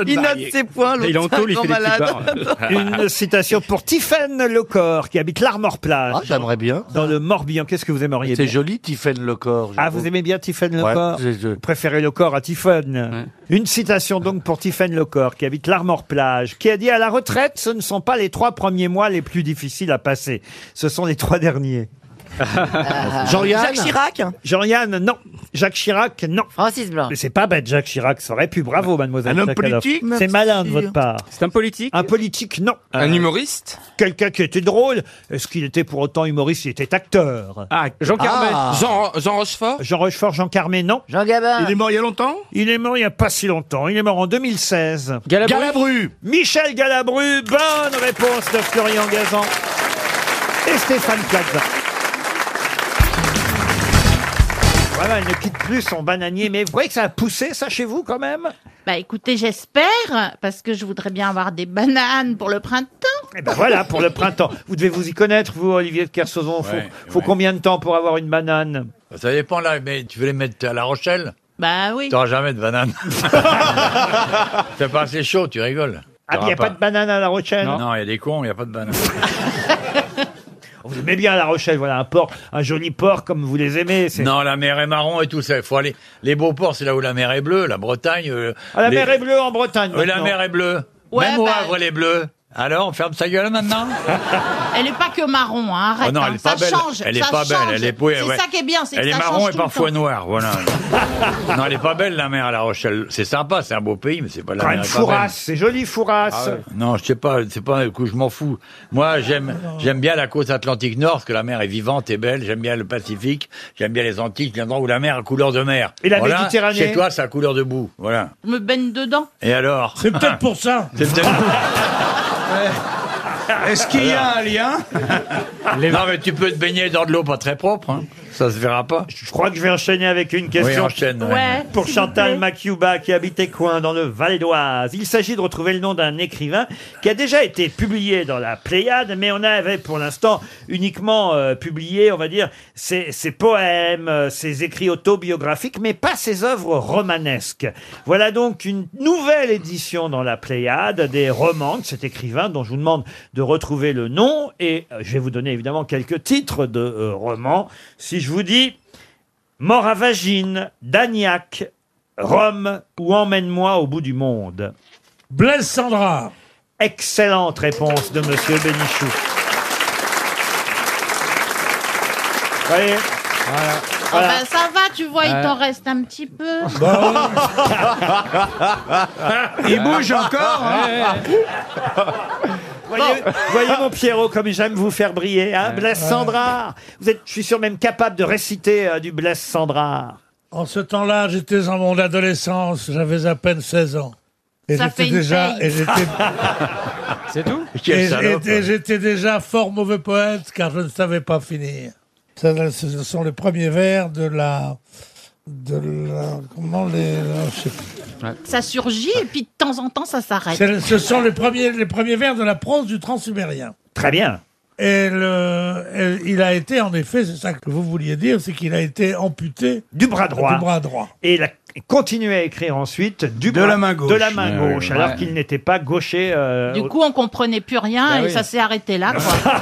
S37: Il note ses points, l'autre. Il est en tôle, il fait des petites barres.
S1: Une citation pour Tiffaine Lecor, qui habite l'Armor Plage. Ah, j'aimerais bien. Dans le Morbihan. Qu'est-ce que vous aimeriez
S38: C'est
S1: bien
S38: joli, Tiffaine Lecor.
S1: Ah, vous aimez bien Tiffaine Lecor
S38: Ouais, je-
S1: Vous préférez Lecor à Tiffaine. Une citation donc pour Tiffaine Lecor, qui habite l'Armor Plage, qui a dit « À la retraite, ce ne sont pas les trois premiers mois les plus difficiles à passer. Ce sont les trois derniers. » Jean-Yann
S12: Euh, Jacques Chirac
S1: Jean-Yann, non. Jacques Chirac, non.
S2: Francis Blanc.
S1: Mais c'est pas bête, Jacques Chirac. Ça aurait pu. Bravo, mademoiselle.
S3: Un homme
S1: Sakharov.
S3: politique
S1: C'est
S3: Merci.
S1: malin de votre part.
S10: C'est un politique
S1: Un politique, non. Euh,
S9: Un humoriste
S1: Quelqu'un qui était drôle. Est-ce qu'il était pour autant humoriste Il était acteur.
S10: Ah, Jean Carmet.
S9: Jean, Jean Rochefort
S1: Jean Rochefort, Jean Carmé, non.
S2: Jean Gabin.
S1: Il est mort il y a longtemps Il est mort il y a pas si longtemps. Il est mort en 2016.
S10: Galabru.
S1: Michel Galabru. Bonne réponse de Florian Gazan. Et Stéphane Plaza. Voilà, il ne quitte plus son bananier. Mais vous voyez que ça a poussé, ça, chez vous, quand même
S6: Bah écoutez, j'espère, parce que je voudrais bien avoir des bananes pour le printemps.
S1: Eh ben voilà, pour le printemps. Vous devez vous y connaître, vous, Olivier de Kersauzon. Faut,
S35: Ouais,
S1: faut combien de temps pour avoir une banane
S35: Ça dépend là, mais tu veux les mettre à La Rochelle
S6: Bah oui.
S35: T'auras jamais de banane. C'est pas assez chaud, tu rigoles.
S1: Ah, il n'y a pas de banane à La Rochelle
S35: Non, il y a des cons, il n'y a pas de banane.
S1: Vous aimez bien La Rochelle, voilà, un port, un joli port comme vous les aimez. c'est-
S35: Non, la mer est marron et tout ça. Il faut aller. Les beaux ports, c'est là où la mer est bleue. La Bretagne. euh,
S1: Ah, la
S35: les-
S1: mer est bleue en Bretagne.
S35: Oui, la
S1: maintenant.
S35: mer est bleue.
S1: Ouais,
S35: Même au
S1: bah-
S35: Havre, elle est bleue. Alors, on ferme sa gueule maintenant
S6: Elle est pas que marron, hein, arrête.
S35: Oh non, elle
S6: hein,
S35: est pas
S6: ça
S35: belle.
S6: change.
S35: Elle est
S6: ça
S35: pas belle.
S6: change.
S35: Elle est oui,
S6: C'est
S35: ouais.
S6: ça qui est bien, c'est que
S35: Elle est
S6: ça
S35: marron
S6: change
S35: et
S6: tout le
S35: parfois
S6: temps.
S35: noire, voilà. non, elle est pas belle la mer à La Rochelle. C'est sympa, c'est un beau pays, mais c'est pas la
S1: Quand
S35: mer.
S1: même,
S35: est pas belle.
S1: Fouras, Ah, c'est joli, Fouras.
S35: Ah ouais. Non, je sais pas, c'est pas un coup, je m'en fous. Moi, j'aime, j'aime bien la côte atlantique nord, parce que la mer est vivante et belle. J'aime bien le Pacifique, j'aime bien les Antilles, les endroits où la mer a couleur de mer.
S1: Et la
S35: Voilà,
S1: Méditerranée
S35: Chez toi, ça a couleur de boue, voilà.
S6: Je me baigne dedans.
S35: Et alors
S30: C'est peut-être pour ça.
S35: C'est peut-être-
S37: Est-ce qu'il y a un
S35: lien Non, mais tu peux te baigner dans de l'eau pas très propre, hein. Ça se verra pas.
S1: Je crois que je vais enchaîner avec une question
S35: Oui, enchaîne, ouais.
S37: Ouais,
S1: pour
S37: s'il vous
S1: Chantal
S37: plaît.
S1: Makiuba qui habitait Coin dans le Val d'Oise. Il s'agit de retrouver le nom d'un écrivain qui a déjà été publié dans la Pléiade, mais on avait pour l'instant uniquement euh, publié, on va dire, ses, ses poèmes, euh, ses écrits autobiographiques, mais pas ses œuvres romanesques. Voilà donc une nouvelle édition dans la Pléiade des romans de cet écrivain dont je vous demande de retrouver le nom et euh, je vais vous donner évidemment quelques titres de euh, romans. Si je vous dis Mort à Vagine, Dagnac, Rome ou Emmène-moi au bout du monde.
S30: Blaise Sandra.
S1: Excellente réponse de Monsieur Bénichou. Vous voyez Voilà.
S6: Ah ben, ça va, tu vois, il
S1: Ouais.
S6: t'en reste un petit peu.
S30: Bah
S37: Il bouge encore, hein.
S1: Voyez, voyez, mon Pierrot comme j'aime vous faire briller, hein, Blaise Sandrard. Vous êtes, je suis sûr, même capable de réciter euh, du Blaise Sandrard.
S30: En ce temps-là, j'étais en mon adolescence, j'avais à peine 16 ans. Et
S6: Ça fait
S30: j'étais
S6: une
S30: déjà,
S6: paye.
S30: et j'étais-
S10: C'est tout
S30: et- et- et j'étais déjà fort mauvais poète car je ne savais pas finir. Ça, là, ce sont les premiers vers de la de la... Comment les... non, je sais pas.
S4: Ça surgit et puis de temps en temps, ça s'arrête.
S30: C'est le- Ce sont les premiers, les premiers vers de la prose du transsibérien.
S1: Très bien.
S30: Et, le- et il a été, en effet, c'est ça que vous vouliez dire, c'est qu'il a été amputé
S1: du bras droit.
S30: Du bras droit.
S1: Et il a continué à écrire ensuite du
S30: De
S1: bras-
S30: la main gauche.
S1: de la main
S30: Ouais,
S1: gauche,
S30: ouais,
S1: alors
S30: ouais.
S1: qu'il n'était pas gaucher. euh,
S4: Du
S1: au-
S4: coup, on comprenait plus rien
S1: Bah
S4: et
S1: oui.
S4: ça s'est arrêté là. Quoi.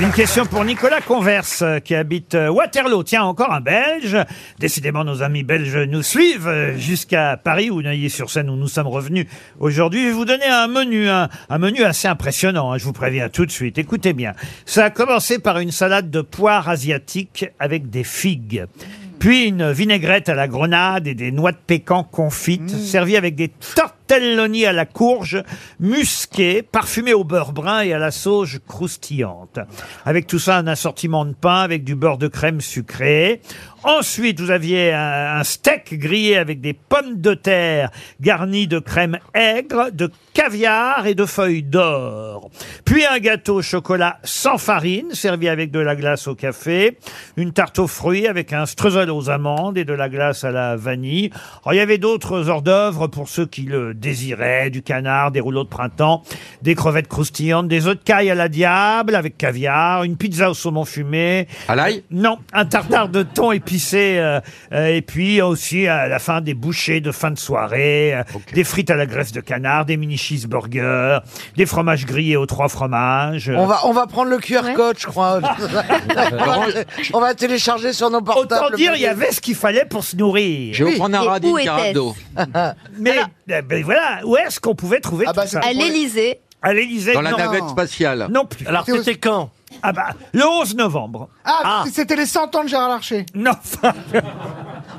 S1: Une question pour Nicolas Converse euh, qui habite euh, Waterloo. Tiens, encore un Belge. Décidément, nos amis belges nous suivent euh, jusqu'à Paris ou Neuilly-sur-Seine où nous sommes revenus aujourd'hui. Je vais vous donner un menu, un, un menu assez impressionnant. hein, je vous préviens tout de suite. Écoutez bien. Ça a commencé par une salade de poires asiatiques avec des figues. Puis une vinaigrette à la grenade et des noix de pécan confites, servies avec des tortelloni à la courge, musquées, parfumées au beurre brun et à la sauge croustillante. Avec tout ça, un assortiment de pain avec du beurre de crème sucrée. Ensuite, vous aviez un, un steak grillé avec des pommes de terre garnies de crème aigre, de caviar et de feuilles d'or. Puis un gâteau au chocolat sans farine, servi avec de la glace au café, une tarte aux fruits avec un streusel aux amandes et de la glace à la vanille. Alors, il y avait d'autres hors d'œuvre pour ceux qui le désiraient, du canard, des rouleaux de printemps, des crevettes croustillantes, des œufs de caille à la diable avec caviar, une pizza au saumon fumé.
S9: À l'ail
S1: Non, un tartare de thon épicé euh, euh, et puis aussi à la fin des bouchées de fin de soirée, euh, des frites à la graisse de canard, des mini cheeseburgers, des fromages grillés aux trois fromages.
S10: On va, on va prendre le QR code, je crois. on, va, on va télécharger sur nos portables.
S1: Autant dire, il y avait ce qu'il fallait pour se nourrir.
S10: Je vais Oui. prendre un Et radis, où une carafe était-ce Ah bah, d'eau.
S1: Mais eh ben voilà, où est-ce qu'on pouvait trouver tout ça
S19: À l'Élysée.
S1: À l'Élysée,
S9: Dans la
S1: non.
S9: navette spatiale.
S1: Non plus.
S9: Alors, c'était
S1: quand Ah bah, le 11 novembre.
S20: Ah, c'était les 100 ans de Gérard Larcher.
S1: Non.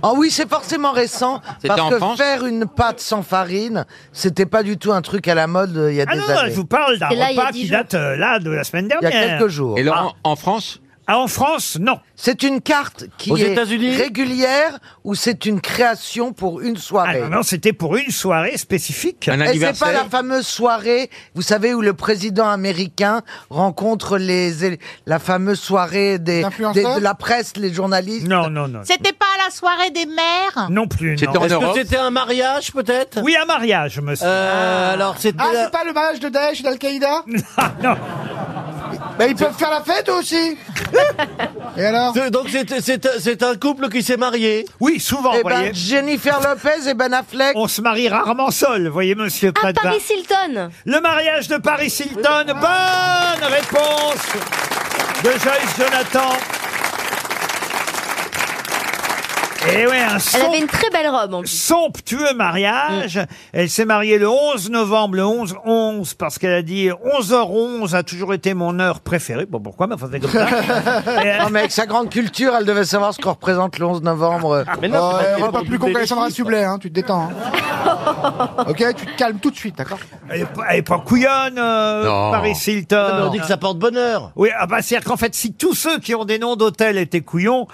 S10: Ah oui, c'est forcément récent.
S20: C'était
S10: Parce
S20: en
S10: que
S20: France
S10: faire une pâte sans farine, c'était pas du tout un truc à la mode euh, il y a
S1: Ah
S10: des
S1: non,
S10: années.
S1: non, je vous parle d'un repas qui date euh, là de la semaine dernière.
S10: quelques jours. Et Laurent,
S1: en France Ah, En France, non.
S10: C'est une carte qui
S1: Aux
S10: est
S1: États-Unis
S10: régulière ou c'est une création pour une soirée
S1: Ah Non, c'était pour une soirée spécifique.
S10: Et c'est pas la fameuse soirée, vous savez, où le président américain rencontre les, él- la fameuse soirée des,
S4: Influenceurs
S10: des- de la presse, les journalistes.
S1: Non, non, non.
S4: C'était pas à la soirée des mères
S1: Non plus.
S10: C'était en
S1: non.
S10: Est-ce que Europe c'était
S1: un mariage peut-être Oui, un mariage, monsieur.
S20: Euh,
S1: alors c'était.
S20: Ah, c'est pas le mariage de Daesh et d'Al-Qaïda
S1: Non.
S20: Bah, ils peuvent faire la fête eux aussi Et alors
S13: Donc c'est- c'est c'est un couple qui s'est marié.
S1: Oui, souvent.
S10: Eh ben, Jennifer Lopez et Ben Affleck.
S1: On se marie rarement seul, voyez, monsieur
S19: À
S1: Plaza.
S19: Ah, Paris Hilton.
S1: Le mariage de Paris Hilton. Bonne réponse de Joyce Jonathan. Et Eh ouais, un
S19: Elle
S1: son-
S19: avait une très belle robe en plus. Mm.
S1: somptueux mariage. Elle s'est mariée le 11 novembre, le 11-11, parce qu'elle a dit 11h11 a toujours été mon heure préférée. Bon, pourquoi, mais enfin, c'est comme ça.
S10: non, mais avec sa grande culture, elle devait savoir ce qu'on représente le 11 novembre.
S13: Ah,
S20: Mais non, Euh, on va Oh, pas plus con qu'Alessandra Sublet, hein, tu te détends. hein. ok, tu te calmes tout de suite, d'accord
S1: Elle est pas- elle est pas couillonne, euh,
S20: Non.
S1: Paris Hilton.
S20: Non, mais on dit que ça
S1: porte bonheur. Oui, ah bah, c'est-à-dire qu'en fait, si tous ceux qui ont des noms d'hôtels étaient couillons,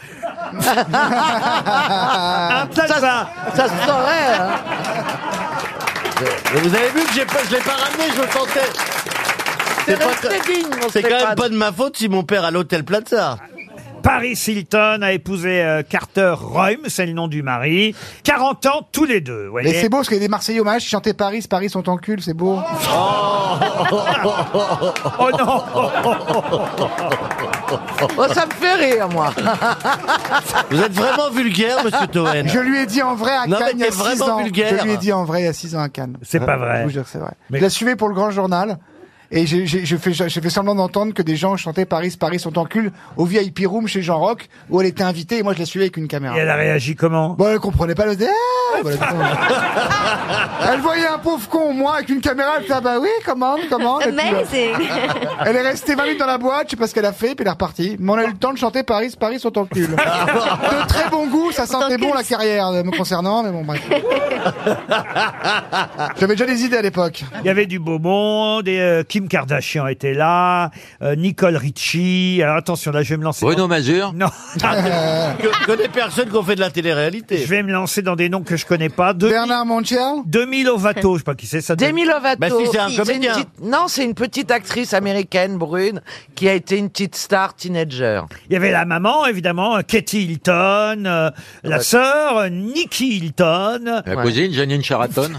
S1: un plaza.
S10: Ça se saurait. hein.
S13: Mais vous avez vu que j'ai pas, je l'ai pas ramené, je le tentais. C'est pas que- c'est quand même pas de ma faute si mon père à l'hôtel Plaza.
S1: Paris Hilton a épousé euh, Carter Roym, c'est le nom du mari. 40 ans tous les deux. vous voyez.
S20: Mais c'est beau parce qu'il y a des Marseillais hommage qui chantaient Paris, Paris sont en cul, c'est beau.
S1: Oh non
S10: Oh, ça me fait rire, moi.
S13: Vous êtes vraiment vulgaire, monsieur Toen.
S20: Je lui ai dit en vrai à
S13: Non, mais
S20: Cannes il y a
S13: t'es
S20: 6
S13: vraiment
S20: ans.
S13: vulgaire.
S20: Je lui ai dit en vrai il y a 6 ans à Cannes.
S1: C'est
S3: Ah,
S1: pas vrai.
S20: Je vous jure, c'est vrai. Je la suivais pour le grand journal. Et j'ai j'ai- je fais- j'ai fait semblant d'entendre que des gens chantaient Paris, Paris sont en cul au VIP Room chez Jean Rock où elle était invitée et moi je la suivais avec une caméra.
S1: Et elle a réagi comment
S20: Bon, elle comprenait pas le. Ah, voilà, c'est- elle voyait un pauvre con, moi, avec une caméra, elle fait ah bah oui, commande, commande. Et puis,
S19: Amazing.
S20: Elle est restée 20 minutes dans la boîte, je sais pas ce qu'elle a fait, puis elle est repartie. Mais on a eu le temps de chanter Paris, Paris sont en cul. De très bon goût, ça sentait bon la carrière euh, me concernant, mais bon bref. J'avais déjà des idées à l'époque.
S1: Il y avait du beau monde, et euh, Kim Kardashian était là, euh, Nicole Richie. Alors attention, là, je vais me lancer.
S9: Bruno Mazur
S1: Non.
S13: que, que des personnes qui ont fait de la télé-réalité.
S1: Je vais me lancer dans des noms que je connais pas. Bernard
S20: Montiel
S1: 2000 Ovato, je sais pas qui c'est ça.
S10: Demi Lovato.
S1: Bah si, c'est un
S10: qui-
S1: comédien.
S10: une petite- non, c'est une petite actrice américaine brune qui a été une petite star teenager.
S1: Il y avait la maman, évidemment, euh, Katie Hilton, euh, la sœur, euh, Nikki Hilton.
S9: La cousine, Janine Charaton.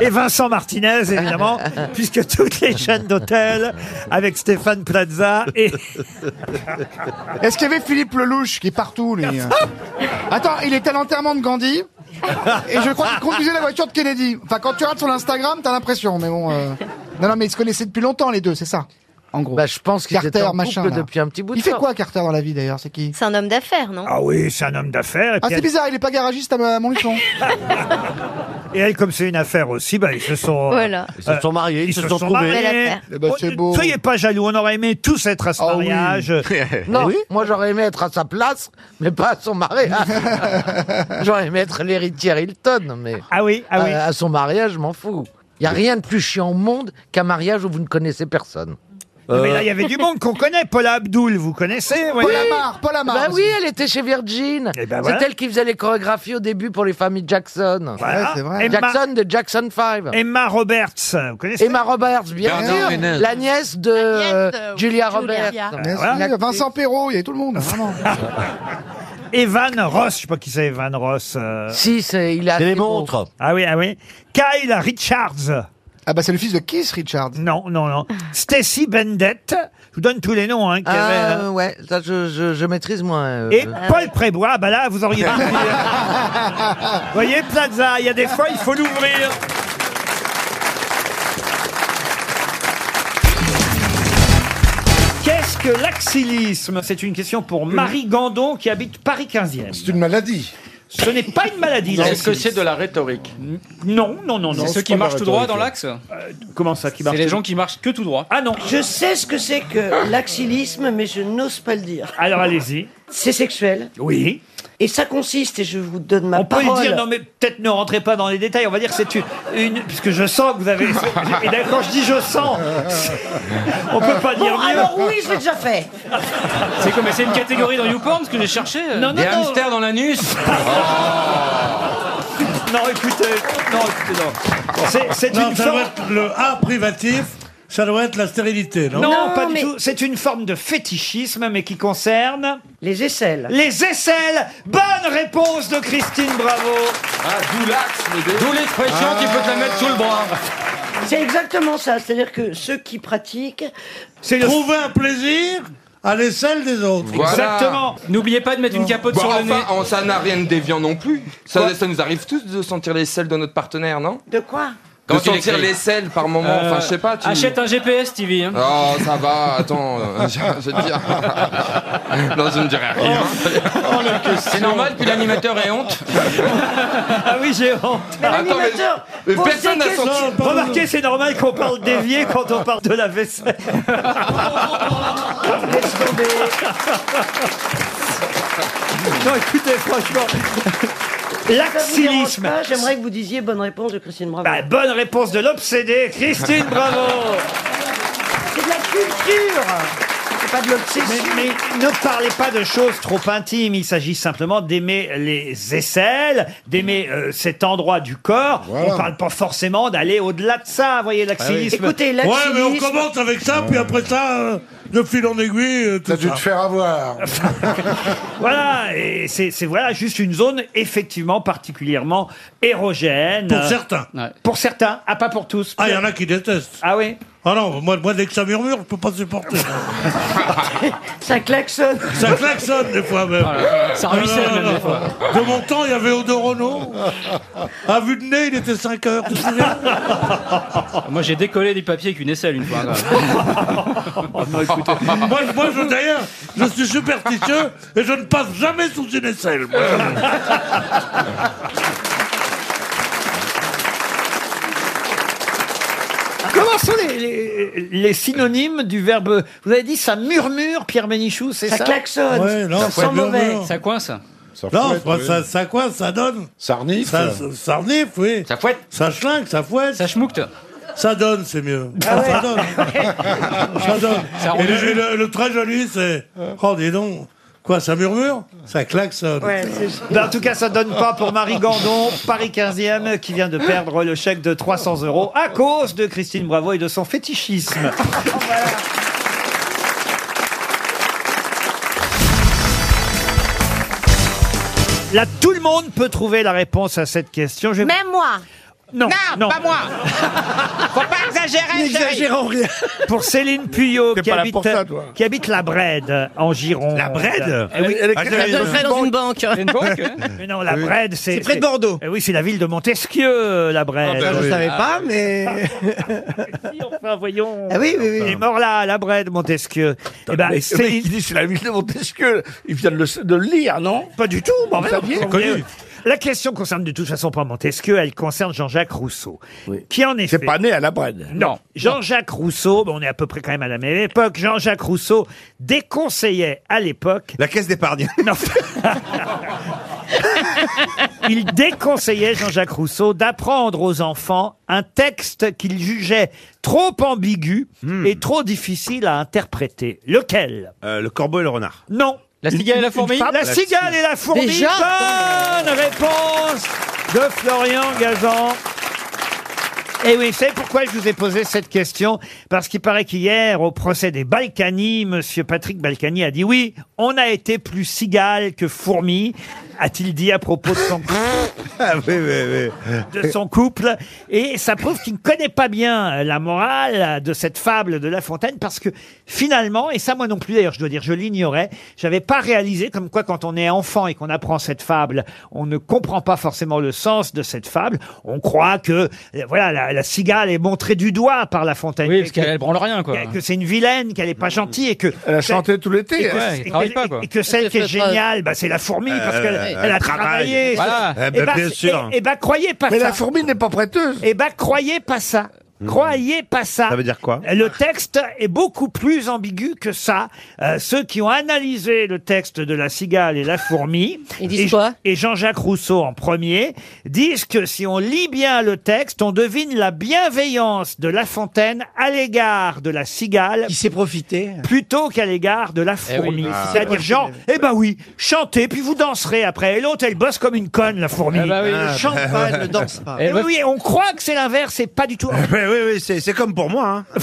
S1: Et Vincent Martinez, évidemment, puisque toutes les chaînes d'hôtel, avec Stéphane Plaza et...
S20: Est-ce qu'il y avait Philippe Lelouch qui est partout, lui Attends, il était à l'enterrement de Gandhi. Et je crois qu'il conduisait la voiture de Kennedy. Enfin, quand tu regardes son Instagram, t'as l'impression, mais bon. euh, Non, non, mais ils se connaissaient depuis longtemps, les deux, c'est ça En gros.
S10: Bah, je pense qu'ils étaient
S20: Carter,
S10: en
S20: machin.
S10: couple
S20: là.
S10: depuis un petit bout de
S20: Il fait
S10: temps.
S20: quoi, Carter, dans la vie, d'ailleurs C'est qui
S19: C'est un homme d'affaires, non
S1: Ah oui, c'est un homme d'affaires.
S20: Ah,
S1: et puis
S20: c'est
S1: elle-
S20: bizarre, il est pas garagiste à
S19: Euh,
S20: Montluçon.
S1: Et elle, comme c'est une affaire aussi, bah, ils se sont.
S20: Voilà.
S1: Ils se sont mariés, ils, se, sont, mariés.
S20: Belle affaire. Eh ben,
S1: Oh,
S20: c'est beau. Eh
S1: Soyez pas jaloux, on aurait aimé tous être à ce
S10: Ah oui.
S1: mariage.
S10: Non, moi j'aurais aimé être à sa place, mais pas à son mariage. j'aurais aimé être l'héritière Hilton, mais
S1: ah oui, ah oui.
S10: À, son mariage, je m'en fous. Il y a rien de plus chiant au monde qu'un mariage où vous ne connaissez personne.
S1: Non, Mais là, il y avait du monde qu'on connaît. Paula Abdul, vous connaissez
S10: Oui.
S1: voyez.
S10: Eh Bah oui, elle était chez Virgin.
S1: Eh ben voilà.
S10: C'est elle qui faisait les chorégraphies au début pour les familles Jackson.
S1: Voilà. Ouais, c'est vrai. Emma-
S10: Jackson de Jackson 5.
S1: Emma Roberts, vous connaissez
S10: Emma Roberts, bien
S1: Bernard
S10: sûr.
S1: Ménez.
S10: La nièce de euh, Julia Roberts.
S20: Bien sûr,
S1: Voilà.
S20: Vincent Perrault, il y avait tout le monde, vraiment.
S1: Evan Ross, je sais pas qui c'est Evan Ross. euh.
S10: Si, c'est, il a.
S1: C'est les
S10: montres.
S1: Ah oui, ah oui. Kyle Richards.
S20: Ah bah c'est le fils de Keith Richards.
S1: Non, non, non. Stacy Bendett. Je vous donne tous les noms. Hein, qu'il y
S10: Ah,
S1: avait, hein.
S10: ouais, ça, je, je- je maîtrise moins. euh,
S1: Et
S10: euh.
S5: Ah
S1: Paul Prébois, bah là, vous auriez... Vous voyez, Plaza, il y a des fois, il faut l'ouvrir. Qu'est-ce que l'axillisme C'est une question pour Marie Gandon qui habite Paris 15e. C'est
S20: une maladie.
S1: Ce n'est pas une maladie.
S9: Est-ce que
S1: l'axillisme.
S9: c'est de la rhétorique
S1: Non, non, non, non.
S2: C'est ceux qui marchent tout droit dans l'axe
S1: Comment ça, qui
S2: C'est
S1: marchent
S2: les
S1: tout-
S2: gens qui marchent que tout droit.
S1: Ah non.
S5: Je sais ce que c'est que l'axilisme, mais je n'ose pas le dire.
S1: Alors allez-y.
S5: C'est sexuel.
S1: Oui.
S5: Et ça consiste, et je vous donne ma
S1: On peut
S5: parole.
S1: lui dire, non mais peut-être ne rentrez pas dans les détails, on va dire que c'est une, une... Puisque je sens que vous avez... Et d'ailleurs, quand je dis je sens, on peut pas
S5: Bon,
S1: dire mieux.
S5: alors oui, je l'ai déjà fait.
S2: C'est comme, mais c'est une catégorie dans YouPorn, ce que j'ai cherché. euh.
S5: Non, non, Des non. hamsters
S2: dans l'anus.
S1: Non, écoutez, non, écoutez, non. C'est- C'est
S30: Non,
S1: une
S30: ça
S1: forme...
S30: doit être le A privatif, ça doit être la stérilité, non
S1: Non, pas du tout. C'est une forme de fétichisme, mais qui concerne...
S5: Les aisselles.
S1: Les aisselles Bonne réponse de Christine Bravo
S3: Ah, d'où l'axe, Ah. les deux.
S1: D'où l'expression, tu peux te la mettre sous le bras.
S5: C'est exactement ça. C'est-à-dire que ceux qui pratiquent.
S30: Trouver un plaisir à l'aisselle des autres.
S3: Voilà. Exactement.
S2: N'oubliez pas de mettre une capote
S3: Bon,
S2: sur
S3: enfin,
S2: le nez.
S3: on- ça n'a rien de déviant non plus. Ça,
S2: Quoi
S3: ça nous arrive tous de sentir les selles de notre partenaire, non
S5: De quoi
S3: De
S2: Quand il
S3: sentir
S2: écrit.
S3: les selles par moment.
S2: Euh,
S3: enfin, je sais pas. Tu...
S2: Achète un GPS, Stevie. hein.
S3: Oh, ça va, attends, euh, je, je te dis. non, je ne dirai rien.
S9: Oh, C'est normal, puis l'animateur ait honte.
S1: Ah oui, j'ai honte
S5: Mais l'animateur.
S3: mais
S5: pose
S3: personne
S5: des
S3: n'a
S5: questions.
S3: senti-
S1: Remarquez, c'est normal qu'on parle d'évier quand on parle de la vaisselle.
S5: Laisse tomber.
S1: Non, écoutez, franchement...
S5: Ça vous dérange
S1: L'axilisme
S5: pas, J'aimerais que vous disiez bonne réponse de Christine Bravo.
S1: Bah, bonne réponse de l'obsédé, Christine Bravo
S5: C'est de la culture. C'est pas de l'obsession.
S1: Mais ne parlez pas de choses trop intimes, il s'agit simplement d'aimer les aisselles, d'aimer euh, cet endroit du corps. On parle pas forcément d'aller au-delà de ça, voyez l'axilisme.
S30: Ah Ouais, mais on commence avec ça, puis après ça, euh, de fil en aiguille, euh, tout
S1: T'as dû
S30: ça.
S1: te
S30: faire avoir.
S1: Voilà, et c'est c'est- voilà juste une zone effectivement particulièrement érogène.
S9: Euh,
S30: Pour certains.
S1: Pour certains, ah pas pour tous.
S30: Ah, il y en a qui détestent.
S1: Ah oui
S30: Ah non, moi, moi dès que ça murmure, je peux pas supporter.
S5: Ça klaxonne.
S30: ça klaxonne des fois même. Ah,
S2: Ça ruisselle
S30: Non, non,
S2: même
S30: non.
S2: des fois.
S30: De mon temps, il y avait Odoronno. À vue de nez, il était 5 heures, tu te
S21: Ah,
S30: souviens
S2: Moi, j'ai décollé des papiers avec une aisselle une fois. Non, écoutez.
S30: Moi, moi, je- d'ailleurs, je suis superstitieux et je ne passe jamais sous une aisselle. moi, jamais.
S1: Comment sont les, les- les synonymes du verbe Vous avez dit ça murmure, Pierre Ménichou, c'est ça
S5: Ça klaxonne.
S30: Ouais, non,
S5: ça
S30: ça
S5: sent mauvais.
S30: murmure.
S2: Ça coince.
S21: Ça
S30: non, bah,
S21: fouette,
S30: enfin,
S21: oui.
S30: ça, ça quoi Ça donne Ça renifle Ça, renifle, oui. Ça fouette Ça schlingue, ça fouette. Ça schmoucte ça donne, c'est mieux.
S14: Ah ouais.
S30: Ça donne. ça donne.
S14: Ça rend
S30: et
S14: du
S30: le,
S14: jus.
S30: et le- le très joli, c'est. Oh, dis donc. Quoi, ça murmure Ça klaxonne.
S1: Ben, en tout cas, ça donne pas pour Marie Gandon, Paris 15e, qui vient de perdre le chèque de 300 euros à cause de Christine Bravo et de son fétichisme. Là, tout le monde peut trouver la réponse à cette question. Je vais-
S22: Même moi.
S1: Non, non.
S22: pas moi. Faut pas exagérer. chérie.
S1: Pour Céline Puyot,
S22: T'es
S1: qui
S22: pas là
S1: habite,
S22: pour ça, toi.
S1: qui habite la Brède, en Gironde. La
S14: Brède
S1: Elle,
S14: Ah, j'avais-
S1: devrait
S14: dans une banque. Une banque, hein
S1: Mais non, la
S14: Oui.
S1: Brède, c'est...
S14: C'est près de Bordeaux.
S1: Eh oui, c'est la ville de Montesquieu, la Brède.
S14: Ah, ben Ça, je oui. savais pas,
S1: mais... enfin, voyons. Ah oui, oui, oui. Il est mort là, à la Brède, Montesquieu. Eh ben,
S11: Mais le mec,
S1: Céline-
S11: il dit c'est la ville de Montesquieu. Il vient de le, de le lire, non
S1: Pas du tout. Bon,
S11: Vous
S1: ben,
S11: saviez
S1: non, mais, euh, La question concerne de toute façon pas Montesquieu, elle concerne Jean-Jacques Rousseau, qui en effet. C'est pas né à la brède. Non. Jean-Jacques Rousseau, ben, on est à peu près quand même à la même époque. Jean-Jacques Rousseau déconseillait à l'époque. La caisse d'épargne. Non. Il déconseillait Jean-Jacques Rousseau d'apprendre aux enfants un texte qu'il jugeait trop ambigu
S11: Hmm.
S1: et trop difficile à interpréter. Lequel
S11: Euh, Le corbeau et le renard.
S1: Non.
S11: La cigale et la fourmi
S1: Une fable La cigale et la fourmi.
S11: Déjà
S1: Bonne réponse de Florian Gazan. Et oui, c'est pourquoi je vous ai posé cette question parce qu'il paraît qu'hier, au procès des Balkany, Monsieur Patrick Balkany a dit oui, on a été plus cigale que fourmi, a-t-il dit à propos de son Ah de son couple. Et ça prouve qu'il ne connaît pas bien euh, la morale de cette fable de La Fontaine parce que finalement, et ça moi non plus d'ailleurs, je dois dire, je l'ignorais, j'avais pas réalisé comme quoi quand on est enfant et qu'on apprend cette fable, on ne comprend pas forcément le sens de cette fable. On croit que, euh, voilà, la, la cigale est montrée du doigt par La Fontaine. Oui,
S2: parce qu'elle branle rien, quoi.
S1: Que c'est une vilaine, qu'elle est pas gentille et que.
S11: Elle a chanté tout l'été,
S1: et que-
S11: elle. Ouais,
S1: et
S11: elle
S1: que-
S11: travaille pas, quoi.
S1: Et que celle
S11: Elle
S1: qui est
S11: se fait pas-
S1: géniale, bah, c'est la fourmi parce
S11: Euh,
S1: qu'elle
S11: elle
S1: elle a
S11: travaille.
S1: travaillé.
S11: Voilà.
S1: Eh
S11: Eh ben,
S1: ben,
S11: bien
S1: c'est-
S11: sûr.
S1: eh- eh ben, croyez pas
S11: Mais
S1: ça.
S11: la fourmi n'est pas prêteuse. Mm.
S1: Eh ben, croyez pas ça. Croyez pas ça.
S11: Ça veut dire quoi
S1: Le texte est beaucoup plus ambigu que ça. Euh, ceux qui ont analysé le texte de la cigale et la fourmi, et, et Jean-Jacques Rousseau en premier, disent que si on lit bien le texte, on devine la bienveillance de La Fontaine à l'égard de la cigale. Qui s'est profité Plutôt qu'à l'égard de la
S14: Eh oui,
S1: fourmi.
S14: qui s'est
S1: C'est-à-dire,
S14: profité.
S1: genre, eh ben oui, chantez, puis vous danserez après. Et l'autre, elle bosse comme une conne, la fourmi.
S14: Eh ben oui, Ah, chante bah. pas, elle ne danse pas.
S1: Eh
S14: Eh
S1: oui,
S14: ouais.
S1: oui, on croit que c'est l'inverse, c'est pas du tout.
S11: Eh ben oui, oui, c'est comme pour
S1: hein.
S11: moi.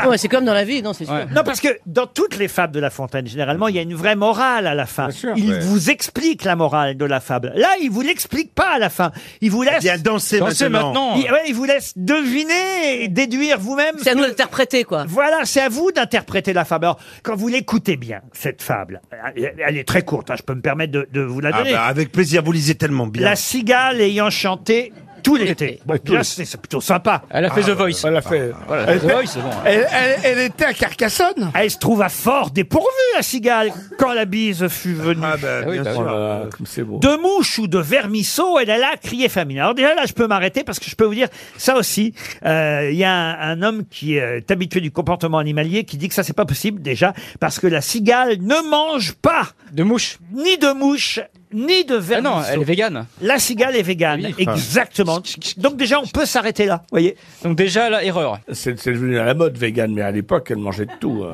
S1: Ah c'est comme dans la vie, non, c'est sûr. Non, parce que dans toutes les fables de La Fontaine, généralement, il y a une vraie morale à la fin. il
S11: ouais.
S1: vous explique la morale de la fable. Là, il vous l'explique pas à la fin. Il vous laisse. Bien danser,
S11: Dansez maintenant. maintenant.
S1: Il, ouais, il vous laisse deviner et déduire vous-même. C'est à nous d'interpréter, quoi. Voilà, c'est à vous d'interpréter la fable. Alors, quand vous l'écoutez bien, cette fable, elle, elle est très courte, hein, je peux me permettre de, de vous la donner.
S11: avec plaisir, vous lisez tellement Ah bah, bien.
S1: La cigale ayant chanté tout l'été.
S11: tout
S1: Là,
S11: l'été.
S1: c'est c'est plutôt sympa. Elle
S11: a fait The Voice.
S1: Elle a fait
S3: Ah,
S11: The Voice, c'est bon. hein. Elle- elle-
S1: était à Carcassonne. Elle se trouva fort dépourvue, la cigale, quand la bise fut venue.
S11: Ah, ben,
S3: ah
S2: Ah
S11: bien
S2: bah,
S3: bah
S11: sûr. Euh, comme c'est beau.
S1: De mouche ou de vermisseau, elle alla crier famine. Alors déjà là, je peux m'arrêter parce que je peux vous dire ça aussi. euh, Il y a un, un homme qui euh, est habitué du comportement animalier qui dit que ça c'est pas possible déjà parce que la cigale ne mange pas de mouche, ni de mouche, ni de vermisseau.
S2: Ah non, elle est végane. Ah
S1: La cigale est végane, exactement. Donc déjà on peut s'arrêter là, voyez.
S11: Donc déjà, là, erreur. C'est c'est devenu à la mode, vegan, mais à l'époque, elle mangeait de tout. euh.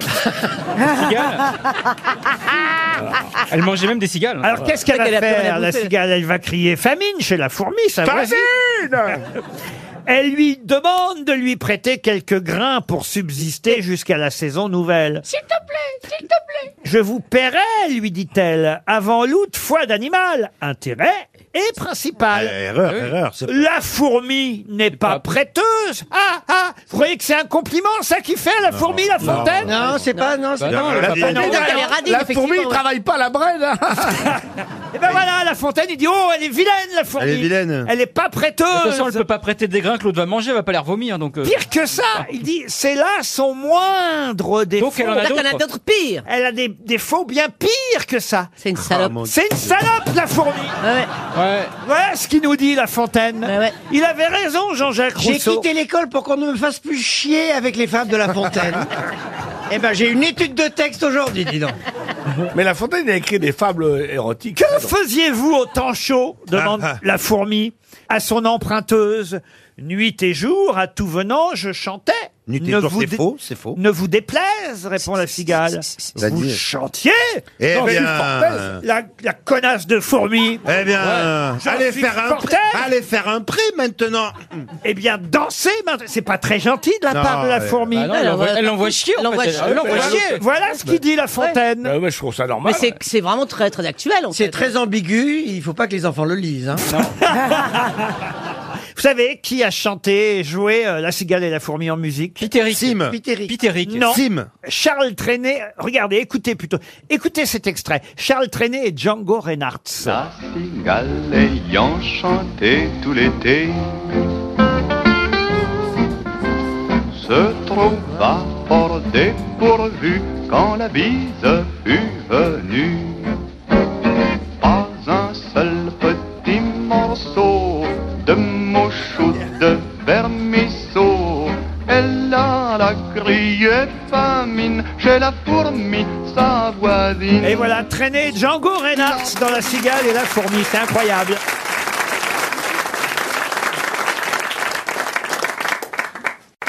S2: Elle mangeait même des cigales. hein.
S1: Alors qu'est-ce qu'elle va faire la cigale Elle va crier famine chez la fourmi, ça va. Elle lui demande de lui prêter quelques grains pour subsister jusqu'à la saison nouvelle.
S14: S'il te plaît, s'il te plaît.
S1: Je vous paierai, lui dit-elle, avant l'août, foi d'animal, intérêt et principal.
S11: erreur, Ah oui. erreur, c'est pas-
S1: La fourmi n'est pas prêteuse. Ah, ah, vous croyez que c'est un compliment, ça, qui fait à la
S11: Non,
S1: fourmi, la
S11: non.
S1: fontaine
S11: Non, c'est pas- non, c'est Bah pas- non, la fourmi- Elle est radine, la hein. fourmi, effectivement, travaille
S1: pas la brède. et ben voilà, la fontaine, il dit, oh, elle est vilaine, la fourmi.
S2: Elle est vilaine.
S1: Elle est pas prêteuse.
S2: De toute façon, elle peut pas prêter des grains que l'autre va manger, elle va pas l'air vomir, donc. euh,
S1: Pire que ça, il dit, c'est là son moindre défaut.
S2: elle en a C'est-à-dire qu'elle a d'autres. d'autres
S1: pires. Elle a des défauts bien pires que ça. C'est une
S2: salope. Ah, mon
S1: c'est une salope, la fourmi. Voilà ce qu'il nous dit, la fontaine. Il avait raison, Jean-Jacques
S5: J'ai
S1: Rousseau.
S5: quitté l'école pour qu'on ne me fasse plus chier avec les fables de La Fontaine. Eh ben, j'ai une étude de texte aujourd'hui, dis donc.
S2: Mais La Fontaine a écrit des fables érotiques.
S1: Que faisiez-vous au temps chaud demande
S2: Ah, ah.
S1: la fourmi à son emprunteuse. Nuit et jour, à tout venant, je chantais.
S3: Nuit et
S1: Ne
S3: jour,
S1: vous
S3: c'est
S1: dé-
S3: faux, c'est faux.
S1: Ne vous déplaise, répond la cigale. Vous
S3: C'est-à-dire
S1: chantiez
S3: Eh
S1: dans
S3: bien.
S1: une forteresse. la, la connasse de fourmi.
S3: Eh bien, allez faire un prêt,
S1: allez faire un prêt maintenant. Eh bien, dansez maintenant. C'est pas très gentil de la
S2: Non,
S1: part de la
S2: ouais.
S1: fourmi.
S2: Bah non, elle l'envoie- elle l'envoie chier, en
S1: Elle
S2: fait.
S1: l'envoie
S2: Elle l'envoie
S1: Voilà-
S2: chier.
S1: Voilà ce qu'il dit la fontaine.
S2: Bah Ouais, ouais, je trouve ça normal.
S10: Mais c'est- c'est vraiment très très actuel. C'est très ambigu. Il faut pas que les enfants le lisent. hein.
S1: Vous savez qui a chanté et joué euh, La cigale et la fourmi en musique Pitéric.
S3: Sim.
S1: Pitéric.
S3: Pitéric.
S1: Non.
S3: Sim.
S1: Charles Trenet. Regardez, écoutez plutôt. Écoutez cet extrait. Charles Trenet et Django Reinhardt.
S13: cigale ayant chanté tout l'été se trouva fort dépourvu quand la bise fut venue. Pas un seul petit morceau de mouche ou de vermisseau. Elle a la grille famine chez la fourmi, sa voisine.
S1: Et voilà, Trenet et Django Reinhardt dans La cigale et la fourmi. C'est incroyable.